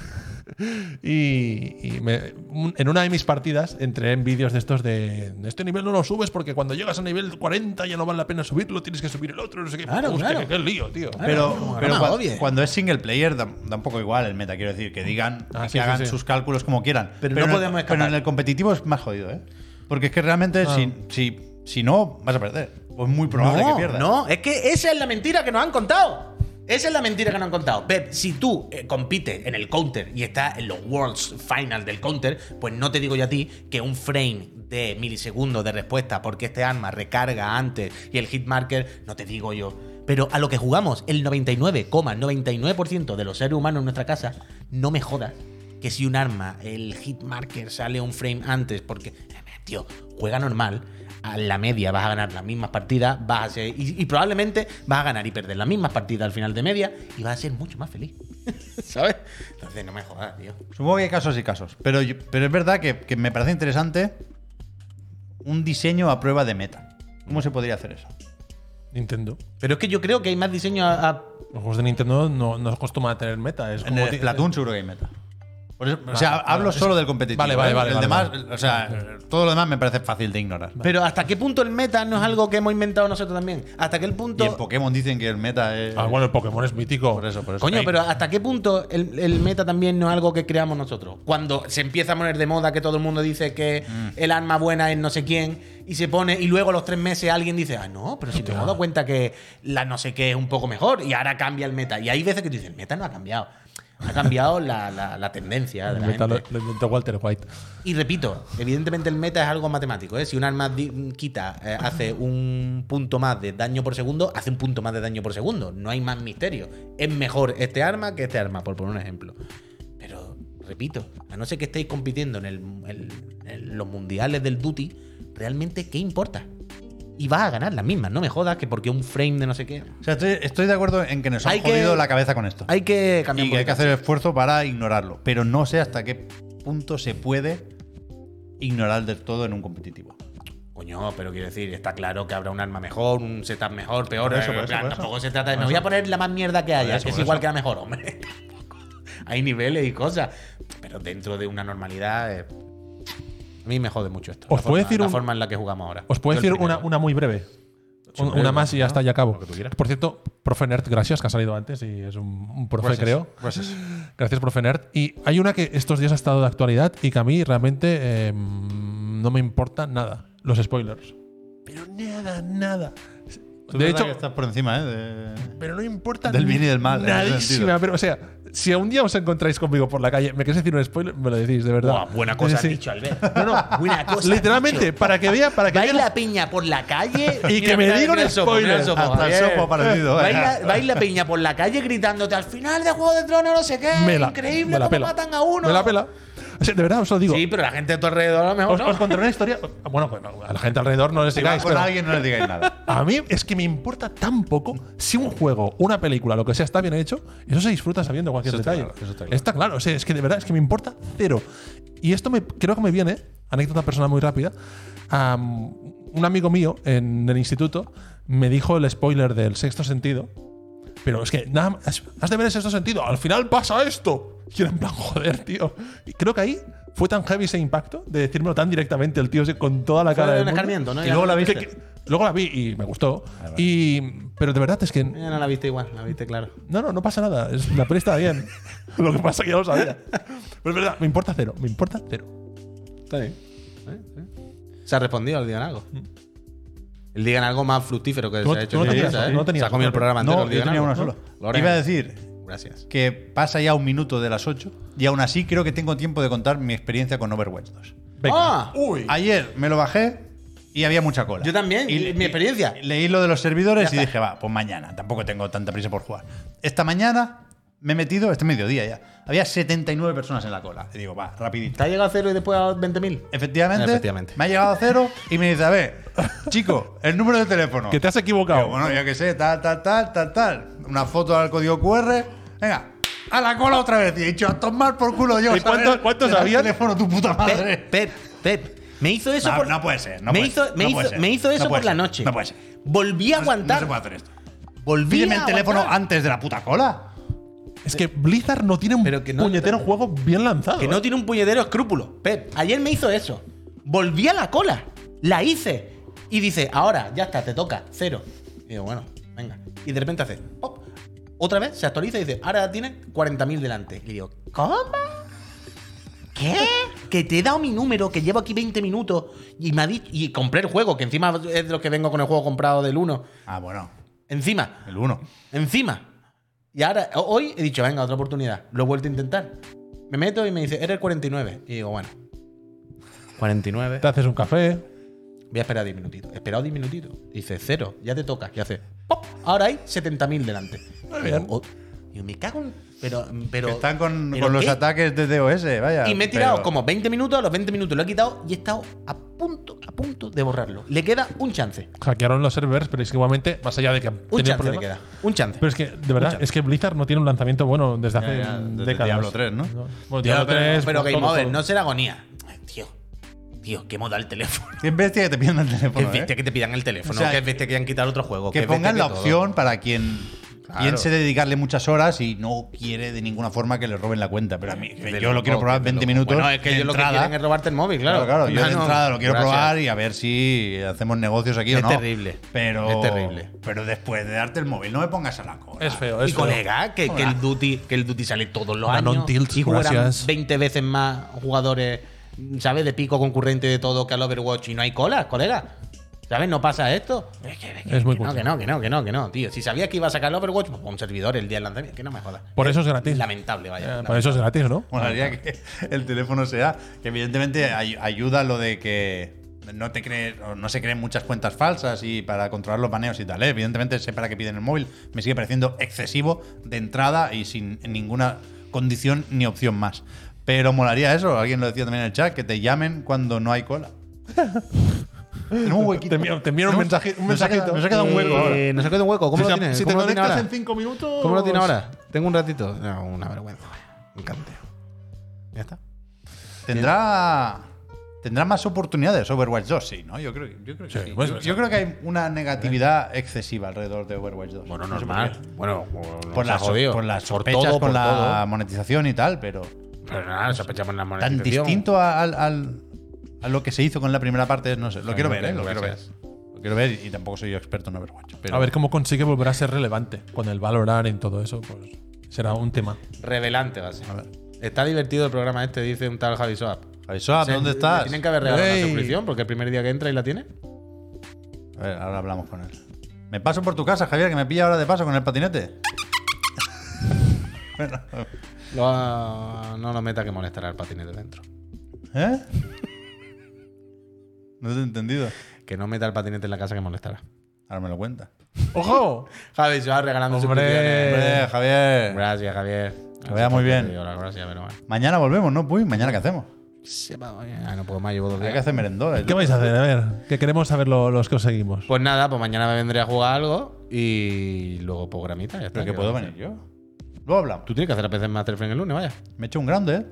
[SPEAKER 1] y- y me- un- en una de mis partidas entré en vídeos de estos de este nivel no lo subes porque cuando llegas a nivel 40 ya no vale la pena subirlo, tienes que subir el otro, no sé qué.
[SPEAKER 3] Claro,
[SPEAKER 1] Hostia,
[SPEAKER 3] claro.
[SPEAKER 1] Qué, qué lío, tío.
[SPEAKER 2] Pero,
[SPEAKER 3] Claro,
[SPEAKER 2] pero
[SPEAKER 3] no me
[SPEAKER 2] cua-
[SPEAKER 3] odie.
[SPEAKER 2] cuando, es single player da, da un poco igual el meta, quiero decir, que digan,
[SPEAKER 1] Ah,
[SPEAKER 2] que
[SPEAKER 1] sí, sí,
[SPEAKER 2] hagan
[SPEAKER 1] sí.
[SPEAKER 2] sus cálculos como quieran.
[SPEAKER 3] Pero no
[SPEAKER 2] en el-
[SPEAKER 3] podemos escapar.
[SPEAKER 2] Pero en el competitivo es más jodido, ¿eh? Porque es que realmente
[SPEAKER 1] Ah.
[SPEAKER 2] si, si, si no, vas a perder. O es muy probable que pierdas.
[SPEAKER 3] No, es que esa es la mentira que nos han contado. Esa es la mentira que nos han contado. Pep, si tú eh, compites en el counter y estás en los Worlds Final del counter, pues no te digo yo a ti que un frame de milisegundos de respuesta porque este arma recarga antes y el hitmarker, no te digo yo. Pero a lo que jugamos, el 99,99% de los seres humanos en nuestra casa, no me jodas que si un arma, el hitmarker sale un frame antes porque... eh, Tío, juega normal. A la media vas a ganar las mismas partidas, vas a ser, y, y probablemente vas a ganar y perder las mismas partidas al final de media y vas a ser mucho más feliz. ¿Sabes? Entonces no me jodas, tío.
[SPEAKER 2] Supongo que hay casos y casos. Pero, yo- pero es verdad que, que me parece interesante un diseño a prueba de meta. ¿Cómo se podría hacer eso?
[SPEAKER 1] Nintendo.
[SPEAKER 3] Pero es que yo creo que hay más diseño a. a-
[SPEAKER 1] Los juegos de Nintendo no, no acostumbran a tener meta. Es
[SPEAKER 2] En
[SPEAKER 1] como
[SPEAKER 2] el
[SPEAKER 1] ti-
[SPEAKER 2] Splatoon seguro que hay meta. Por eso-
[SPEAKER 1] Vale,
[SPEAKER 2] o sea,
[SPEAKER 1] vale.
[SPEAKER 2] hablo
[SPEAKER 1] Es-
[SPEAKER 2] solo del competitivo.
[SPEAKER 1] Vale, vale,
[SPEAKER 2] ¿eh?
[SPEAKER 1] vale,
[SPEAKER 2] El
[SPEAKER 1] vale,
[SPEAKER 2] demás,
[SPEAKER 1] vale. Eh,
[SPEAKER 2] o sea, todo lo demás me parece fácil de ignorar.
[SPEAKER 3] Pero hasta qué punto el meta no es algo que hemos inventado nosotros también. Hasta qué punto.
[SPEAKER 2] Y en Pokémon dicen que el meta es.
[SPEAKER 1] Ah, bueno, el Pokémon es mítico.
[SPEAKER 2] Por eso, por eso.
[SPEAKER 3] Coño,
[SPEAKER 2] Ey,
[SPEAKER 3] pero ¿hasta qué punto el, el meta también no es algo que creamos nosotros? Cuando se empieza a poner de moda que todo el mundo dice que
[SPEAKER 2] Mm.
[SPEAKER 3] el arma buena es no sé quién y se pone y luego a los tres meses alguien dice, ah, no, pero si te hemos dado cuenta que la no sé qué es un poco mejor y ahora cambia el meta. Y hay veces que tú dices, el meta no ha cambiado. Ha cambiado la, la- la tendencia.
[SPEAKER 1] Lo
[SPEAKER 3] De la
[SPEAKER 1] inventó, lo-
[SPEAKER 3] gente.
[SPEAKER 1] lo inventó Walter White.
[SPEAKER 3] Y repito, evidentemente el meta es algo matemático. ¿eh? Si un arma di- quita, eh, hace un punto más de daño por segundo, hace un punto más de daño por segundo. No hay más misterio. Es mejor este arma que este arma, por poner un ejemplo. Pero, repito, a no ser que estéis compitiendo en, el- el- en los mundiales del duty, realmente, ¿qué importa? Y vas a ganar las mismas. No me jodas que porque un frame de no sé qué.
[SPEAKER 2] O sea, estoy, estoy de acuerdo en que nos han
[SPEAKER 3] Hay que-
[SPEAKER 2] jodido la cabeza con esto.
[SPEAKER 3] Hay que cambiar
[SPEAKER 2] y que hay que
[SPEAKER 3] publicación.
[SPEAKER 2] hacer esfuerzo para ignorarlo. Pero no sé hasta qué punto se puede ignorar del todo en un competitivo.
[SPEAKER 3] Coño, pero quiero decir, está claro que habrá un arma mejor, un setup mejor, peor.
[SPEAKER 2] Por eso,
[SPEAKER 3] eh,
[SPEAKER 2] por eso,
[SPEAKER 3] claro,
[SPEAKER 2] por eso.
[SPEAKER 3] tampoco se trata de. Me voy a poner la más mierda que haya,
[SPEAKER 2] eso,
[SPEAKER 3] que es
[SPEAKER 2] por
[SPEAKER 3] igual
[SPEAKER 2] eso.
[SPEAKER 3] que la mejor, hombre. Hay niveles y cosas. Pero dentro de una normalidad. eh, a mí me jode mucho esto.
[SPEAKER 1] ¿Os
[SPEAKER 3] la
[SPEAKER 1] puedo
[SPEAKER 3] forma,
[SPEAKER 1] decir
[SPEAKER 3] la
[SPEAKER 1] un-
[SPEAKER 3] forma en la que jugamos ahora.
[SPEAKER 1] Os puedo
[SPEAKER 3] Yo el
[SPEAKER 1] decir una,
[SPEAKER 3] primero.
[SPEAKER 1] una muy breve.
[SPEAKER 3] Sí,
[SPEAKER 1] Un-
[SPEAKER 3] breve,
[SPEAKER 1] una más y ya
[SPEAKER 3] ¿no?
[SPEAKER 1] está, ya acabo.
[SPEAKER 3] Lo que tú quieras.
[SPEAKER 1] Por cierto, profe Nerd, gracias, que ha salido antes y es un, un profe, creo.
[SPEAKER 2] Gracias.
[SPEAKER 1] Gracias, profe Nerd. Y hay una que estos días ha estado de actualidad y que a mí realmente eh, no me importa nada. Los spoilers. Pero nada, nada. De hecho,
[SPEAKER 2] estás por encima, ¿eh? De-
[SPEAKER 1] pero no importa
[SPEAKER 2] Del bien y del mal, en ese
[SPEAKER 1] Nadísima.
[SPEAKER 2] sentido.
[SPEAKER 1] Pero, o sea, si un día os encontráis conmigo por la calle, me queréis decir un spoiler, me lo decís, de verdad.
[SPEAKER 3] Buah, buena cosa has
[SPEAKER 1] Sí.
[SPEAKER 3] dicho, Albert.
[SPEAKER 1] No, no.
[SPEAKER 3] Buena cosa has
[SPEAKER 1] Literalmente,
[SPEAKER 3] dicho.
[SPEAKER 1] para que vea, para que vea.
[SPEAKER 3] Baila piña por la calle
[SPEAKER 1] Y que me diga un
[SPEAKER 3] mira el sopo, mira el
[SPEAKER 1] spoiler.
[SPEAKER 3] sopo,
[SPEAKER 2] Hasta el
[SPEAKER 3] Javier.
[SPEAKER 2] sopo parecido, eh.
[SPEAKER 3] Baila, baila piña por la calle gritándote al final de Juego de Tronos, no sé qué.
[SPEAKER 1] Me la-
[SPEAKER 3] increíble
[SPEAKER 1] me la
[SPEAKER 3] cómo
[SPEAKER 1] pela.
[SPEAKER 3] matan a uno.
[SPEAKER 1] Me la pela. O sea, de verdad, os lo digo.
[SPEAKER 3] Sí, pero la gente a tu alrededor a lo mejor
[SPEAKER 1] os,
[SPEAKER 3] no.
[SPEAKER 1] os contaré una historia. Bueno, pues, no, a la gente alrededor no les
[SPEAKER 2] Si vas
[SPEAKER 1] digáis.
[SPEAKER 2] con
[SPEAKER 1] pero
[SPEAKER 2] alguien, no le digáis nada.
[SPEAKER 1] A mí es que me importa tan poco si un juego, una película, lo que sea, está bien hecho. Eso se disfruta sabiendo cualquier
[SPEAKER 2] Eso está
[SPEAKER 1] detalle.
[SPEAKER 2] claro, eso está claro.
[SPEAKER 1] o sea, es que de verdad es que me importa cero. Y esto me, creo que me viene, anécdota personal muy rápida. am, un amigo mío en el instituto me dijo el spoiler del sexto sentido. Pero es que nada más- has, has de ver el sexto sentido. Al final pasa esto. Y era en plan, joder, tío. Y creo que ahí fue tan heavy ese impacto de decírmelo tan directamente el tío ese con toda la
[SPEAKER 3] Fue
[SPEAKER 1] cara
[SPEAKER 3] un
[SPEAKER 1] del mundo.
[SPEAKER 3] escarmiento, ¿no?
[SPEAKER 2] Y
[SPEAKER 3] Ya
[SPEAKER 2] luego
[SPEAKER 3] no-
[SPEAKER 2] la viste.
[SPEAKER 1] Que- que- luego la vi y me gustó.
[SPEAKER 3] Ah,
[SPEAKER 1] y, pero de verdad es que.
[SPEAKER 3] Ya no la viste igual, la viste claro.
[SPEAKER 1] No, no, no pasa nada. Es- la peli está bien. lo que pasa es que ya lo sabía. Pero es verdad, me importa cero. Me importa cero.
[SPEAKER 3] Está bien. Se ha respondido al Digan
[SPEAKER 2] Mm.
[SPEAKER 3] Algo. El Digan Algo más fructífero que
[SPEAKER 1] No-
[SPEAKER 3] se ha hecho.
[SPEAKER 1] no
[SPEAKER 3] en
[SPEAKER 1] tenías-
[SPEAKER 3] esta, ¿eh?
[SPEAKER 1] no tenías.
[SPEAKER 3] Se ha comido el programa entero.
[SPEAKER 2] No,
[SPEAKER 3] el
[SPEAKER 2] yo
[SPEAKER 3] Digan
[SPEAKER 2] tenía
[SPEAKER 3] Algo.
[SPEAKER 2] una sola.
[SPEAKER 3] Loren,
[SPEAKER 2] Iba a decir
[SPEAKER 3] Gracias.
[SPEAKER 2] que pasa ya un minuto de las 8 y aún así creo que tengo tiempo de contar mi experiencia con Overwatch 2.
[SPEAKER 1] Venga.
[SPEAKER 3] ¡Ah!
[SPEAKER 1] ¡Uy!
[SPEAKER 2] Ayer me lo bajé y había mucha cola.
[SPEAKER 3] Yo también, y mi experiencia.
[SPEAKER 2] Leí lo de los servidores
[SPEAKER 3] Ya
[SPEAKER 2] y
[SPEAKER 3] está.
[SPEAKER 2] dije, va, pues mañana. Tampoco tengo tanta prisa por jugar. Esta mañana me he metido, este mediodía ya. Había 79 personas en la cola. Y digo, va, rapidito.
[SPEAKER 3] ¿Te ha llegado a cero y después a 20.000?
[SPEAKER 2] Efectivamente,
[SPEAKER 3] Efectivamente.
[SPEAKER 2] me ha llegado a cero y me dice, a ver, chico, el número de teléfono.
[SPEAKER 1] Que te has
[SPEAKER 2] Digo,
[SPEAKER 1] equivocado.
[SPEAKER 2] bueno, yo qué sé, tal, tal, tal, tal, tal. Una foto al código QR. Venga, a la cola otra vez. Y he dicho, a tomar por culo yo.
[SPEAKER 1] ¿Y cuántos-
[SPEAKER 2] ¿sabes?
[SPEAKER 1] cuántos
[SPEAKER 2] Te da el
[SPEAKER 1] habían?
[SPEAKER 2] teléfono, tu puta madre.
[SPEAKER 3] Pep, Pep, Pep. Me hizo eso
[SPEAKER 2] No,
[SPEAKER 3] por.
[SPEAKER 2] no puede ser, no
[SPEAKER 3] me
[SPEAKER 2] puede
[SPEAKER 3] hizo,
[SPEAKER 2] ser,
[SPEAKER 3] me
[SPEAKER 2] no
[SPEAKER 3] hizo,
[SPEAKER 2] puede ser,
[SPEAKER 3] me hizo
[SPEAKER 2] no
[SPEAKER 3] eso
[SPEAKER 2] puede
[SPEAKER 3] por la
[SPEAKER 2] ser,
[SPEAKER 3] noche.
[SPEAKER 2] no puede ser.
[SPEAKER 3] Volví a aguantar.
[SPEAKER 2] No se puede hacer esto.
[SPEAKER 3] Volví
[SPEAKER 2] Pídeme
[SPEAKER 3] a
[SPEAKER 2] el
[SPEAKER 3] aguantar.
[SPEAKER 2] teléfono antes de la puta cola.
[SPEAKER 1] es que Blizzard no tiene un
[SPEAKER 3] Pero que no-
[SPEAKER 1] puñetero juego bien lanzado.
[SPEAKER 3] Que no tiene un puñetero escrúpulo. Pep, ayer me hizo eso. Volví a la cola. La hice. Y dice, ahora, ya está, te toca. Cero. Y digo, bueno, venga. Y de repente hace, pop. Otra vez se actualiza y dice, ahora tienes 40.000 delante. Y digo, ¿cómo? ¿Qué? Que te he dado mi número, que llevo aquí 20 minutos. Y me ha dicho, y compré el juego, que encima es de los que vengo con el juego comprado del 1.
[SPEAKER 2] Ah, bueno,
[SPEAKER 3] Encima.
[SPEAKER 2] el 1.
[SPEAKER 3] Encima. Y ahora, ho- hoy he dicho, venga, otra oportunidad. Lo he vuelto a intentar. Me meto y me dice, eres el 49. Y digo, bueno. 49.
[SPEAKER 1] ¿eh? Te haces un café.
[SPEAKER 3] Voy a esperar 10 minutitos. He esperado 10 minutitos. Dice, cero, ya te toca. Y hace, ¡pop! Ahora hay 70.000 delante.
[SPEAKER 1] Muy
[SPEAKER 3] Digo,
[SPEAKER 1] bien.
[SPEAKER 3] "Oh". Digo, me cago en. Pero. pero
[SPEAKER 2] Que están con,
[SPEAKER 3] ¿pero
[SPEAKER 2] con los
[SPEAKER 3] qué?
[SPEAKER 2] ataques de DOS, vaya.
[SPEAKER 3] Y me he tirado
[SPEAKER 2] pero-
[SPEAKER 3] como 20 minutos, a los 20 minutos lo he quitado y he estado a punto, a punto de borrarlo. Le queda un chance.
[SPEAKER 1] Hackearon los servers, pero es que igualmente, más allá de que han
[SPEAKER 3] Un
[SPEAKER 1] tenido
[SPEAKER 3] chance le
[SPEAKER 1] problemas-
[SPEAKER 3] queda. Un chance.
[SPEAKER 1] Pero es que, de verdad,
[SPEAKER 3] Muchas.
[SPEAKER 1] es que Blizzard no tiene un lanzamiento bueno desde hace
[SPEAKER 2] ya, desde
[SPEAKER 1] décadas.
[SPEAKER 2] Diablo 3, ¿no?
[SPEAKER 1] Bueno,
[SPEAKER 3] Pero-
[SPEAKER 1] Diablo 3.
[SPEAKER 3] pero, pero
[SPEAKER 1] todo,
[SPEAKER 3] Game Over,
[SPEAKER 1] todo.
[SPEAKER 3] no será agonía. Ay, Tío, tío, qué moda el teléfono.
[SPEAKER 2] Qué bestia que te pidan el
[SPEAKER 3] Que
[SPEAKER 2] teléfono.
[SPEAKER 3] es bestia
[SPEAKER 2] ¿eh?
[SPEAKER 3] que te pidan el teléfono,
[SPEAKER 2] O sea,
[SPEAKER 3] que es bestia que quieran quitar otro juego.
[SPEAKER 2] Que
[SPEAKER 3] es bestia
[SPEAKER 2] pongan la
[SPEAKER 3] todo.
[SPEAKER 2] opción para quien
[SPEAKER 3] Claro.
[SPEAKER 2] piense dedicarle muchas horas y no quiere de ninguna forma que le roben la cuenta. Pero a mí,
[SPEAKER 3] Desde
[SPEAKER 2] yo lo
[SPEAKER 3] luego,
[SPEAKER 2] quiero probar
[SPEAKER 3] desde
[SPEAKER 2] 20
[SPEAKER 3] luego.
[SPEAKER 2] minutos.
[SPEAKER 3] Bueno, es que
[SPEAKER 2] de
[SPEAKER 3] ellos lo que
[SPEAKER 2] entrada.
[SPEAKER 3] quieren es robarte el móvil, claro.
[SPEAKER 2] Claro, claro. Yo de
[SPEAKER 3] Mano,
[SPEAKER 2] entrada lo quiero
[SPEAKER 3] gracias.
[SPEAKER 2] probar y a ver si hacemos negocios aquí
[SPEAKER 3] Es
[SPEAKER 2] o no.
[SPEAKER 3] terrible,
[SPEAKER 2] Pero,
[SPEAKER 3] es terrible.
[SPEAKER 2] Pero después de darte el móvil, no me pongas a la cola.
[SPEAKER 1] Es feo, es
[SPEAKER 3] Y
[SPEAKER 1] feo.
[SPEAKER 3] colega, que, que el duty, que el duty sale todos los
[SPEAKER 1] Una
[SPEAKER 3] años.
[SPEAKER 1] non-tilt,
[SPEAKER 3] y jugarán
[SPEAKER 1] Ah, gracias.
[SPEAKER 3] 20 veces más jugadores, ¿sabes? De pico concurrente de todo que al Overwatch y no hay cola, colega. ¿Sabes? No pasa esto. Es que- que-
[SPEAKER 1] Es muy
[SPEAKER 3] que no,
[SPEAKER 1] cutre.
[SPEAKER 3] que no, que no, que no, que no, tío. Si sabías que iba a sacar el Overwatch, pues un servidor el día del lanzamiento, que no me jodas.
[SPEAKER 1] Por eso es gratis.
[SPEAKER 3] Lamentable,
[SPEAKER 1] Eh,
[SPEAKER 3] vaya.
[SPEAKER 1] para eso es gratis, ¿no?
[SPEAKER 2] Molaría que el teléfono sea. Que evidentemente ay- ayuda lo de que no te cree, o no se creen muchas cuentas falsas y para controlar los baneos y tal. ¿eh? Evidentemente sé para qué piden el móvil. Me sigue pareciendo excesivo de entrada y sin ninguna condición ni opción más. Pero molaría eso, alguien lo decía también en el chat, que te llamen cuando no hay cola. En un huequito.
[SPEAKER 1] Te envían- te envían un
[SPEAKER 2] Nos-
[SPEAKER 1] mensaje- un
[SPEAKER 2] nos ha quedado-
[SPEAKER 1] mensajito.
[SPEAKER 2] Nos ha quedado un hueco ahora.
[SPEAKER 3] Eh, nos ha quedado un hueco. ¿Cómo
[SPEAKER 1] Si
[SPEAKER 3] lo
[SPEAKER 1] te-
[SPEAKER 3] tienes?
[SPEAKER 1] si te
[SPEAKER 3] ¿Cómo lo tiene
[SPEAKER 1] conectas
[SPEAKER 3] ahora?
[SPEAKER 1] en 5 minutos. pues-
[SPEAKER 3] ¿Cómo lo tiene ahora? Tengo un ratito. No, una vergüenza. vaya. Un canteo. Ya está.
[SPEAKER 2] Tendrá. Tendrá más oportunidades Overwatch 2, sí, ¿no? Yo creo, yo creo que
[SPEAKER 1] Sí,
[SPEAKER 2] sí.
[SPEAKER 1] pues,
[SPEAKER 2] yo, yo creo que hay una negatividad excesiva alrededor de Overwatch 2.
[SPEAKER 3] Bueno,
[SPEAKER 2] No sé
[SPEAKER 3] normal.
[SPEAKER 2] por qué.
[SPEAKER 3] Bueno,
[SPEAKER 2] Por, las
[SPEAKER 3] jodido.
[SPEAKER 2] por las
[SPEAKER 3] Por
[SPEAKER 2] sospechas,
[SPEAKER 3] todo,
[SPEAKER 2] con
[SPEAKER 3] por
[SPEAKER 2] la
[SPEAKER 3] todo.
[SPEAKER 2] monetización y tal, pero
[SPEAKER 3] Pero nada, sospechamos la
[SPEAKER 2] tan
[SPEAKER 3] monetización.
[SPEAKER 2] distinto a, al- al- a lo que se hizo con la primera parte, no sé. Lo quiero ver,
[SPEAKER 3] veré,
[SPEAKER 2] ¿eh? Lo quiero ver.
[SPEAKER 3] gracias.
[SPEAKER 2] Lo quiero ver y tampoco soy yo experto en Overwatch. Pero
[SPEAKER 1] A ver cómo consigue volver a ser relevante con el valorar y todo eso. Pues será un tema.
[SPEAKER 3] Revelante va a ser.
[SPEAKER 2] A ver.
[SPEAKER 3] Está divertido el programa este, dice un tal Javi Soap.
[SPEAKER 2] Javi Soap,
[SPEAKER 3] Se-
[SPEAKER 2] Ah, ¿dónde
[SPEAKER 3] le
[SPEAKER 2] estás?
[SPEAKER 3] Tienen que haber regalado
[SPEAKER 1] Ey.
[SPEAKER 3] una suscripción porque el primer día que entra y la tiene.
[SPEAKER 2] A ver, ahora hablamos con él. Me paso por tu casa, Javier, que me pilla ahora de paso con el patinete.
[SPEAKER 3] Lo ha- No lo meta que molestará el patinete dentro.
[SPEAKER 2] ¿Eh? No te he entendido.
[SPEAKER 3] Que no meta el patinete en la casa que molestará.
[SPEAKER 2] Ahora me lo cuenta.
[SPEAKER 1] ¡Ojo!
[SPEAKER 3] Javi Soap regalando
[SPEAKER 1] Hombre.
[SPEAKER 3] suscripciones.
[SPEAKER 2] Hombre, Javier.
[SPEAKER 3] Gracias, Javier.
[SPEAKER 2] Que vaya muy bien.
[SPEAKER 3] Gracias, pero bueno.
[SPEAKER 2] Mañana volvemos, ¿no? Puy, mañana qué hacemos.
[SPEAKER 3] Ah, no puedo más, llevo dos
[SPEAKER 2] Hay que
[SPEAKER 3] días.
[SPEAKER 2] hacer eh. merendones.
[SPEAKER 1] ¿Qué vais a hacer? A ver, que queremos saber lo- los que os seguimos.
[SPEAKER 3] Pues nada, pues mañana me vendré a jugar algo y luego programita. Ya está,
[SPEAKER 2] Pero que
[SPEAKER 3] ¿Qué
[SPEAKER 2] puedo
[SPEAKER 3] vamos a
[SPEAKER 2] venir yo. Luego
[SPEAKER 3] hacer?
[SPEAKER 2] hablamos.
[SPEAKER 3] Tú tienes que hacer la PC en Master Frame el lunes, vaya.
[SPEAKER 2] Me he hecho un grande, ¿eh?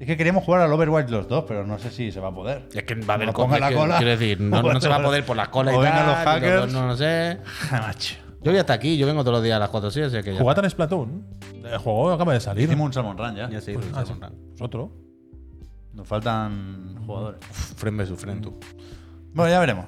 [SPEAKER 2] Es que queríamos jugar al Overwatch los dos, pero no sé si se va a poder.
[SPEAKER 3] Es que va a haber
[SPEAKER 2] Como ponga
[SPEAKER 3] cosas
[SPEAKER 2] la
[SPEAKER 3] que-
[SPEAKER 2] cola.
[SPEAKER 3] Quiero decir, no, no se va a poder por las colas
[SPEAKER 2] O
[SPEAKER 3] y
[SPEAKER 2] vengan
[SPEAKER 3] tal,
[SPEAKER 2] los
[SPEAKER 3] y
[SPEAKER 2] hackers.
[SPEAKER 3] dos, no lo sé.
[SPEAKER 2] Macho.
[SPEAKER 3] Yo voy hasta aquí, yo vengo todos los días a las 4 sí, así que ya.
[SPEAKER 1] Jugad en Splatoon. El juego acaba de salir.
[SPEAKER 2] Hicimos un Salmon Run ya.
[SPEAKER 3] Ya sí,
[SPEAKER 1] Pues,
[SPEAKER 3] pues,
[SPEAKER 1] ah,
[SPEAKER 3] sí.
[SPEAKER 1] sí. Pues otro.
[SPEAKER 2] Nos faltan jugadores.
[SPEAKER 3] Friend versus friend, tú.
[SPEAKER 2] Bueno, ya veremos.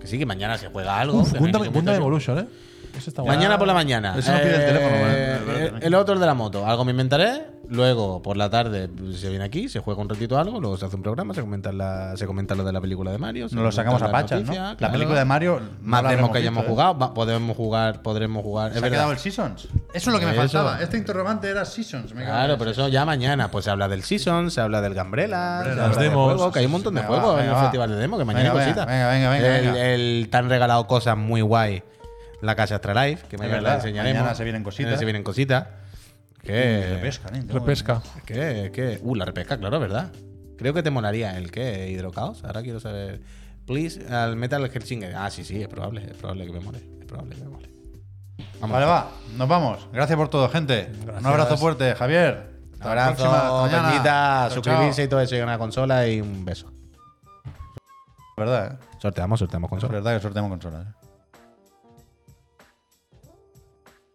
[SPEAKER 3] Que sí, que mañana se juega algo.
[SPEAKER 1] Uf,
[SPEAKER 3] que no hay
[SPEAKER 1] Gundam,
[SPEAKER 3] ningún
[SPEAKER 1] Gundam
[SPEAKER 3] problema.
[SPEAKER 1] Evolution, ¿eh? Ese está guay.
[SPEAKER 3] Mañana por la mañana.
[SPEAKER 2] Eso no pide el teléfono, ¿eh?
[SPEAKER 3] el, el otro, el de la moto. Algo me inventaré. Luego, por la tarde, pues, se viene aquí, se juega un ratito algo. Luego se hace un programa, se comenta, la, se comenta lo de la película de Mario. se
[SPEAKER 2] Nos lo
[SPEAKER 3] comenta
[SPEAKER 2] sacamos a
[SPEAKER 3] la
[SPEAKER 2] pachas, ¿no?
[SPEAKER 3] noticia,
[SPEAKER 2] La
[SPEAKER 3] claro.
[SPEAKER 2] película de Mario.
[SPEAKER 3] Más
[SPEAKER 2] la
[SPEAKER 3] demos
[SPEAKER 2] hemos
[SPEAKER 3] que hayamos
[SPEAKER 2] visto, ¿eh?
[SPEAKER 3] jugado. va- podemos jugar, podremos jugar.
[SPEAKER 2] Se
[SPEAKER 3] es
[SPEAKER 2] ha
[SPEAKER 3] verdad.
[SPEAKER 2] quedado el Seasons. Eso es lo que me
[SPEAKER 3] Eso.
[SPEAKER 2] faltaba. Este interrogante era Seasons. me cago en
[SPEAKER 3] Claro, pero eso ya mañana. Pues se habla del Season, se habla del Gambrella, se habla del
[SPEAKER 1] demos.
[SPEAKER 3] juego, que hay un montón de
[SPEAKER 2] Venga,
[SPEAKER 3] juegos
[SPEAKER 2] va,
[SPEAKER 3] en
[SPEAKER 2] venga,
[SPEAKER 3] el
[SPEAKER 2] va.
[SPEAKER 3] festival de demo, que mañana
[SPEAKER 2] Venga,
[SPEAKER 3] hay
[SPEAKER 2] venga,
[SPEAKER 3] cositas.
[SPEAKER 2] venga, venga, venga,
[SPEAKER 3] el,
[SPEAKER 2] venga.
[SPEAKER 3] el- te han regalado cosas muy guay. La casa Astralife, que mañana
[SPEAKER 2] verdad,
[SPEAKER 3] la enseñaremos.
[SPEAKER 2] mañana se vienen cositas.
[SPEAKER 3] Mañana se vienen cositas.
[SPEAKER 2] De
[SPEAKER 3] Que,
[SPEAKER 2] pesca, ¿eh?
[SPEAKER 1] Repesca.
[SPEAKER 3] que, que, uh, la repesca, claro, ¿verdad? Creo que te molaría el que, Hidrocaos. Ahora quiero saber. Please, al Metal Hellsinger. Ah, sí, sí, es probable, es probable que me mole. Es probable que me mole. Vamos.
[SPEAKER 2] Vale, va. Nos vamos. Gracias por todo, gente. Un abrazo fuerte, Javier. Hasta la
[SPEAKER 3] Abrazo,
[SPEAKER 2] próxima. Hasta mañana.
[SPEAKER 3] Peñita,
[SPEAKER 2] Chao,
[SPEAKER 3] suscribirse
[SPEAKER 2] chao.
[SPEAKER 3] y todo eso. Y una consola y un beso.
[SPEAKER 2] Verdad, ¿eh?
[SPEAKER 3] Sorteamos, sorteamos
[SPEAKER 2] Es
[SPEAKER 3] consola.
[SPEAKER 2] verdad que sorteamos consolas. ¿eh?